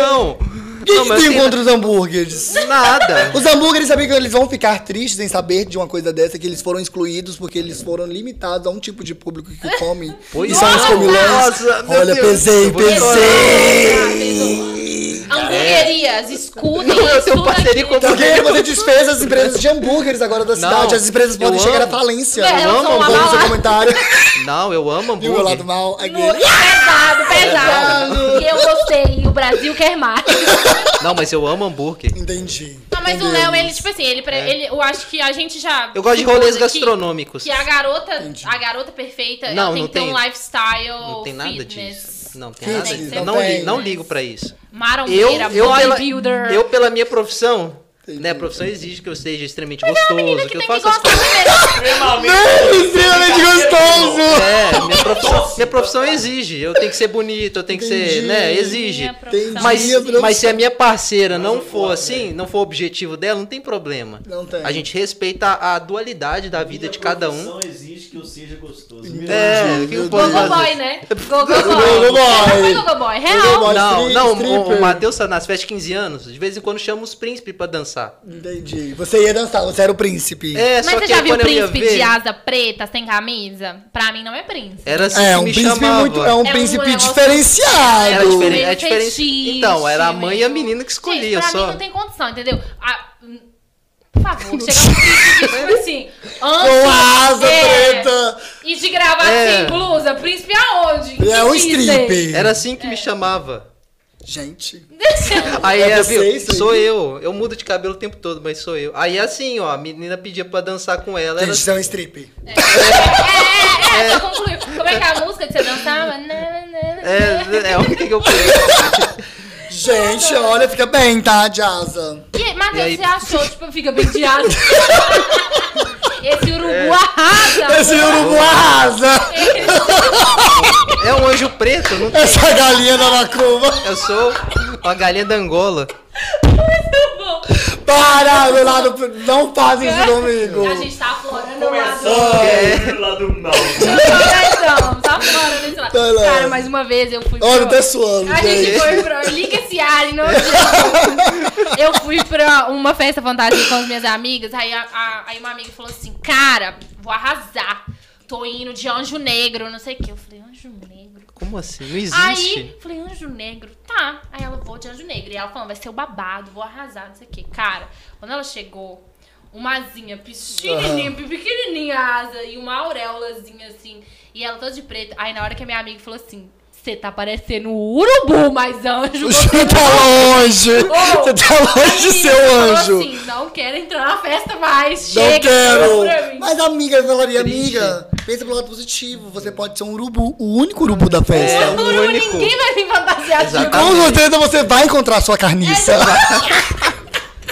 B: Não.
C: O que,
B: não,
C: É. que
B: mas assim, né?
C: tu
B: eu
C: encontra os hambúrgueres?
B: tenho Nada.
C: Os hambúrgueres sabem que eles vão ficar tristes em saber de uma coisa dessa, que eles foram excluídos porque eles foram limitados a um tipo de público que come.
B: Pois
C: e são os
A: é.
C: comilões.
B: Nossa, meu
C: Olha,
B: Deus.
C: pesei,
B: Eu vou chorar.
C: pesei.
A: um- Hamburguerias, escutem
B: Não, eu tenho
A: isso
B: parceria
A: daqui.
B: com-
C: Porque você desfez as empresas de hambúrgueres agora da cidade. As empresas
B: eu
C: podem
B: amo.
C: chegar à falência.
A: É, elas
B: Eu
A: são
B: amo
A: uma
C: Vamos no seu
A: balada.
C: comentário.
B: Não, eu amo
C: Viu o lado
B: hambúrguer.
C: mal? é
B: é
A: No-
C: Aquele.
A: Pesado, pesado. E eu gostei, o Brasil quer mais.
B: Não, mas eu amo hambúrguer.
C: Entendi.
A: Não, Ah, mas o Léo, ele, tipo assim, ele, pra- ele. Eu acho que a gente já.
B: É. Eu gosto de rolês
A: supôs aqui
B: gastronômicos.
A: Que é a garota. A garota perfeita, ela
B: Não,
A: tem
B: não
A: que ter um
B: tem-
A: lifestyle.
B: Não tem nada
A: fitness.
B: disso. Não tem
C: Fitness,
B: nada
A: não
B: disso. Não, li-
C: tem.
B: não ligo pra isso. Eu,
A: Marombeira,
B: eu,
A: bodybuilder. É
B: pela, eu, pela minha profissão,
C: Entendi.
B: né? A profissão exige que eu seja extremamente
A: é Menina
B: gostoso,
A: que
B: que
A: tem
B: eu
A: que
B: faça as
A: gostar
B: coisas.
A: primeiro.
D: Extremamente.
C: Extremamente gostoso!
B: É, minha profissão,
D: Doce.
B: minha profissão exige. Eu tenho que ser bonito, eu tenho que ser,
C: Entendi.
B: né? Exige.
A: Minha profissão.
C: Entendi.
B: Mas,
C: Minha profissão.
B: mas se a minha parceira não
D: não
B: for
D: pode,
C: né?
B: assim, não for o objetivo dela, não tem problema.
C: Não tem.
B: A gente respeita a a dualidade da vida de cada um.
D: Não exige que eu seja gostoso. Meu
B: É, o que eu posso
A: Gogo boy,
B: fazer?
A: né? Gogo boy.
C: Gogo boy.
A: Foi Gogo boy,
C: Gogo
A: real.
C: boy.
B: Não,
C: Stri-
B: não, o,
C: stripper.
B: o Matheus tá nas festas de 15 anos, de vez em quando chama os príncipes pra dançar.
C: Entendi. Você ia dançar, você era o príncipe.
B: É,
A: Mas
B: só
A: você
B: que
A: já viu o
B: quando eu ia
A: príncipe
B: ver,
A: de asa preta sem camisa? Pra mim não é príncipe.
B: era assim
C: É,
B: que
C: um
B: me
C: príncipe
B: chamava.
C: muito. É
A: É
C: um
A: um
C: príncipe
A: negócio-
C: diferenciado.
B: Era diferente, é
A: Meio
B: diferente.
A: fetiche,
B: Então, era a mãe e a
A: meio-
B: menina que
A: Gente,
B: escolhia
A: pra mim
B: só.
A: não tem condição, entendeu? Ah, hum, por favor, chega um príncipe de, tipo assim... antes-
C: Com a asa
A: é,
C: preta.
A: E de gravar
B: É.
A: sem blusa, príncipe aonde?
C: É um
A: Que dizem?
C: stripper.
B: Era assim que me chamava.
C: Gente.
B: Aí
C: É
B: era,
C: você
B: viu?
C: isso aí?
B: Sou eu. Eu mudo de cabelo o tempo todo, mas sou eu. Aí assim, ó, a menina pedia pra dançar com ela. Era assim.
C: Gente, você é um stripper.
A: É, é, é, só concluir. Como é que é a música que você dançava?
B: É, é o que eu conheço.
C: Gente, olha, fica bem, tá, de asa.
A: E aí,
B: E
A: Matheus,
B: aí-
A: você achou? Tipo, fica bem de asa. Esse urubu arrasa.
C: Esse urubu arrasa!
B: É um anjo preto, não tem.
C: Essa galinha da macumba.
B: Eu sou uma galinha da Angola.
C: Para, meu lado, não fazem isso comigo.
A: A gente tá aflorando o lado.
D: Começando lá do mal.
A: Coração, tá aflorando esse lado.
C: Tá lá.
A: Cara, mais uma vez eu fui
C: Olha, não
A: pro...
C: tá suando,
A: A gente
C: gente.
A: foi pra... Liga esse ar, e não adianta. Eu fui pra uma festa fantástica com as minhas amigas. Aí, a- a- aí uma amiga falou assim, cara, vou arrasar. Tô indo de anjo negro, não sei o quê. Eu falei, anjo negro?
B: Como assim? Não existe.
A: Aí, falei, anjo negro, tá. Aí ela, vou de anjo negro. E ela falando, vai ser o babado, vou arrasar, não sei o quê. Cara, quando ela chegou, uma asinha pequenininha, pequenininha a asa e uma auréolazinha assim. E ela toda de preto. Aí na hora que a minha amiga falou assim, Você tá parecendo um urubu, mas anjo.
C: Você tá longe! Você tá longe de ser um anjo!
A: Assim, não quero entrar na festa mais.
C: Não
A: Chega, procura
C: quero!
A: mim.
C: Mas amiga, eu falaria,
B: Triste.
C: amiga, pensa pelo lado positivo. Você pode ser um urubu, o único urubu da festa.
B: é
A: Urubu,
B: o
A: urubu,
B: único.
A: Ninguém vai se fantasiar de
B: Exatamente.
A: urubu.
C: Com certeza você vai encontrar sua
A: É,
C: carniça.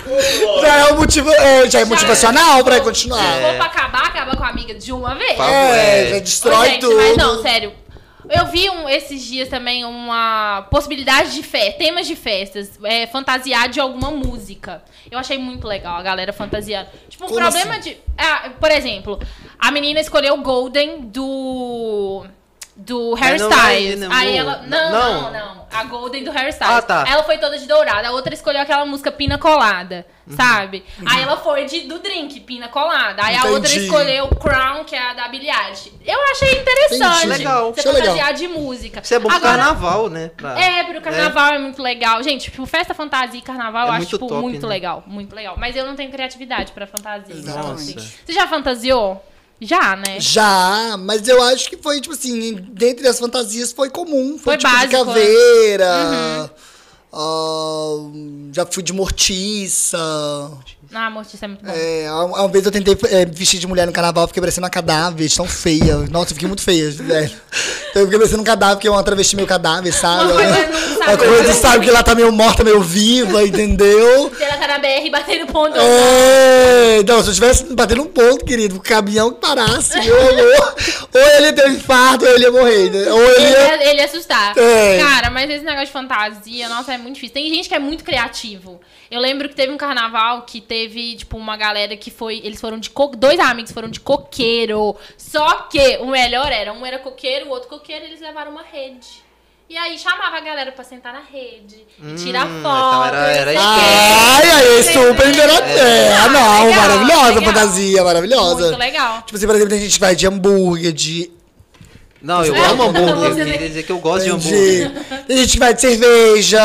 D: Ô,
C: Já é, um motivo, é, já é motivacional pra
A: Se
C: continuar.
A: for pra acabar, acaba com a amiga de uma vez.
B: Fala.
C: É,
B: É.
C: já
A: Ô,
C: destrói
A: gente,
C: tudo.
A: mas não, sério. Eu vi um- esses dias também uma possibilidade de fé, temas de festas, é, fantasiar de alguma música. Eu achei muito legal a galera fantasiando. Tipo, um
C: Como
A: problema
C: assim?
A: de. Ah, por exemplo, a menina escolheu Golden do. Do Harry
B: Mas não é
A: Styles.
B: ele, né,
A: Aí
B: amor?
A: ela. Não,
B: Não.
A: não, não, A Golden do Harry Styles.
B: Ah, tá.
A: Ela foi toda de dourada. A outra escolheu aquela música Pina Colada,
B: Uhum.
A: sabe? Aí ela foi de, do drink, Pina Colada. Aí a outra
C: Entendi.
A: escolheu Crown, que é a da Billie Eilish. Eu achei interessante.
C: Entendi.
B: Legal.
A: Você
C: Achei legal.
A: fantasiar de música.
B: Isso é bom pro
A: Agora,
B: carnaval, né? Pra-
A: É, pro carnaval é. muito legal. Gente, tipo, festa fantasia e carnaval
B: É
A: eu acho,
B: muito
A: tipo,
B: top,
A: muito
B: né?
A: legal. Muito legal. Mas eu não tenho criatividade pra fantasia. então,
B: Nossa.
A: assim. Você já fantasiou? Já, né?
C: Já, mas eu acho que foi, tipo assim, dentre as fantasias foi comum. Foi,
A: Foi
C: tipo de
A: básico, né?
C: caveira.
A: Uhum.
C: ah, já fui de mortiça.
A: Ah, Mortícia é muito bom.
C: É, a- uma vez eu tentei é, vestir de mulher no carnaval, fiquei parecendo uma cadáver, de tão feia. Nossa, eu fiquei muito feia, velho. Então eu fiquei parecendo um cadáver, porque é uma travesti meio cadáver, sabe?
A: Uma coisa não sabe.
B: É,
C: Uma coisa sabe que ela tá meio morta, meio viva, entendeu?
A: Ela tá na BR batendo ponto.
C: É, não, se eu tivesse batendo um ponto, querido, o caminhão que parasse, eu, amor, ou ele ia ter um infarto, ou ele ia morrer, né? ou ele
B: é-
A: Ele
C: ia...
A: ia, ele ia assustar.
C: É.
A: Cara, mas esse negócio de fantasia, nossa, é muito difícil. Tem gente que é muito criativo. Eu lembro que teve um carnaval que teve, tipo, uma galera que foi. Eles foram de. Co... Dois amigos foram de coqueiro. Só que o melhor era: um era coqueiro, o outro coqueiro, eles levaram uma rede. E aí chamava a galera pra sentar na rede e tirar
B: Hum, então
A: foto.
B: era- era
A: não sei o quê.
C: Ai, aí, super
A: Entendeu?
C: enganado. É,
A: Ah,
C: não,
A: legal,
C: maravilhosa,
A: legal.
C: fantasia, maravilhosa.
A: Muito legal.
C: Tipo assim, por exemplo, tem gente que vai de hambúrguer, de
B: Não, eu
A: É.
B: amo hambúrguer. Eu
A: Você-
B: queria dizer que eu gosto de
C: Entendi.
B: hambúrguer.
C: Tem gente que vai de cerveja,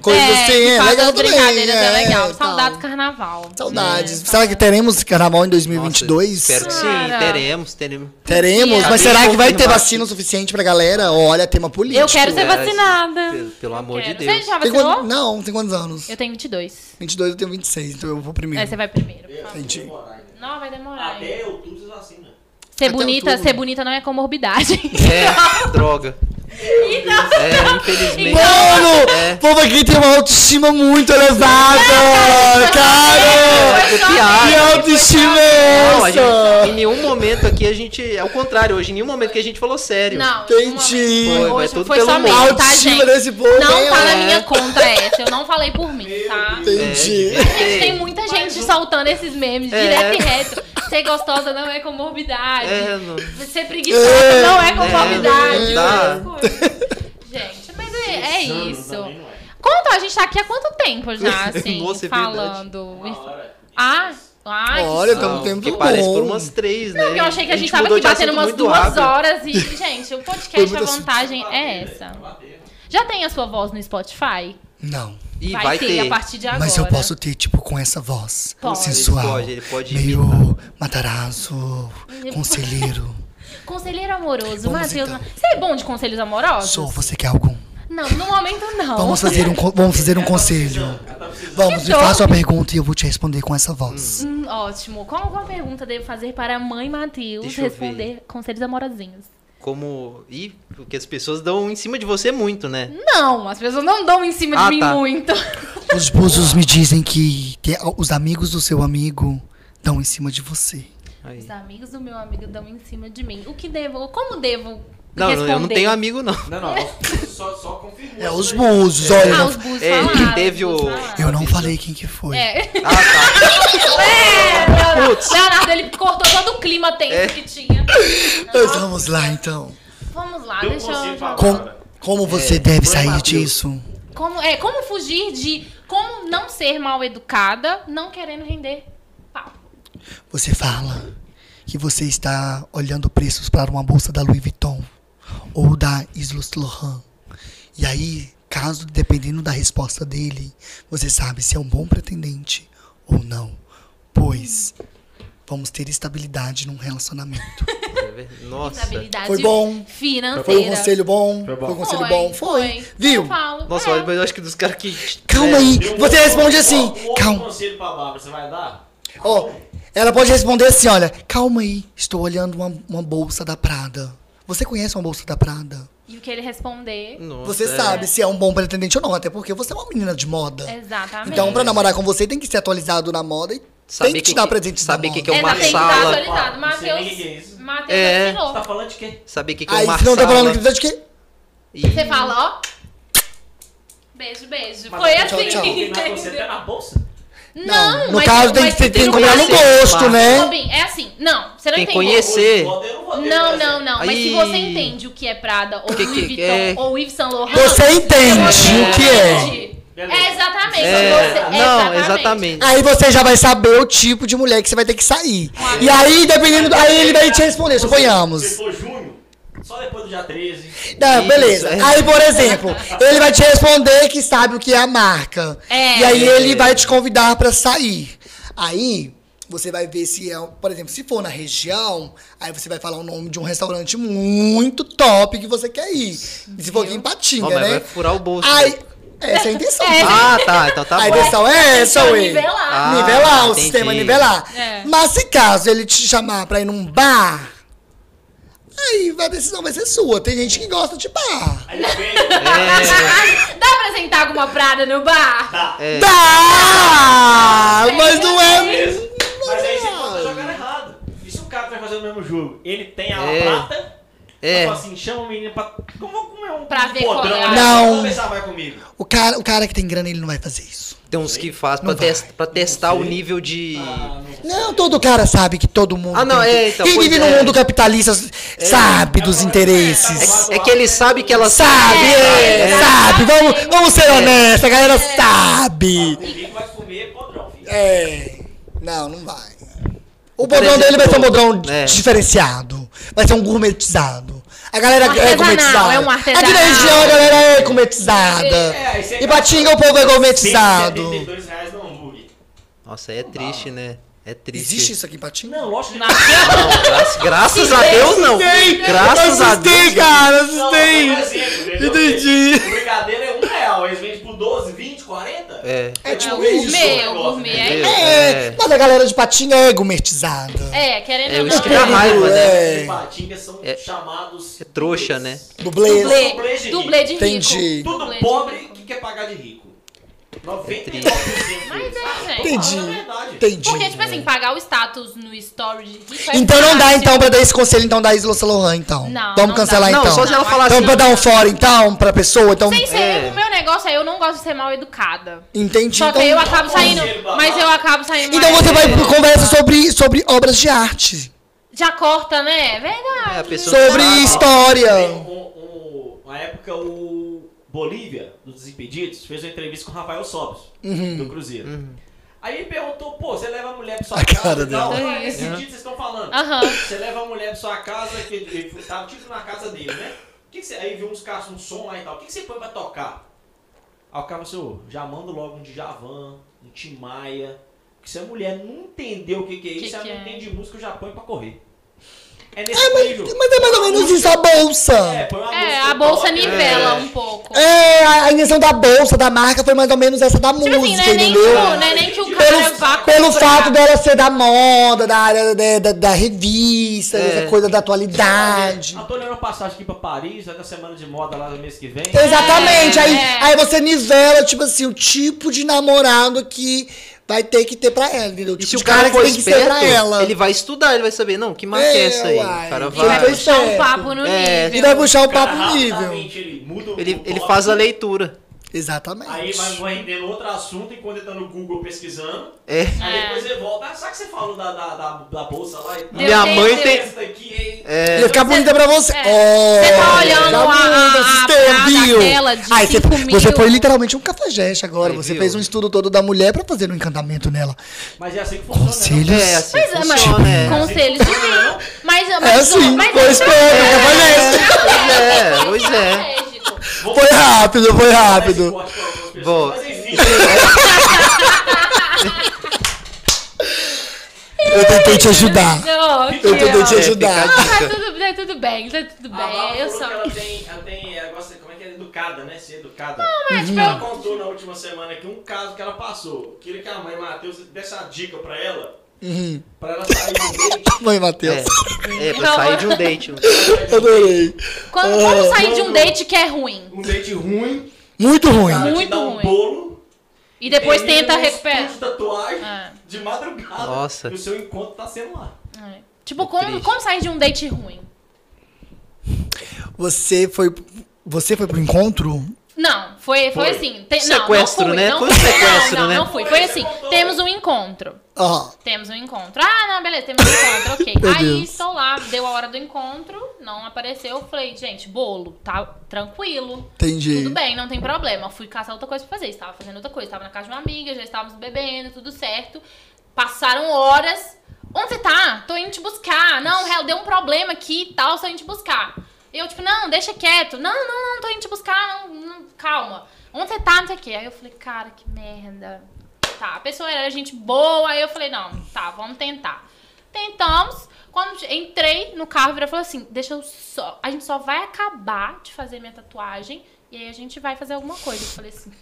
C: coisa assim,
A: e
C: é
A: faz
C: legal
A: as
C: também.
A: brincadeiras, é legal.
C: então.
A: Saudade do carnaval.
C: Saudades.
A: É,
C: Será que teremos carnaval em
B: Nossa,
C: 2022?
B: espero que sim.
A: Cara.
B: Teremos, teremos.
C: Teremos,
A: Sim,
C: mas
B: é.
C: será que vai ter
B: Confirmado.
C: vacina o suficiente pra galera? Olha, tema político.
A: Eu quero ser
B: Era-
A: vacinada.
B: Pelo, pelo amor de
A: Quero.
B: Deus.
A: Você já
C: Tem
A: vacinou?
C: quant- Não, tem quantos anos?
A: Eu tenho 22.
C: 22, eu tenho 26, então eu vou primeiro.
A: É, você vai primeiro. por favor.
C: Entendi.
A: Não, vai
B: Ah,
A: demorar. hein?
D: Até assim, né? outubro vocês vacinam.
A: Ser
C: Até
A: bonita,
C: outubro.
A: ser bonita não é comorbidade.
B: É, droga.
A: Então.
B: É, infelizmente.
C: Mano,
B: É.
C: o povo aqui tem uma autoestima muito
A: É.
C: elevada! Cara!
B: É, piada.
C: Que
A: assim.
C: autoestima é
B: Não, a gente, em
C: essa?
B: nenhum momento aqui a gente. É o contrário, hoje, em nenhum momento que a gente falou sério.
A: Não,
C: Entendi.
A: nenhuma-
B: Foi, vai
A: Hoje
B: tudo
A: foi
B: pelo
A: só
B: humor.
C: A
A: meu, tá,
C: autoestima
A: gente?
C: desse povo
A: Não
C: é-
A: tá na
B: É.
A: minha conta essa, eu não falei por mim, tá?
B: É,
C: Entendi.
B: devia
A: Tem
B: ter.
A: muita gente soltando esses memes
B: É.
A: direto e reto. Ser gostosa não é comorbidade.
B: É, não.
A: Ser preguiçosa
C: É.
A: não é
B: É,
A: comorbidade.
B: não dá.
A: Essas coisas. Gente, mas é, é
D: Insano
A: isso.
D: também não é.
A: Conta, a gente tá aqui há quanto tempo já, assim,
B: Nossa, é verdade.
A: falando?
D: Uma hora.
A: Ah, ah,
C: Olha,
A: que
C: tamo
B: Não,
C: tempo
B: que parece
C: um bom.
B: por umas três, né?
A: Não, porque eu achei que a gente, tava
B: mudou
A: aqui
B: de
A: batendo
B: assunto
A: umas
B: muito
A: duas
B: rápido.
A: horas e, gente, o
C: Foi
A: podcast,
C: muito
A: a
C: assunto.
A: vantagem é
D: Bater,
A: essa.
D: né? Bater.
A: Já tem a sua voz no Spotify?
C: Não.
B: E vai, ter.
A: a partir de agora.
C: Mas eu posso ter, tipo, com essa voz
A: Pode.
C: sensual.
B: Ele pode, ele pode
C: meio
B: imitar.
C: matarazzo, conselheiro.
A: Conselheiro amoroso,
C: Vamos
A: Matheus.
C: então.
A: Você é bom de conselhos amorosos?
C: Sou, você quer algum?
A: Não, no momento não.
C: Vamos fazer um, con- vamos fazer um conselho. Vamos,
A: Que
C: me
A: dó.
C: faça uma pergunta e eu vou te responder com essa voz.
A: Hum, ótimo. Qual, qual pergunta devo fazer para a mãe Matheus
B: Deixa eu
A: responder conselhos amorosinhos?
B: Como. E porque as pessoas dão em cima de você muito, né?
A: Não, as pessoas não dão em cima
B: Ah,
A: de mim
B: tá.
A: muito.
C: Os búzios me dizem que te- os amigos do seu amigo estão em cima de você.
B: Aí.
A: Os amigos do meu amigo dão em cima de mim. O que devo? Como devo
B: Não,
A: responder?
B: eu não tenho amigo, não.
D: Não, não, não. só, só confirmou.
C: É
D: isso
C: os
D: daí.
C: búzios,
A: Ah,
C: olha.
A: os bus
B: É,
A: falaram. os
B: teve
A: bus
B: o-
A: falaram.
C: Eu não falei quem que foi.
A: É.
B: Ah, tá.
A: É, Leonardo,
B: Putz.
A: Leonardo, ele cortou todo o clima tenso
B: É.
A: que tinha.
C: Mas vamos lá, então.
A: Vamos lá,
D: Deu
A: Ah, deixa
D: um conselho
A: eu.
D: pra
C: Com-
D: Bárbara.
C: como você deve
B: É, foi
C: sair
B: Matheus.
C: disso?
A: Como, é, como fugir de. Como não ser mal educada, não querendo render papo.
C: Você fala que você está olhando preços para uma bolsa da Louis Vuitton ou da Islos Lohan. E aí, caso dependendo da resposta dele, você sabe se é um bom pretendente ou não. Pois vamos ter estabilidade num relacionamento.
B: verdade. Nossa.
A: Estabilidade
C: Foi bom.
A: financeira.
C: Foi um conselho bom. Foi,
E: Foi bom.
C: um conselho bom. Foi. Viu?
A: Eu falo,
B: Nossa,
A: é.
B: olha, mas eu acho que dos caras que. É,
C: Calma aí.
D: Deu um
C: Você
D: outro-
C: responde assim.
D: Um outro
C: Calma.
D: conselho pra Bárbara, você vai dar?
C: Ó, ela pode responder assim, olha. Calma aí. Estou olhando uma, uma bolsa da Prada. Você conhece uma bolsa da Prada?
A: E o que ele responder.
B: nossa,
C: Você
B: é.
C: sabe se é um bom pretendente ou não, até porque você é uma menina de moda.
A: Exatamente.
C: Então, pra namorar com você, tem que ser atualizado na moda e
B: Saber
C: tem que
B: que-
C: te dar presente de
B: saber
C: moda.
B: que que é o
A: Exato, tem que
B: Marsala.
A: estar atualizado.
D: Não sei
A: Matheus.
D: nem o que é isso.
A: Matheus assim,
B: É.
D: Você
A: assinou.
D: tá falando de quê?
B: Saber o que, que é
C: Aí,
B: uma
C: se não tá falando
B: sala.
C: de quê?
B: E-
A: Você fala, ó. Beijo, beijo.
D: Mas
A: Foi
C: tchau,
A: assim.
C: tchau.
D: Combinar com você até na bolsa?
A: Não,
C: No
A: mas-
C: caso, tem
A: mas
C: que, tem que
B: tem que
C: comprar no
B: conhecer,
C: gosto,
B: claro.
C: né?
A: Robin, é assim. Não, você não
B: Tem
A: entendeu.
B: que conhecer. Você.
D: Hoje, eu não vou ter
A: Não,
D: que fazer.
A: não, não. Mas se
B: Aí.
A: você entende o que é Prada, ou
B: Que- que-
A: Louis
B: que
A: Vuitton,
B: é?
A: ou Yves Saint Laurent...
C: Você entende o que é.
A: entende.
D: Beleza.
A: É exatamente.
B: É,
A: você-
B: não,
A: exatamente.
B: exatamente.
C: Aí você já vai saber o tipo de mulher que você vai ter que sair. E aí, dependendo. do- Aí ele vai te responder,
D: Se
C: suponhamos.
D: for junho, só depois do dia 13.
C: Não,
B: Isso,
C: beleza.
B: é.
C: Aí, por exemplo, ele vai te responder que sabe o que é a marca.
A: É.
C: E aí
B: É.
C: ele vai te convidar pra sair. Aí você vai ver se é, um- por exemplo, se for na região, aí você vai falar o nome de um restaurante muito top que você quer ir. E se for aqui em Patinga,
B: Ó, mas
C: né?
B: vai furar o bolso.
C: Aí, essa é a intenção.
A: É.
B: Ah, tá. Então tá
C: a
B: bom.
C: intenção é essa,
A: Pra
C: ué.
A: nivelar.
B: Ah,
C: nivelar, o
B: entendi.
C: sistema é nivelar.
A: É.
C: Mas se caso ele te chamar pra ir num bar, aí a decisão vai ser sua. Tem gente que gosta de bar.
D: Aí vem.
A: Dá pra sentar com uma Prada no bar?
D: Tá.
B: É.
C: Dá! Mas não é.
D: Beleza. Mas aí você pode estar jogando errado. E se o cara vai fazer o mesmo jogo? Ele tem a
B: É.
D: prata.
B: É.
D: Fala assim, chama o menino pra. Como vou comer um
A: Pra ver qual
D: podrão,
A: é.
D: né?
C: Não.
D: Vamos conversar, vai comigo.
C: O cara, o cara que tem grana, ele não vai fazer isso.
B: Tem uns que faz pra,
C: Não vai.
B: test- pra testar o
D: sei.
B: nível de.
D: Ah, não.
C: Não, todo cara sabe que todo mundo.
B: Ah, não,
C: tem que-
B: é, então,
C: Quem
B: pois
C: vive
B: é.
C: no mundo capitalista sabe dos interesses.
B: É, é que ele sabe que ela
C: Sabe, é,
A: É.
C: sabe. Vamos, vamos ser honestos, a galera
D: O
C: sabe.
D: menino vai comer podrão, filho.
C: É. Não, não vai. O
B: Por
C: podrão dele vai ser um
B: exemplo,
C: podrão
B: é.
C: diferenciado. Vai ser um gourmetizado. A galera é
A: Artesanal,
C: gourmetizada.
A: é um
C: Aqui
A: artesanal.
C: na região a galera é gourmetizada.
D: É, aí você-
C: E Patinga o povo é gourmetizado.
D: 172 reais no hambúrguer.
B: Nossa, é triste, né? É triste.
C: Existe isso aqui em Patinga?
D: Não, lógico que
A: Na-
D: não.
B: Não, graças, graças a Deus não. Graças a Deus.
C: cara,
D: Não, por exemplo, entendeu?
C: Entendi.
D: O brigadeiro é um real, eles vendem por 12, 20, 40.
B: É.
C: É
A: É,
C: tipo
A: o
C: isso.
A: gourmet,
D: eu
A: o
D: gosto,
A: gourmet.
B: entendeu?
A: aí-
C: É,
B: É.
C: mas a galera de Patinga é gourmetizada.
A: É, querendo
B: É,
A: ou
B: o
A: não.
B: esquema é raiva, né?
D: Os
C: É,
D: de Patinga são
B: É.
D: chamados...
B: É trouxa, né?
C: dublês.
A: Dublê, dublê de rico.
C: Entendi.
D: Tudo
A: Dublê é de
D: pobre
A: rico.
D: que quer pagar de rico. 99%
B: É triste.
D: deles.
A: Mas é,
D: Ah,
A: gente.
D: tô
C: Entendi.
D: falando a verdade.
C: Entendi.
A: Porque, tipo assim, pagar o status no story de rico é
C: Então não dá,
A: fácil.
C: então, pra dar esse conselho, então, da Isla Salohan, então.
A: Não,
C: Vamos
A: não
C: cancelar,
A: dá.
B: Não,
C: então.
B: só se ela
A: Não,
B: falar
C: Então,
B: assim.
C: pra dar um fora, então, pra pessoa, então...
A: Sem ser,
B: É.
A: o meu negócio é eu não gosto de ser mal educada.
C: Entendi,
A: Só que aí eu
C: então...
A: acabo saindo, mas eu acabo saindo
C: Então
A: mais-
C: você vai pro conversa sobre, sobre obras de arte.
A: Já corta, né?
B: É, a
A: Verdade.
B: pessoa
C: Sobre
B: não sabe.
D: Ah, Tem
C: história.
D: um- um- uma época, o Bolívia, dos Desimpedidos, fez uma entrevista com o Rafael Sobes,
C: Uhum.
D: do Cruzeiro.
B: Uhum.
D: Aí ele perguntou, pô, você leva a mulher pra sua
C: A
D: casa
C: cara
D: e tal?
A: dela.
D: Ah, nesse sentido que vocês estão falando.
A: É Aham.
D: Você leva a mulher pra sua casa, que ele ele tava tipo na casa dele, né? O Que que você, aí viu uns caras, um som lá e tal. O que, que você põe pra tocar? Aí o cara falou assim, "Ô, já manda logo um Djavan, um Tim Maia. Porque se a mulher não entendeu o que, que é isso,
A: que é?
D: ela não entende música, eu já põe pra correr. É nesse
C: É, mas,
D: nível.
C: mas é mais ou menos isso, a bolsa.
D: põe uma
A: É,
D: música
A: a bolsa
D: top, né?
A: nivela um pouco.
C: É, a a invenção da bolsa, da marca, foi mais ou menos essa da
A: Tipo assim, não
C: música,
A: é nem,
C: entendeu?
A: tipo, não é nem que o cara vá
C: pelo, pelo
A: comprar.
C: fato dela ser da moda, da área da, da, da revista,
B: É.
C: dessa coisa da atualidade.
D: Eu tô olhando a passagem aqui pra Paris, vai ter a semana de moda lá no mês que vem.
C: Exatamente,
A: É,
C: aí,
A: é.
C: aí você nivela, tipo assim, o tipo de namorado que vai ter que ter pra ela, entendeu? O
B: E
C: tipo
B: se
C: de
B: o cara
C: que
B: for
C: tem que ser pra
B: esperto,
C: ela.
B: ele vai estudar, ele vai saber. Não, que marca
C: É,
B: é essa aí?
C: uai.
B: O cara
C: Ele
A: Ele vai
B: vai.
C: Pois
A: puxar um
C: é.
A: papo no
B: É.
C: E
A: nível.
D: um
C: vai puxar o papo nível.
D: Rapidamente ele muda o-
B: Ele, ele
D: o-
B: faz a leitura.
C: Exatamente.
D: Aí vai vai rendendo outro assunto enquanto ele tá no Google pesquisando.
B: É.
D: Aí
A: É.
D: depois ele volta. Ah, sabe que você falou da, da, da, da bolsa lá e tal?
A: Minha
D: Tem
A: mãe
D: essa
B: tem-
D: Aqui, hein?
B: É.
C: Ia ficar bonita pra você.
A: É. Você tá
C: Oh,
A: olhando
C: já
A: a-
C: muda
A: a-
C: o
A: a
C: sistema,
A: parada,
C: viu?
A: aquela de
C: Aí você,
A: cinco mil.
C: você foi literalmente um cafajeste agora.
B: Aí,
C: você
B: viu?
C: fez um estudo todo da mulher pra fazer um encantamento nela.
D: Mas é assim que funciona.
C: Conselho.
D: né?
B: É, assim.
A: Mas é, mas
B: funciona, é.
A: conselhos de rico. Mas, mas,
C: É assim,
A: mas
C: foi esperto, cafajeste.
B: É, pois é.
A: estratégico.
D: Vou
C: Foi rápido, foi
D: dar esse
C: rápido.
D: corte pra algumas pessoas,
B: Bom.
D: Mas enfim.
C: Eu tentei te ajudar.
A: Não, aqui,
C: Eu tentei
B: É,
C: te
A: ó.
C: ajudar.
A: Tá tudo, tá tudo bem, tá tudo
D: A Val
A: bem. Eu
D: falou
A: só.
D: que ela tem, ela tem, ela gosta, como é que é, educada, né? Ser educada.
A: mas, tipo,
D: ela
A: eu-
D: contou na última semana aqui um caso que ela passou. Queria que a mãe Matheus desse uma dica pra ela,
C: Uhum.
D: pra ela sair do date.
C: Mãe, Matheus.
B: É, é pra sair de um date.
D: É.
C: Adorei.
A: Quando,
C: Ah,
A: quando sair de um
D: não.
A: date que é ruim
D: Um date ruim,
C: Muito ruim.
D: ela te
A: Muito
D: dá um
A: ruim.
D: bolo.
A: e depois
D: termina
A: tenta
D: num
A: recuperar.
D: estúdio de tatuagem
A: Ah.
D: de madrugada.
B: Nossa.
D: E o seu encontro tá sendo lá.
A: É. Tipo,
B: Triste.
A: como, como sair de um date ruim?
C: Você foi. Você foi pro encontro?
A: Não, foi, foi,
B: Foi.
A: assim. te-
B: Sequestro,
A: não, não fui,
B: né?
A: Não
B: Foi um
A: fui,
B: sequestro,
A: não, não,
B: né?
A: não fui. Foi assim. Temos um encontro.
C: Ó.
A: Temos um encontro. Ah, não, beleza, temos um encontro, ok.
C: Meu
A: Aí
C: Deus.
A: estou lá, deu a hora do encontro, não apareceu. eu Falei, gente, bolo, tá tranquilo.
C: Entendi.
A: Tudo bem, não tem problema. Fui caçar outra coisa pra fazer. Estava fazendo outra coisa. Estava na casa de uma amiga, já estávamos bebendo, tudo certo. Passaram horas. Onde você tá? Tô indo te buscar. Não, réu, deu um problema aqui e tal, tô indo te buscar. Eu, tipo, não, deixa quieto. Não, não, não, tô indo te buscar. Não, não, calma. Onde você tá? Não sei o quê. Aí eu falei, cara, que merda. Tá, a pessoa era gente boa. Aí eu falei, não, tá, vamos tentar. Tentamos. Quando entrei no carro, ela falou assim: deixa eu só. A gente só vai acabar de fazer minha tatuagem e aí a gente vai fazer alguma coisa. Eu falei assim: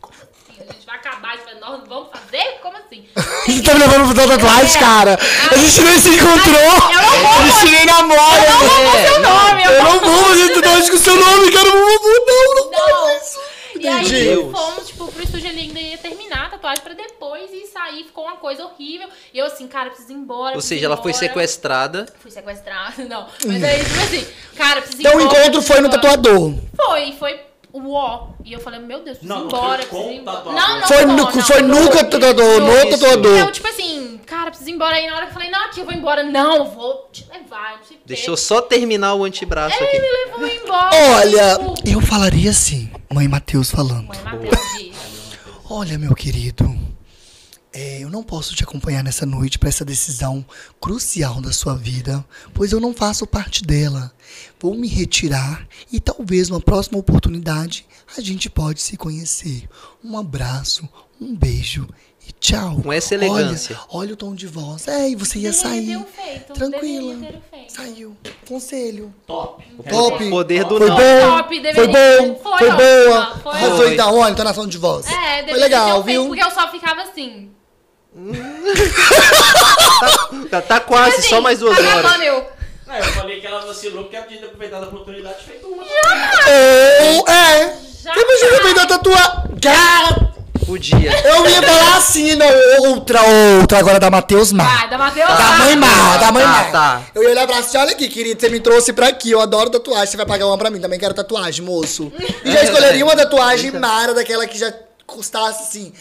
A: como assim? A gente vai acabar de fazer, nós não vamos fazer? Como assim?
C: Você tá me levando pro tatuagem,
A: É.
C: cara? A gente nem se encontrou!
A: Eu não
C: A gente nem namora!
A: É o nome, eu
C: Eu não vou fazer tatuagem com o seu nome, cara! Não vou, não, não
A: não.
C: faz isso!
A: E aí
C: Entendi.
A: fomos, tipo, pro estúdio ele ainda ia terminar a tatuagem pra depois e sair, ficou uma coisa horrível. E eu assim, cara, preciso ir embora.
B: Ou
A: preciso ir
B: seja, ela foi
A: embora.
B: sequestrada.
A: Fui sequestrada, não. Mas aí, tipo assim, cara, preciso ir
C: Então o
A: embora,
C: encontro
A: preciso
C: foi
A: ir
C: no
A: embora.
C: tatuador.
A: Foi, foi uó. E eu falei, meu Deus, preciso
D: Não,
A: ir
D: não
A: embora,
D: foi com
A: preciso ir embora.
D: tatuador.
A: Não, não,
C: Foi
A: não,
C: no,
A: não,
C: foi no tatuador, no
B: Isso.
A: Então,
C: tatuador.
A: tipo assim, cara, preciso ir embora. Aí na hora que eu falei, não, aqui eu vou embora. Não, eu vou te levar, não sei o quê.
B: Deixou só terminar o antebraço
C: É
A: Ele
B: aqui.
A: me levou embora.
C: Olha,
A: tipo,
C: eu falaria assim, mãe Matheus falando.
A: Mãe Matheus disse.
C: Olha, meu querido, é, eu não posso te acompanhar nessa noite para essa decisão crucial da sua vida, pois eu não faço parte dela. Vou me retirar e talvez numa próxima oportunidade a gente pode se conhecer. Um abraço, um beijo e tchau.
B: Com essa elegância.
C: Olha, olha o tom de voz. É, e você ia
A: Deveria
C: sair.
A: ter o feito,
C: Tranquila.
A: deveria ter o feito.
C: Saiu. Conselho.
D: Top.
C: Top.
B: O poder do
C: Foi
B: É, não.
C: bom,
A: Top, deveria
C: foi
A: ter-
C: bom,
A: foi
C: foi
A: ótima,
C: boa.
A: foi
C: Arrasou,
B: ótima.
C: então, olha, entonação de voz.
A: É,
C: foi
A: deveria ter
C: legal,
A: o feito,
C: viu?
A: Porque eu só ficava assim.
B: Tá, tá quase,
A: assim,
B: só mais duas
A: tá acabando,
B: horas.
A: eu.
D: Não, É, eu falei que ela vacilou porque ela podia ter aproveitado a oportunidade e feito uma.
C: Eu, é.
A: Já tá.
C: Eu pensei que
A: vai.
C: eu ia tatuagem. Cara,
B: Podia.
C: eu ia falar assim, não. Outra, outra, agora da Matheus
A: Vai,
C: Mar.
A: da Matheus.
C: Da
A: vai.
C: mãe Mar, da mãe
B: Tá,
C: Mar.
B: tá.
C: Eu ia olhar pra você, olha aqui, querido, você me trouxe pra aqui, eu adoro tatuagem, você vai pagar uma pra mim, também quero tatuagem, moço. E já
B: É,
C: escolheria uma
B: velho.
C: tatuagem
B: Eita.
C: mara, daquela que já custasse, assim,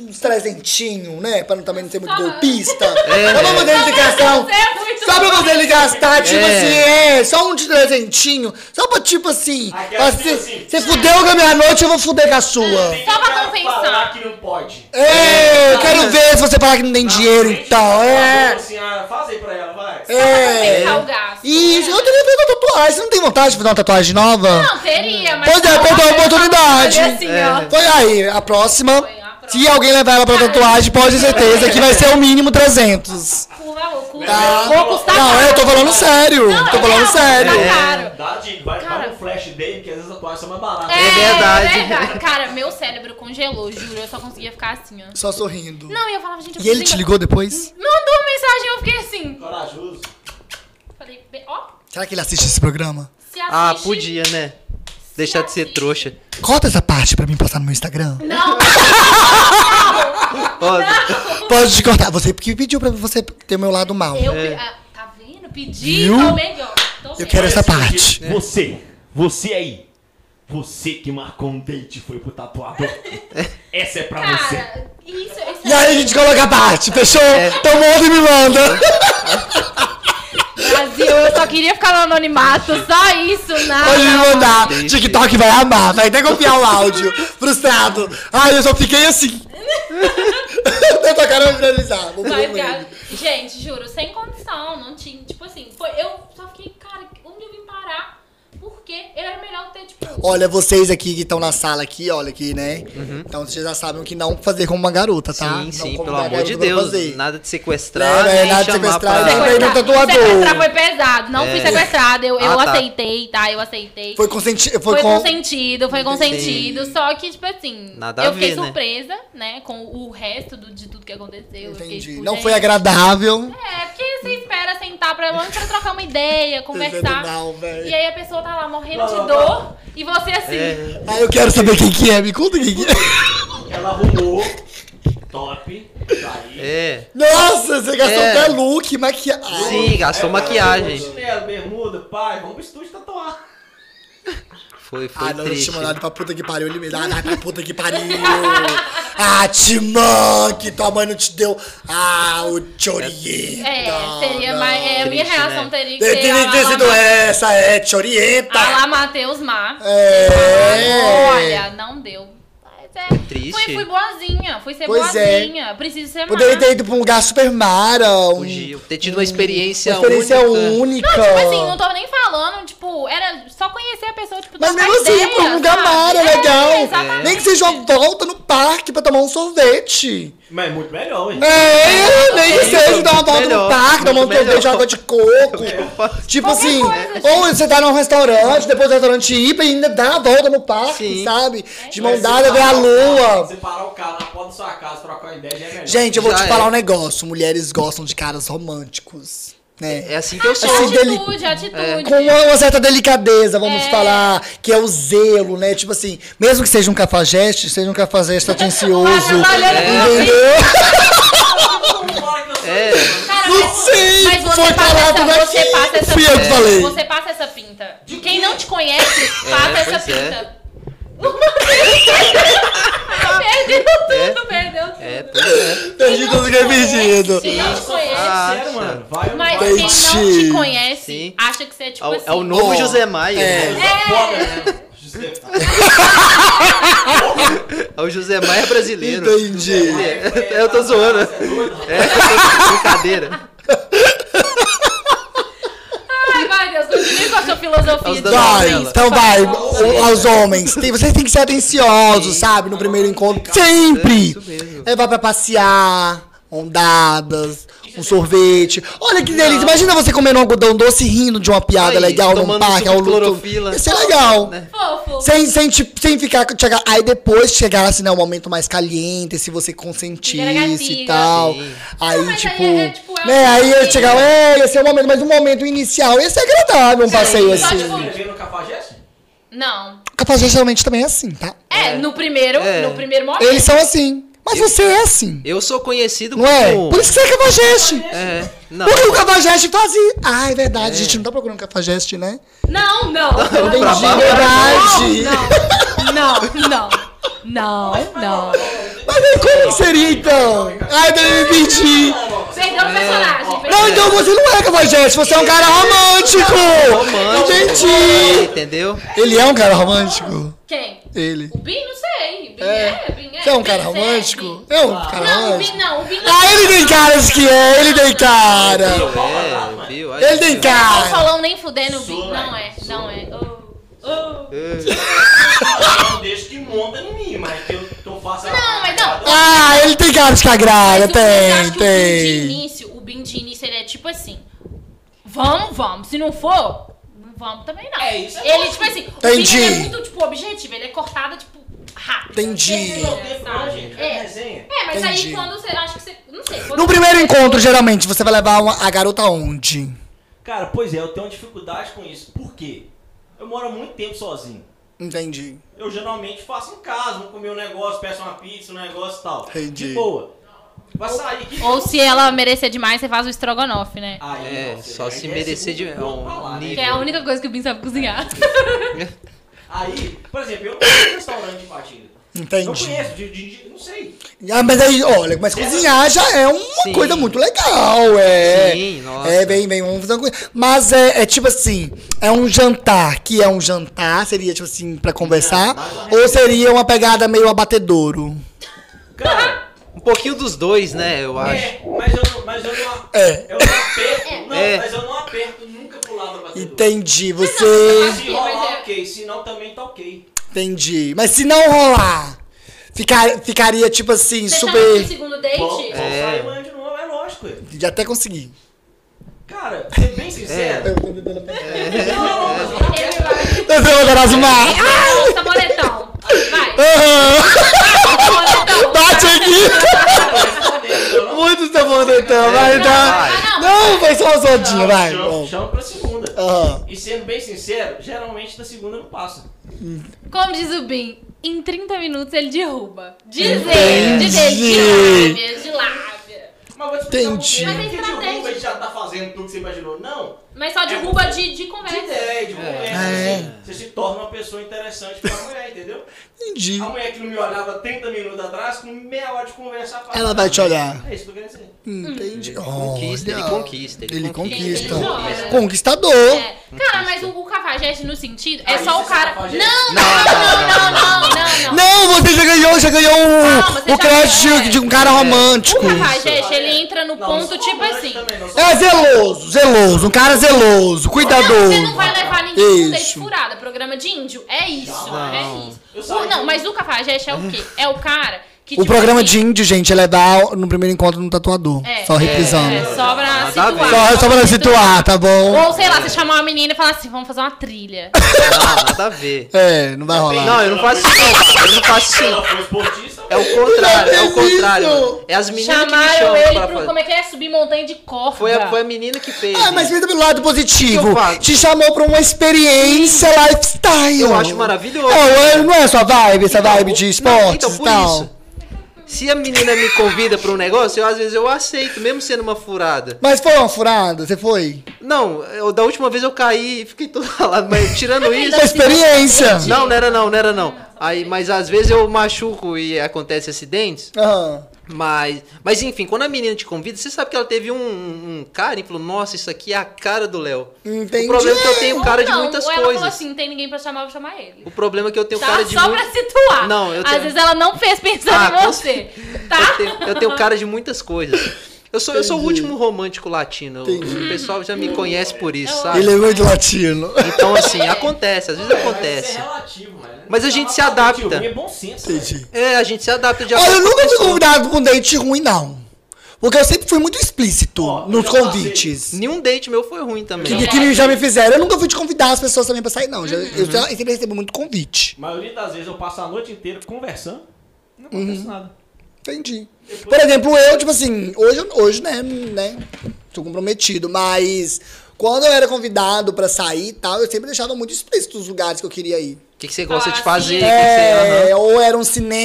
C: uns trezentinho, né? Pra não, também não ser muito
A: Só-
C: golpista.
B: É.
C: Só pra poder dedicação.
A: Você é muito
C: Só pra poder ele gastar, tipo
B: É.
C: assim, é, só um de trezentinho. Só pra, tipo assim,
D: Aquela
C: pra
D: tipo
C: se-
D: assim.
C: você fudeu com a minha noite, eu vou fuder com a sua.
B: É.
D: Tem um
A: Só pra
D: cara
A: compensar.
D: falar que não pode.
C: É, eu quero ver se você falar que não tem dinheiro, então,
D: Falou
C: é.
D: Assim, ah, faz aí pra ela, vai.
A: Tem que assim, né?
C: É.
A: dar o gasto.
C: Isso, eu teria feito uma tatuagem. Você não tem vontade de fazer uma tatuagem nova?
A: Não, teria, mas.
C: Pois é, perdeu a oportunidade.
A: Olha assim,
B: É.
A: ó.
C: Foi aí, a próxima.
A: Foi a próxima.
C: Se alguém levar ela pra tatuagem, pode ter certeza que vai ser o mínimo 300.
A: Por favor, custa.
D: Tá.
A: Vou custar
C: Não,
A: caro.
C: eu tô falando sério.
A: Não,
C: Tô
A: é
C: falando
A: real,
C: sério.
A: Tá caro.
D: Dá dica, vai,
A: Cara.
D: vai no flash dele, que às vezes as tatuagens são mais baratas.
A: É,
B: verdade.
A: verdade. Cara, meu cérebro congelou, juro. Eu só conseguia ficar assim, ó.
C: Só sorrindo.
A: Não, e eu falava, gente, eu
C: E ele te
A: preciso-
C: ligou depois?
A: Mandou uma mensagem, eu fiquei assim.
D: Corajoso.
A: Falei, "Be- ó,
C: Será que ele assiste esse programa?
A: se
B: Ah,
A: assiste-
B: podia, né? Deixar de ser trouxa.
C: Corta essa parte pra mim postar no meu Instagram.
A: Não,
B: Ó,
C: Pode te cortar. Você que pediu pra você ter meu lado mal.
A: eu. ah, Tá vendo? Pedi,
C: É. Viu?
A: tô melhor. Tô
C: Eu
A: melhor.
C: quero essa
D: Parece
C: parte.
D: que É. Você, você aí. Você que marcou um date e foi pro tatuador. Essa é pra você.
A: Cara, isso, isso
C: E aí a gente coloca a parte, fechou? Então manda e me manda.
A: é Brasil, eu só queria ficar no anonimato, só isso,
C: Pode me
A: nada.
C: mandar. TikTok vai amar, vai até copiar o áudio. Frustrado. Ai, eu só fiquei assim. Eu tô querendo viralizar. Vou
A: Vai,
C: comer.
A: viado. Gente, um juro, sem condição, não tinha. Tipo assim, foi, eu só fiquei, cara, onde eu vim parar? Por porque ele era melhor ter, tipo.
C: Olha, vocês aqui que estão na sala aqui, olha aqui, né? Então vocês já sabem o que não fazer como uma garota, tá?
B: Uhum. Sim,
C: Não
B: sim,
C: como
B: pelo
C: uma
B: amor de
C: garota
B: Deus.
C: fazer.
B: Nada de sequestrar,
C: Não, é
B: nem
C: nada de
B: chamar pra...
C: sequestrar, nem- Aí vem um tatuador.
A: Sequestrar foi pesado, não fui sequestrada. Eu, eu
B: Ah, tá.
A: aceitei, tá? Eu aceitei.
C: É. Foi consenti... Foi,
A: Foi,
C: com...
A: consentido, foi consentido. Só que, tipo assim,
B: Nada a
A: eu fiquei
B: ver, né?
A: surpresa, né? Com o resto do- de tudo que aconteceu. Eu fiquei,
C: Entendi.
A: tipo,
C: Não
A: gente,
C: foi agradável.
A: É, porque você espera sentar pra, vamos pra trocar uma ideia, conversar.
C: Não, velho.
A: E aí a pessoa tá lá morrendo
D: Não,
A: de
D: não,
A: dor e você assim.
B: É,
C: Ah, eu quero saber quem que é. Me conta quem que é.
D: Ela arrumou. Top. Tá Daí.
B: é.
C: Nossa, você gastou
B: É.
C: até look, maquiagem.
B: Sim, gastou
D: Aí eu
B: maquiagem.
D: falei, Chinelo, bermuda, pai, vamos pro estúdio tatuar.
B: Foi, foi
C: Ah, não,
B: triste.
C: te mandado pra puta que pariu, ele me dá, vai pra puta que pariu. Ah, Timão, que tua mãe não te deu. Ah, o Chorieta.
A: É, seria mais. É, a minha
B: Triste,
A: reação
B: né?
A: teria que
C: Tem
A: ser.
C: que
A: a
C: ter
A: lá-
C: sido essa, é, Chorieta.
A: A é, Ah, lá Matheus Má.
C: É.
A: Olha, não deu. Mas é,
B: Triste.
A: Fui, fui boazinha, fui ser
C: Pois é.
A: boazinha. Preciso ser má.
C: Poderia ter ido pra um lugar super mara, um,
B: Fugiu. Ter tido uma
C: uma
B: experiência,
C: experiência única.
B: única.
A: Tipo assim, não tô nem falando, tipo, era só conhecer a pessoa, tipo,
C: Mas
A: trocar
C: mesmo assim,
A: ideia,
C: ir pra um lugar
A: sabe?
C: mara,
A: É,
C: legal.
A: exatamente.
C: Nem que seja uma volta no parque pra tomar um sorvete.
D: Mas é muito melhor, hein?
C: É, nem que
B: Isso,
C: seja dar uma volta no
B: melhor,
C: parque, tomar um
B: melhor.
C: sorvete de água de coco. Tipo
A: Qualquer
C: assim,
A: coisa,
C: ou você tá num restaurante, depois do restaurante ir e ainda dá a volta no parque,
B: Sim.
C: sabe?
A: É
C: De mão
D: Mas se
C: dada ver a
D: parar o carro,
C: lua.
D: Se parar o carro na porta da sua casa, trocar uma ideia, já é melhor.
C: Gente, eu vou
B: Já
C: te
B: é.
C: falar um negócio. Mulheres gostam de caras românticos, né?
B: É assim que eu sou.
C: Assim,
A: Tipo, Atitude,
C: dele-
B: É,
A: atitude.
C: Com uma uma certa delicadeza, vamos
A: É.
C: falar, que é o zelo, né? Tipo assim, mesmo que seja um cafajeste, seja um cafajeste atencioso.
A: Olha, olha, olha,
C: Entendeu?
B: É.
A: Cara,
C: Não
A: mas-
C: sei,
A: mas você
C: foi
A: passa
C: falado
A: essa,
C: daqui,
A: você passa essa
C: fui eu que
A: pinta.
C: falei.
A: Você passa essa pinta. De quem não te conhece, passa essa
B: pois é.
A: pinta. perdeu tudo, perdeu tudo.
B: É, pois é.
C: Perdi tudo que é perdido.
A: Quem não te conhece,
B: Ah,
D: Sério, mano. Vai ou não
A: mas
D: vai?
A: quem não te
C: Entendi.
A: conhece,
B: Sim.
A: acha que você é
B: É
A: tipo
B: o,
A: assim.
B: é o novo
C: Ó,
B: José Maia.
C: é.
D: Foda, né? José,
B: É o José Maia brasileiro.
C: Entendi.
B: É, eu tô zoando.
D: Você é doido?
B: É, brincadeira.
A: Ai, vai, Deus, continue com a sua filosofia.
B: Aos
A: de
B: danos
C: Vai,
B: Ela.
A: homem.
C: então vai, o- aos homens. Tem, vocês têm que ser atenciosos, sabe? No primeiro encontro. Sempre!
B: É isso mesmo.
C: Levar pra passear, ondadas, um sorvete. Olha que delícia! Imagina você comendo um algodão doce e rindo de uma piada
B: Aí,
C: legal num
B: tomando
C: parque,
B: suco
C: ao
B: de
C: luto.
B: clorofila.
C: Ia ser legal.
B: Né?
A: Fofo.
C: Sem, sem, tipo, sem ficar. chegar- aí depois chegar assim, né? Um momento mais caliente, se você consentisse
A: Garagatinha.
C: e tal.
B: Sim.
C: Aí,
A: mas aí
C: tipo.
A: é, é, tipo, é
C: né,
A: um
C: aí ia
A: passeio.
C: chegar, é, ia ser um momento, mas um momento inicial ia ser agradável um passeio
A: só tipo,
C: assim.
A: de
D: Você veio no Cafajeste?
A: Não.
C: Capacete geralmente também é assim, tá?
A: É, no primeiro,
B: É.
A: no primeiro momento.
C: Eles são assim. Mas você é assim,
B: Eu sou conhecido
C: não é?
B: como.
C: Por isso que você é cafajeste.
B: É, não.
C: Porque o cafajeste fazia. Ah, é verdade, a gente não tá procurando cafajeste, né?
A: Não, não. Não,
C: Entendi,
B: pra baixo.
A: não, não, não, não.
C: Mas aí como que seria então? Ai, daí eu me perdi.
A: Perdeu o personagem. perdeu.
C: É. Não, então você não é cafajeste, você é um cara romântico.
B: Romântico.
C: Entendi.
B: Entendeu?
C: Ele é um cara romântico?
A: Quem?
C: Ele.
A: O Bin, não sei. Bin é, Bin é.
C: Você é um
A: Bin
C: cara
A: serve.
C: romântico? É um cara
A: Não, o Bin
C: romântico.
A: não. O Bin não.
C: Ah, ele tem caras que é, ele tem cara.
B: É, viu? Aí,
C: Ele tem
B: viu?
A: Não
C: cara.
A: falou nem fudendo o Bin.
D: Sou, um
A: Não
D: vai.
A: é, não é. Oh, oh.
D: Não deixa que monta em mim, mas que eu tô fazendo.
A: Não, mas não.
C: Ah, ele tem cara de
A: Mas o Bin,
C: cagrada,
A: eu
C: tem,
A: acho É que o Bin de
C: tem.
A: início, o Bin de início, ele é tipo assim. Vamos, vamos. Se não for, não vamos também não.
D: É, isso é
A: Ele,
D: lógico.
A: tipo assim, o Bin
C: Entendi.
A: ele é muito, tipo, objetivo. Ele é cortado, tipo, rápido.
C: Entendi.
A: É.
D: resenha.
A: É, mas
C: Entendi.
A: aí quando você. Acho que você. Não sei. quando-
C: No primeiro encontro, geralmente, você vai levar uma- a garota onde?
D: Cara, pois é, eu tenho uma dificuldade com isso. Por quê? Eu moro há muito tempo sozinho.
C: Entendi.
D: Eu geralmente faço em casa, vou comer um negócio, peço uma pizza, um negócio e tal.
C: Entendi.
D: De boa. Vai sair aqui.
A: Ou se ela merecer demais, você faz o estrogonofe, né?
D: Aí,
B: É,
D: nossa,
B: só
D: aí
B: se
D: é
B: merecer de-
D: segundo ponto
B: é um
D: pra lá, né?
A: Que é a única coisa que o Bin sabe cozinhar.
D: Aí, por exemplo, eu não conheço um restaurante de batida.
C: Entendi.
D: Não conheço, de, de- de- não sei.
C: Ah, mas aí, olha, mas cozinhar já é uma
B: Sim.
C: coisa muito legal, é.
B: Sim, nossa.
C: É, bem, bem, vamos fazer uma coisa. Mas é, é tipo assim, é um jantar, que é um jantar, seria tipo assim, pra conversar, ou seria uma pegada meio abatedouro?
D: Cara,
B: Um pouquinho dos dois, né? Eu acho.
D: é, mas eu, não- mas eu não,
C: É.
D: eu não aperto, não,
B: É.
D: mas eu não aperto nunca pro lado da batida.
C: Entendi, você...
A: Mas é-
D: ok. Se não, também tá ok.
C: Entendi. Mas se não rolar, ficar- ficaria tipo assim,
A: Você chama de
C: super.
A: segundo date?
D: Bom, bom,
B: É.
D: sai amanhã de novo, é lógico. ué.
C: Já até consegui.
D: Cara, ser bem sincero.
C: Eu tô bebendo pra
D: Não, não, não, mas
A: Ele vai.
C: Tá caralho.
A: Nossa, moletão. Vai. Moletão.
C: Bate aqui!
D: eu não-
C: Muito tá bom, então, vai, tá.
A: Não, não.
C: Não, vai só uma rodinha, vai.
D: Chama,
C: Bom.
D: chama pra segunda.
C: Aham.
D: E sendo bem sincero, geralmente da segunda não passa.
A: Como diz o Bin, em 30 minutos ele derruba. Dizer,
C: Entendi.
A: dizer, de lábia, de lábia.
D: Mas vou te explicar por
C: Entendi.
D: quê.
A: Mas
D: Não
A: tem
D: que
A: estratégia.
D: derruba e já tá fazendo tudo que você imaginou. Não.
A: Mas só derruba de, de conversa.
D: De ideia, de conversa.
C: É.
D: assim, Você se torna uma pessoa interessante pra mulher, entendeu?
C: Entendi.
D: A mulher que não me olhava 30 minutos atrás, com meia hora de conversa, fala,
C: Ela vai te olhar.
D: É isso que eu quero dizer.
C: Entendi.
B: Conquista, ele
C: Olha.
B: conquista, ele
C: Ele
A: conquista.
C: conquista.
A: Ele joga.
C: Conquistador.
A: É. Cara, mas o, o cafajeste no sentido é
D: Aí
A: só o
D: você
A: cara. Não,
D: sabe
A: não,
D: fazer-
A: não, não, não, não, não.
C: Não, você já ganhou, já ganhou um,
A: Calma, você já
C: um crush
A: ganhou, é.
C: de um cara romântico.
A: O cafajeste, ele entra no
D: Não,
A: ponto
D: não sou
A: tipo
D: romântico
A: assim.
D: também, não sou
C: É zeloso, zeloso, um cara zeloso,
A: Não, você não
C: cuidadoso.
A: vai levar ninguém com dente
C: Tá Isso.
A: furada. Programa de índio. É isso, é isso.
D: Eu
A: O-
D: saí.
A: não, mas o cafajeste é o quê? É o cara que.
C: O
A: tipo
C: programa
A: assim,
C: de índio, gente, é levar no primeiro encontro no tatuador.
A: É,
C: Só reprisando.
A: É, é, só pra
B: Nada a ver.
A: situar.
C: Só, só pra situar, tá bom?
A: Ou sei lá, você chamar uma menina e falar assim: vamos fazer uma trilha.
B: Não, nada a ver.
C: É, não vai rolar.
B: Não, eu não faço isso não, cara. Eu não faço isso
D: Se
B: não.
D: ela for esportista,
B: É o contrário, é o
C: Não é isso.
B: contrário. mano. É as meninas que me
A: Chamaram
B: chamam
A: ele
B: pra
A: pro.
B: fazer.
A: Como é que é? Subir montanha de corda.
B: Foi a, foi a menina que fez. né?
C: Ah, mas
B: isso.
C: pensa pelo lado
B: O que eu
C: positivo.
B: faço?
C: Te chamou pra uma experiência lifestyle.
B: Eu acho maravilhoso. Então,
C: É, não é sua vibe, essa vibe de
B: não,
C: esportes
B: então,
C: e
B: por
C: tal.
B: isso. Se a menina me convida pra um negócio, eu às vezes eu aceito, mesmo sendo uma furada.
C: Mas foi uma furada, você foi?
B: Não, eu- da última vez eu caí e fiquei todo ralado, mas tirando isso.
C: Uma experiência.
B: Não, não era não, não era não. Aí, mas às vezes eu machuco e acontece acidentes. Ah.
C: Aham.
B: Mas, mas enfim, quando a menina te convida, você sabe que ela teve um, um cara e falou: Nossa, isso aqui é a cara do Léo.
C: Entendi.
B: O problema é que eu tenho cara
A: Ou
B: de
A: não,
B: muitas
A: ou ela
B: coisas.
A: falou assim: não tem ninguém pra chamar, eu vou chamar ele.
B: O problema é que eu tenho
A: Tá?
B: cara de
A: Só
B: mu-
A: pra situar.
B: Não, eu
A: Às
B: tenho-
A: vezes ela não fez pensando
B: Ah,
A: em
B: com
A: você. Tá?
B: eu tenho, eu tenho cara de muitas coisas. Eu sou, eu sou o último romântico latino.
C: Entendi.
B: O pessoal já me conhece por isso,
A: Hum, Eu
B: sabe?
C: Ele é muito latino.
B: Então, assim, acontece, às vezes
D: Mas isso
B: acontece.
D: é relativo, né?
B: Mas a gente se
D: Relativo,
B: adapta.
D: É bom senso. velho.
C: Entendi.
B: É, a gente se adapta de
C: Olha, Ah, eu
B: acordo com a
C: nunca fui
B: pessoa.
C: convidado pra um date ruim, não. Porque eu sempre fui muito explícito
D: Ó, eu
C: nos
D: já passei.
C: convites.
B: Nenhum date meu foi ruim também.
C: Que, que já me fizeram. Eu nunca fui te convidar as pessoas também pra sair, não. Já- Eu, já- eu sempre recebo muito convite.
D: A maioria das vezes eu passo a noite inteira conversando, não
B: Uhum.
D: acontece nada.
C: Entendi. Por exemplo, eu, tipo assim, hoje, eu- hoje né, né? Tô comprometido, mas quando eu era convidado pra sair e tal, eu sempre deixava muito explícito os lugares que eu queria ir.
B: O que, que você gosta
A: Ah,
B: de fazer?
A: sim.
B: o que que você-
C: É,
B: aham.
C: ou era um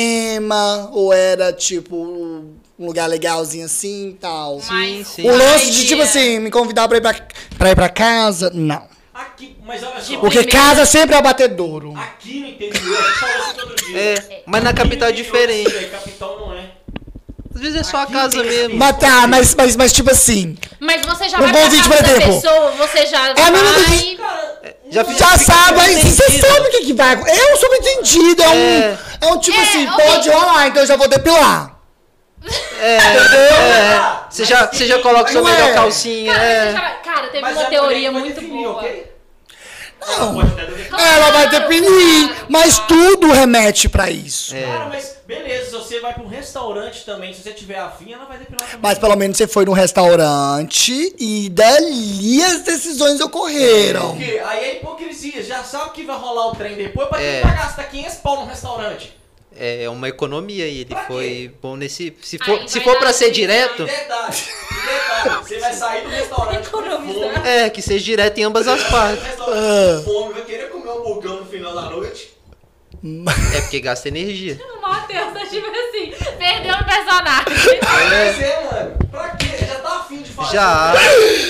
C: cinema, ou era tipo um lugar legalzinho assim e tal.
A: Mas-
B: sim.
C: O lance
A: Ai,
C: de, tipo
A: é.
C: assim, me convidar pra ir pra, pra, ir pra casa, não.
D: Aqui, mas olha só,
A: Tipo-
C: Porque casa sempre é abatedouro.
D: aqui no interior, a gente falou isso outro dia.
B: É, mas na
D: Aqui no
B: capital é
D: interior,
B: diferente.
D: é, Capital não é.
B: Às vezes é só a casa mesmo.
C: Mas tá, mas, mas, mas tipo assim,
A: Mas você já
C: Um
A: vai
C: bom
A: pra
C: vídeo,
A: casa
C: por
A: da
C: exemplo. É
A: pessoa, você já
C: a
A: vai...
C: menina do vídeo-
D: Cara,
B: É,
D: é.
B: Já fiz-
C: já
B: fica
C: sabe, mas você
B: subentendido.
C: sabe o que, que vai acontecer. Eu sou entendido, é um.
B: É.
C: É um tipo
A: É,
C: assim,
A: ok.
C: pode rolar, então eu já vou depilar.
B: É, é, Você já,
D: assim,
B: você já coloca sua
C: Não
B: melhor
C: é.
B: calcinha.
A: Cara,
B: é.
A: você já vai- Cara, teve
D: mas
A: uma
D: a
A: teoria
D: mulher vai
A: muito
D: definir,
A: boa.
D: ok?
C: Não.
D: Pode até definir.
C: Ela
A: Claro,
C: vai depilir,
A: claro,
C: mas
A: claro.
C: tudo remete pra isso.
B: É.
D: Cara, mas beleza, se você vai pra um restaurante também, se você tiver afim, ela vai depilar também.
C: Mas pelo menos você foi num restaurante e dali as decisões ocorreram.
D: Porque aí é hipocrisia, já sabe que vai rolar o trem depois pra
B: É.
D: tentar gastar 500 tá pau no restaurante.
B: É uma economia e ele
D: Pra quê?
B: foi bom nesse. Se
A: Ah,
B: for,
A: ele
B: se
A: vai
B: for
A: dar
B: pra ser
A: assim,
D: E
B: direto,
D: detalhe, e detalhe, você vai sair do restaurante com
A: Economizar.
D: fome.
B: é que seja direto em ambas as partes.
D: Restaurante com fome, vai querer comer um bulgão no final da noite.
B: É porque gasta energia.
A: O Matheus tá tipo assim, perdeu o personagem.
D: Vai ser, mano. Pra quê? Você já tá afim de fazer.
B: É. Já.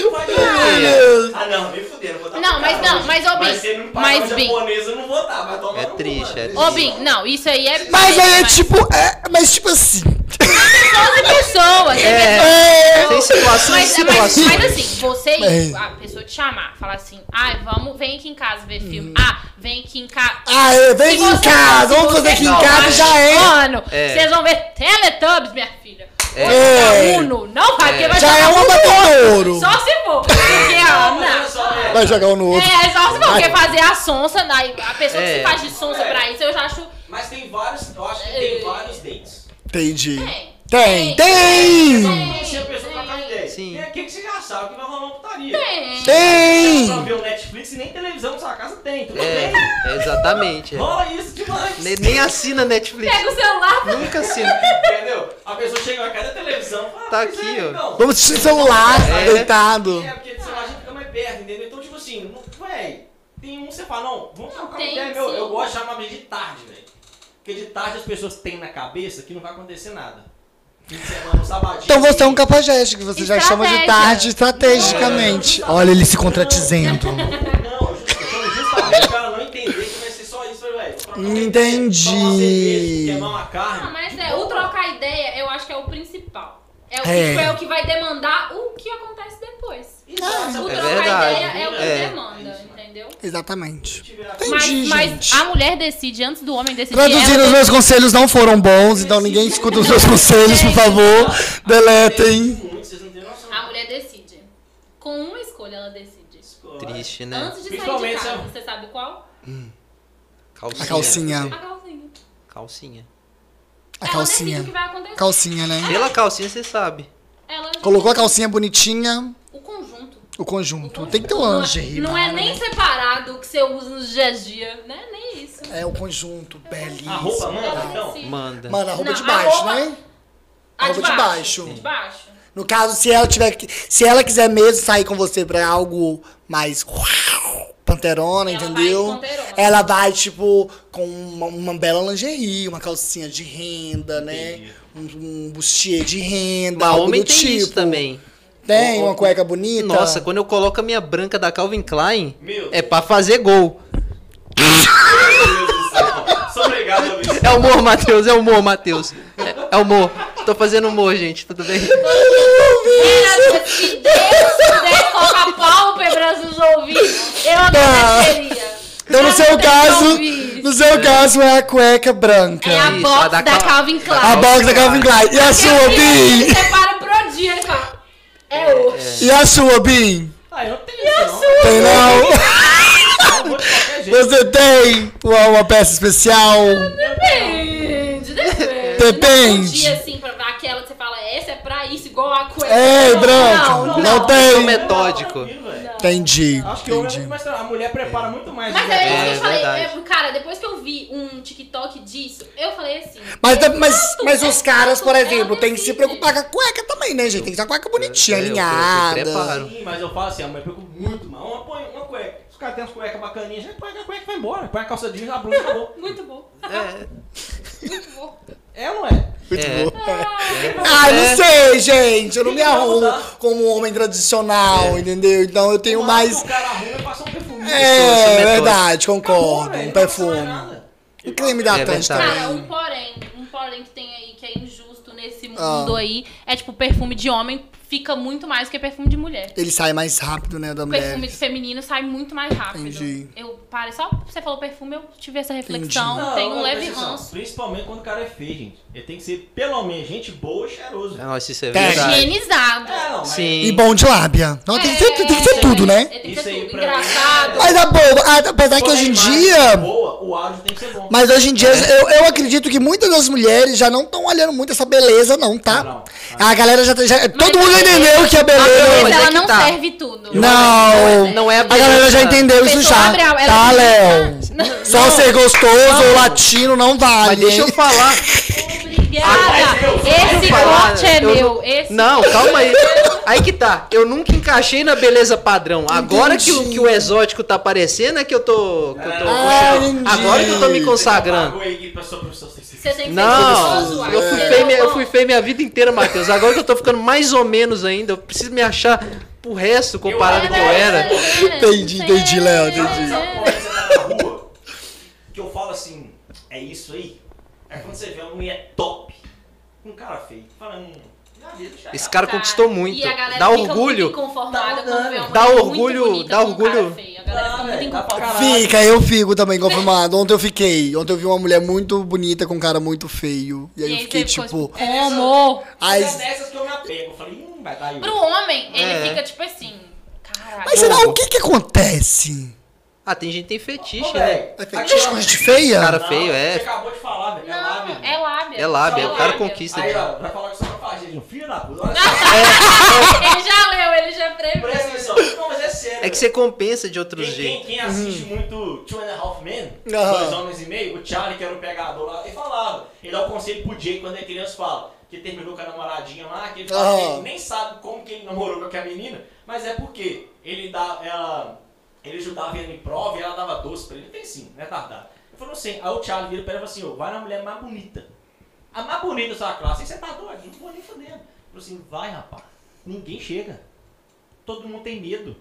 D: Não vai dar. Ah, não, me fudendo, vou dar
A: Não,
D: pra
A: mas não, mas, ô, Bim,
D: Mas você não paga
A: mas, Bim.
D: japonesa, eu não vou dar, vai tomar
B: É
D: no cu,
B: triste,
D: mano.
B: é triste.
A: Ô, Bim, não, isso aí é...
C: Mas aí é
A: Mas-
C: tipo. é, mas tipo assim.
A: Todas as pessoas, tem pessoas
C: É.
B: Tem
A: Mas,
B: situações,
A: mas,
B: situações.
A: mas assim, você ir,
C: É.
A: a pessoa te chamar, falar assim, ai, vamos, vem aqui em casa ver filme. Ah, vem aqui em casa.
C: Hum. Ah, é, vem aqui em casa, vamos fazer aqui em casa, já é.
A: Mano,
B: É.
A: vocês vão ver Teletubbies, minha filha.
B: É.
A: Hoje tá Uno, não vai, porque vai
C: Já
A: jogar
C: é um
A: Uno.
C: abatedouro.
A: Só se for. Porque a
D: Não, mas olha
A: Ana.
D: só, né, velho.
C: vai jogar um no outro.
A: É, só se for quer fazer a sonsa, daí a pessoa que
B: É.
A: se faz de sonsa pra isso, eu já acho.
D: Mas tem vários, eu acho que
A: É.
D: tem vários dates.
C: Entendi.
A: Tem.
C: Tem, tem!
D: Conhecer a pessoa pra trocar ideia.
B: Sim.
D: É aqui que você já sabe que vai rolar uma putaria.
A: Tem.
C: Tem!
D: Você não vê o Netflix e nem televisão na sua casa tem. Tudo
B: É,
D: bem.
B: é exatamente. é.
D: Rola isso demais.
B: Ne- Nem assina Netflix.
A: Pega o celular.
B: Nunca assina.
D: Entendeu? A pessoa chega na casa da televisão fala,
B: Tá
D: "Pois
B: aqui,
D: é,
B: ó."
D: então."
C: Vamos assistir celular,
B: É.
C: deitado.
D: É, porque sei lá, a gente fica mais perto, entendeu? Então, tipo assim, não- véi, tem um que você fala, não, vamos trocar uma
A: Tem,
D: ideia, meu.
A: sim.
D: Eu gosto de chamar mesmo de tarde, velho. Porque de tarde as pessoas têm na cabeça que não vai acontecer nada. Fim de semana, um sabadinho.
C: Então você é um capajeste, que você já chama de
A: Estratégia.
C: tarde estrategicamente. Olha ele se contradizendo.
D: Não, just- então, justamente o cara não entender que vai ser só isso, velho. Vou trocar uma ideia,
C: Entendi.
D: tomar uma cerveja, Queimar uma carne.
A: Ah, mas é, o trocar ideia eu acho que é o principal. É o,
C: É.
A: tipo, é o que vai demandar o que acontece depois.
D: Exato.
A: O
B: É
A: trocar
B: verdade.
A: ideia é o que
B: É.
A: demanda, entendeu?
C: Exatamente.
D: Tiver a-
C: Entendi,
A: mas,
C: gente.
A: mas a mulher decide antes do homem decidir.
C: Traduzindo,
A: ela
C: os meus conselhos não foram bons, então ninguém escuta os meus conselhos, por favor. É, Deletem.
D: Muito, vocês não têm noção.
A: A mulher decide. Com uma escolha ela decide.
B: Triste, né?
A: Antes de sair de
D: Principalmente
A: casa,
D: se-
A: você sabe qual?
B: Calcinha.
C: A calcinha.
A: A calcinha.
B: Calcinha.
C: A
A: ela decide o que
C: calcinha.
A: vai acontecer.
C: Calcinha, né?
B: Pela calcinha você sabe.
A: Ela
C: Colocou a calcinha bonitinha,
A: o conjunto.
C: o
A: O
C: conjunto.
A: conjunto.
C: Tem que ter um
A: Não é-
C: lingerie.
A: Não é
C: Mara,
A: nem
C: né?
A: separado o que você usa no dia a dia, né? Nem isso.
C: É o conjunto, belíssimo.
D: A roupa manda,
A: Ela
D: então.
A: decide.
B: Manda.
C: Mano, a roupa
A: Não,
C: de
A: a
C: baixo,
A: roupa-
C: né?
A: A
C: roupa de baixo.
A: De baixo.
C: No caso, se ela tiver que- se ela quiser mesmo sair com você pra algo mais uau, panterona,
A: Ela
C: entendeu?
A: vai panterona.
C: Ela vai tipo com uma, uma bela lingerie, uma calcinha de renda, né? Um, um bustier de renda,
B: Mas
C: algo
B: Tá, homem
C: do
B: tem
C: tipo.
B: isso também.
C: Tem
B: O-
C: uma cueca bonita.
B: Nossa, quando eu coloco a minha branca da Calvin Klein,
D: Meu
B: é pra fazer gol.
D: Meu Deus do céu. Sou obrigado, Luiz.
B: É humor, Matheus, é humor, Matheus. É, é humor. Tô fazendo humor, gente, tudo bem? É,
A: Era se Deus pudesse colocar pálpebras nos ouvidos, eu agradeceria.
C: Então, no
A: Mas
C: seu
A: tem que
C: caso,
A: ouvir.
C: no seu caso é a cueca branca.
A: É a
B: Isso,
A: box
B: a da
A: da,
B: Cal-
A: Calvin Klein.
C: A box da Calvin Klein. E a
A: Que
C: sua,
A: ele
C: Bim?
A: separa pro dia, ele fala, é hoje.
C: E a sua, Bim?
D: Ah, eu não tenho isso,
C: Tem não?
D: não. Eu vou de qualquer jeito.
C: Você tem uma, uma peça especial?
A: Depende, depende.
C: Depende.
A: né, Não, um dia assim, pra aquela que você fala, essa é pra isso, igual a cueca.
C: Ei,
A: Não,
C: branca, É, não,
B: Sou
C: tem.
B: é metódico.
D: Tranquilo, velho.
C: Entendi,
D: Acho que o homem é
C: entendi.
D: muito mais tranquilo. A mulher prepara muito mais.
A: Mas
D: né?
A: é isso
B: É,
A: que eu falei,
B: verdade.
A: é, cara, depois que eu vi um TikTok disso, eu falei assim.
C: Mas,
A: é
C: mas,
A: tanto,
C: mas
A: é
C: os caras, por
A: tanto,
C: exemplo,
A: ela
C: tem que se
A: decide.
C: preocupar com a cueca também, né, gente? Tem que ser uma cueca bonitinha,
B: É, eu- eu- eu
C: alinhada.
B: preparo.
D: Sim, mas eu falo assim, a mulher preocupa muito mal. Uma, põe uma cueca. Os caras têm umas cuecas bacaninhas, já põe a cueca e vai embora. Põe a calça jeans, a blusa e acabou.
A: Muito bom.
B: É,
A: Muito bom.
D: É ou não é?
C: Muito
B: É.
C: boa. Ah, não
B: É.
C: sei, gente. Eu não
D: Tem
C: me
D: que
C: arrumo
D: mudar.
C: como um homem tradicional,
B: É.
C: entendeu? Então eu tenho mais.
D: O cara arruma e passa um perfume.
B: sou
C: É,
B: metódico.
C: verdade,
D: Acabou,
C: concordo.
D: velho,
C: Um
D: não passa mais
C: perfume.
D: nada.
C: Um creme
B: É
C: hidratante
B: verdade.
A: Cara,
C: também.
A: um porém, um porém que tem aí, que é injusto nesse
C: Ah.
A: mundo aí, é tipo, perfume de homem fica muito mais do que perfume de mulher.
C: Ele sai mais rápido, né, da mulher.
A: Um Perfume de feminino sai muito mais rápido.
C: Entendi.
A: Eu parei, só porque você falou perfume, eu tive essa reflexão.
D: Não,
A: Tem um
D: outra
A: leve
D: questão.
A: ranço.
D: Principalmente quando o cara é feio, gente. Ele tem que ser, pelo menos, gente boa e cheiroso.
C: um-
B: nossa, isso é
C: Tem.
B: verdade.
A: Higienizado.
D: É, não, mas
B: Sim.
C: E bom de lábia. Não, tem, que ser, tem que ser tudo, né?
A: É, Tem que
D: Isso
A: ser
D: aí
A: tudo.
D: pra mim.
A: Engraçado.
C: Mas a boba, ah, apesar que
D: quando a
C: hoje em
D: imagem
C: dia.
D: é boa, o áudio tem que ser bom.
C: Mas hoje em dia, eu, eu acredito que muitas das mulheres já não estão olhando muito essa beleza, não, tá?
D: Não,
C: A galera já. tá, já todo mundo
A: beleza-
C: entendeu que a
A: Mas
B: mas
C: beleza.
B: é
A: ela
B: que
A: não
B: tá.
A: serve tudo.
C: Não!
B: Não é a
C: A galera já entendeu isso
A: Pessoa
C: já.
A: abre né? a- ela- assim, ah,
C: Tá, Léo?
A: Não.
C: Só ser gostoso ou latino não vale.
B: Mas deixa eu
C: hein?
B: falar.
A: Obrigada. Esse
B: falar,
A: corte é
B: eu
A: meu. Esse
B: Não, calma aí. Aí que tá. Eu nunca encaixei na beleza padrão. Agora que o, que o exótico tá aparecendo é que eu tô. que eu tô-
C: Ah,
B: agora que eu tô me
C: entendi.
B: consagrando.
D: Pagou aí que passou pro seu serviço.
A: Você tem que ser
B: Não,
A: gostoso,
B: eu
A: acho.
B: fui, feio, minha- eu
A: Bom,
B: fui feio minha vida inteira, Matheus. Agora que eu tô ficando mais ou menos ainda, eu preciso me achar pro resto comparado
D: Eu
B: que eu
A: É
B: era.
C: Entendi, entendi, Léo, entendi.
D: Sabe quando você tá na rua? Que eu falo assim, é isso aí? É quando você vê uma mulher top, um cara feio, falando.
B: Esse cara conquistou muito.
A: Tá. E a galera
B: Dá
A: fica muito
B: orgulho.
A: inconformada quando vê uma
B: Dá
A: mulher muito
B: orgulho,
A: bonita
B: dá
A: com um cara
B: orgulho.
A: feio. A galera fica muito inconformada.
C: Fica, eu fico também confirmado. Ontem eu fiquei. Ontem eu vi uma mulher muito bonita com um cara muito feio. E aí
A: E
C: eu
A: aí
C: fiquei
A: você ficou
C: tipo.
A: assim, Como?
D: As...
C: Ai,
D: É dessas que eu me apego. Eu falei, hum, vai dar aí.
A: Pro homem, ele
B: É.
A: fica tipo assim. Cara, caralho.
C: Mas será o que que acontece?
B: Ah, tem gente que tem fetiche,
D: Ô,
B: né?
D: velho,
C: É
D: aqui,
C: fetiche
D: ó.
C: com gente feia?
B: Cara feio, é.
D: Você acabou de falar, velho. é lá,
A: Não,
D: velho.
A: é lábia.
B: É lábia,
A: Só
B: o cara
A: lábia.
B: conquista.
D: Aí, ó, vai falar que você vai falar, gente. Filho da puta. olha tá
A: Ele já leu, ele já
D: só,
A: previu.
D: Presta atenção. Não, mas é sério.
B: É que você compensa de outro
D: Quem, quem,
B: jeito.
D: quem assiste muito Two and a Half Men,
C: Uhum. Aham.
D: dois homens e meio, o Charlie, que era o pegador lá, ele falava. Ele dá o conselho pro Jay quando é criança, fala que terminou com a namoradinha lá, que ele, fala que
C: Aham.
D: ele nem sabe como que ele namorou com aquela menina, mas é porque ele dá, ela, ele ajudava ele em prova e ela dava doce pra ele. Não tem sim, não é tardado. Ele falou assim, aí o Charlie vira pra ela e fala assim, ó, vai na mulher mais bonita. A mais bonita da sua classe. E você tá doido? Não vou nem fodendo. Ele falou assim, vai rapaz, ninguém chega. Todo mundo tem medo.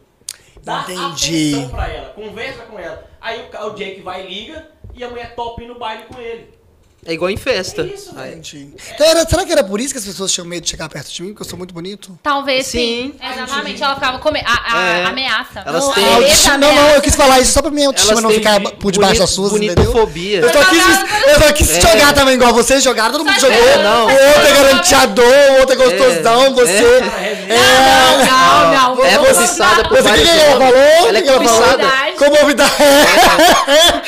D: Dá
C: Entendi.
D: atenção pra ela, conversa com ela. Aí o, ca- o Jake vai e liga e a mulher top no baile com ele.
B: É igual em festa.
C: Tá.
D: É isso,
B: Ah,
D: velho.
C: Entendi. Então, era- será que era por isso que as pessoas tinham medo de chegar perto de mim? Porque eu sou muito bonito?
A: Talvez
B: Sim.
A: sim. Exatamente, ela ficava com a, a-
B: É.
A: ameaça.
B: Elas
A: Não,
B: têm-
A: a
C: Ah,
A: beleza
C: autoestima- não, não, eu
A: ameaça.
C: quis falar isso só pra minha autoestima
B: Elas
C: não
B: têm
C: ficar por debaixo das suas,
B: boni-
C: entendeu?
B: Bonitofobia.
C: Eu só quis, eu só
B: assim,
C: quis
B: é.
C: jogar também, igual vocês jogaram, todo mundo
A: Sai
C: jogou.
A: jogando,
B: não.
C: O
A: sai
C: outro é
A: jogando.
C: galanteador, o outro é gostosão,
B: É,
C: você.
D: Cara, é
C: É,
D: mesmo.
A: Não, não, não.
C: É
A: vamos
B: cobiçada
A: voltar.
B: por
C: Você que
B: vários
C: ganhou,
B: nomes.
C: falou?
B: Ela é
C: Que ela falou?
B: cobiçada.
A: Cobiçada.
C: Comovidade.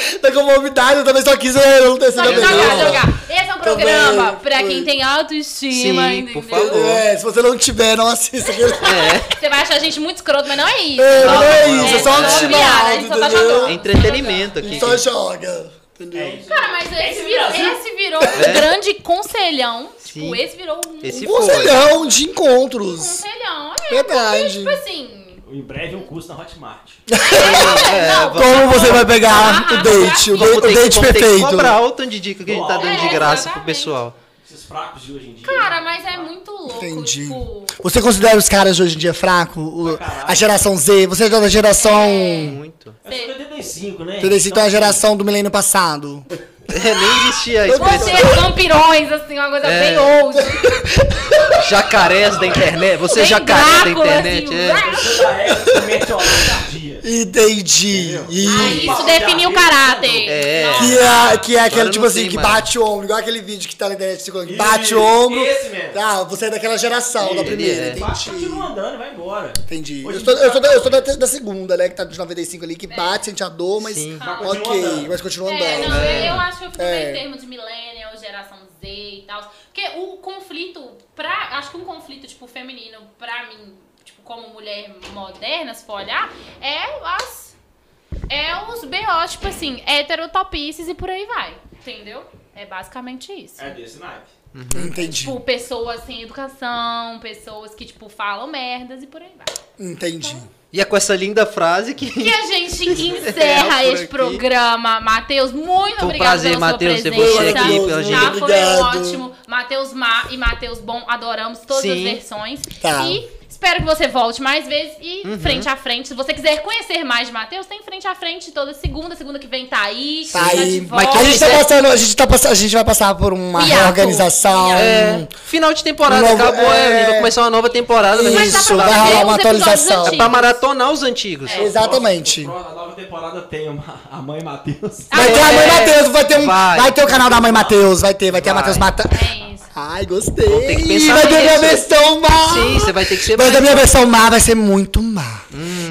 C: Da comovidade, Tá eu também só quis eu não ter
A: Só
C: sido
A: jogar,
B: Não.
A: jogar. Esse é um
C: Tô bem,
A: programa pra
C: foi.
A: quem tem autoestima,
B: Sim,
A: entendeu?
B: por favor.
C: É, se você não tiver, não assista. aquele-
B: É,
A: Você vai achar a gente muito escroto, mas não é isso.
C: É, não é
B: não,
C: isso, é
B: não,
C: só
B: não,
C: autoestima
A: piada, a gente
C: alta,
A: só tá
C: entendeu?
B: é
A: jogando.
B: entretenimento aqui.
C: Só joga, entendeu?
D: É isso.
A: Cara, mas esse,
D: Esse
A: virou,
D: Brasil-
A: esse virou um
B: É.
A: grande conselhão.
B: Sim.
A: Tipo, esse virou um
B: Esse
C: Um
B: foi.
C: conselhão
B: né?
C: de encontros.
A: conselhão. É,
C: Verdade.
A: tipo assim...
D: Em breve um curso na Hotmart.
B: É,
A: Não,
B: vamos- Ah,
C: Como você vai pegar o date,
B: vamos ter que-
C: o, date- o date
B: vamos ter que
C: perfeito?
B: cobrar o tanto de dica que a gente tá dando de
A: É,
B: graça pro
A: exatamente.
B: pessoal.
D: Esses fracos de hoje em dia. Ah,
A: Cara, mas é muito louco,
C: Entendi.
A: tipo...
C: Você considera os caras de hoje em dia fraco? O-
D: caralho.
C: a geração Z? Você é da geração.
B: É, Muito.
D: Eu sou 85, né?
C: Entendeu? Então é a geração do milênio passado.
B: É, nem existia isso.
A: Vocês é vampirões, assim, uma coisa
B: É.
A: bem old.
B: Jacarés da internet. Você é
A: Bem
B: jacaré da
A: Drácula,
B: internet.
A: assim,
B: é.
A: ué.
D: Você já é com meteorite tardia.
C: Entendi. E...
A: Aí isso definiu o caráter.
B: É.
A: Nossa.
C: Que é, que é
B: Agora
C: aquele,
B: não
C: tipo assim,
B: tem
C: que
B: mais.
C: bate o ombro, igual aquele vídeo que tá na internet, assim, que bate
D: Ih,
C: o ombro.
D: esse mesmo.
C: Ah, você é daquela geração, da
D: Ele
C: primeira.
B: é.
D: Mas continua
C: Entendi.
D: andando e vai embora.
C: Entendi.
D: Hoje
C: Eu
D: em
C: sou,
D: dia-
C: eu sou, da, eu sou da, da segunda, né? Que tá dos 95 ali, que bate, sente a dor, mas.
B: Sim.
D: Mas continua
C: Ok,
D: andando.
C: mas continua
A: É,
C: andando.
A: não, eu- eu acho que eu fico
C: É.
A: meio termo de millennial, geração Z e tal. Porque o conflito, pra, acho que um conflito, tipo, feminino, pra mim, tipo, como mulher moderna, se for olhar, é as... É os BO, tipo assim, heterotopices e por aí vai, entendeu? É basicamente isso.
D: É desse naipe.
C: Entendi.
A: Tipo, pessoas sem educação, pessoas que, tipo, falam merdas e por aí vai.
C: Entendi.
B: E é com essa linda frase que.
A: E a gente encerra
B: É, por
A: este
B: aqui.
A: programa. Matheus, muito
B: Foi um
A: obrigado
B: prazer,
A: pela
B: Matheus, ter
A: sua
B: você
A: presença.
B: aqui pela
C: Maravilhoso,
B: gente.
A: Já
C: muito
A: foi
C: obrigado.
A: ótimo. Matheus Má e Matheus Bom, adoramos todas
B: Sim.
A: as versões.
C: Tá.
A: E espero que você volte mais vezes e
B: Uhum.
A: frente a frente. Se você quiser conhecer mais de Matheus, tem frente a frente toda segunda. Segunda que vem tá aí.
C: Tá
A: quinta
C: aí.
A: de
B: Mas
A: volta.
C: A gente, tá
B: Quiser-
C: passando, a, gente tá passa- a gente vai passar por uma
A: Hiato.
C: reorganização.
B: É, final de temporada,
C: Novo-
B: acabou, é,
C: é.
B: a gente vai começar uma nova temporada. né?
A: Mas dá
C: Isso,
A: pra
C: vai
A: fazer
C: rolar uma
A: uns episódios
C: atualização.
B: Dá É pra
A: antigos.
B: maratonar os antigos.
C: Exatamente.
D: Próximo- A nova temporada tem uma- a mãe Matheus.
A: Ah,
C: Vai ter a
B: é.
C: mãe Matheus, vai ter um.
B: Vai.
C: Vai, ter o canal da mãe Matheus, vai ter, vai ter a
B: Vai.
C: Matheus Mata.
A: É isso.
C: Ai,
B: ter
C: gostei.
B: que pensar
C: vai ter minha
B: nisso.
C: versão má.
B: Sim, você vai ter que ser
C: Mas a
B: mais-
C: minha versão má vai ser muito má.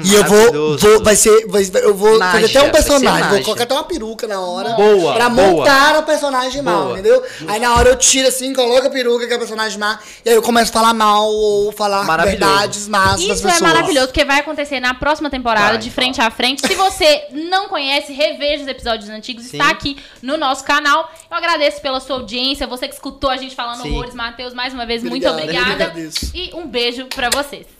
C: e eu vou,
B: maravilhoso.
C: vou- Vai ser. vai- eu vou fazer
B: Naja,
C: até um
B: vai ser
C: personagem. Vou
B: Naja.
C: colocar até uma peruca na hora.
B: Boa,
C: Pra
B: boa.
C: montar a personagem mal,
B: Boa.
C: entendeu? Aí na hora eu tiro assim, coloco a peruca, que é a personagem má. E aí eu começo a falar mal ou falar
B: Maravilhoso.
C: verdades más das
A: Isso
C: pessoas.
A: é maravilhoso, porque vai acontecer na próxima temporada,
B: Vai,
A: de
B: vai.
A: frente a frente. Se você não conhece, reveja os episódios antigos,
B: Sim.
A: está aqui no nosso canal. Eu agradeço pela sua audiência, você que escutou a gente falando
B: Sim.
A: horrores, Matheus, mais uma vez,
C: Obrigado,
A: muito obrigada.
C: eu que agradeço.
A: E um beijo pra vocês.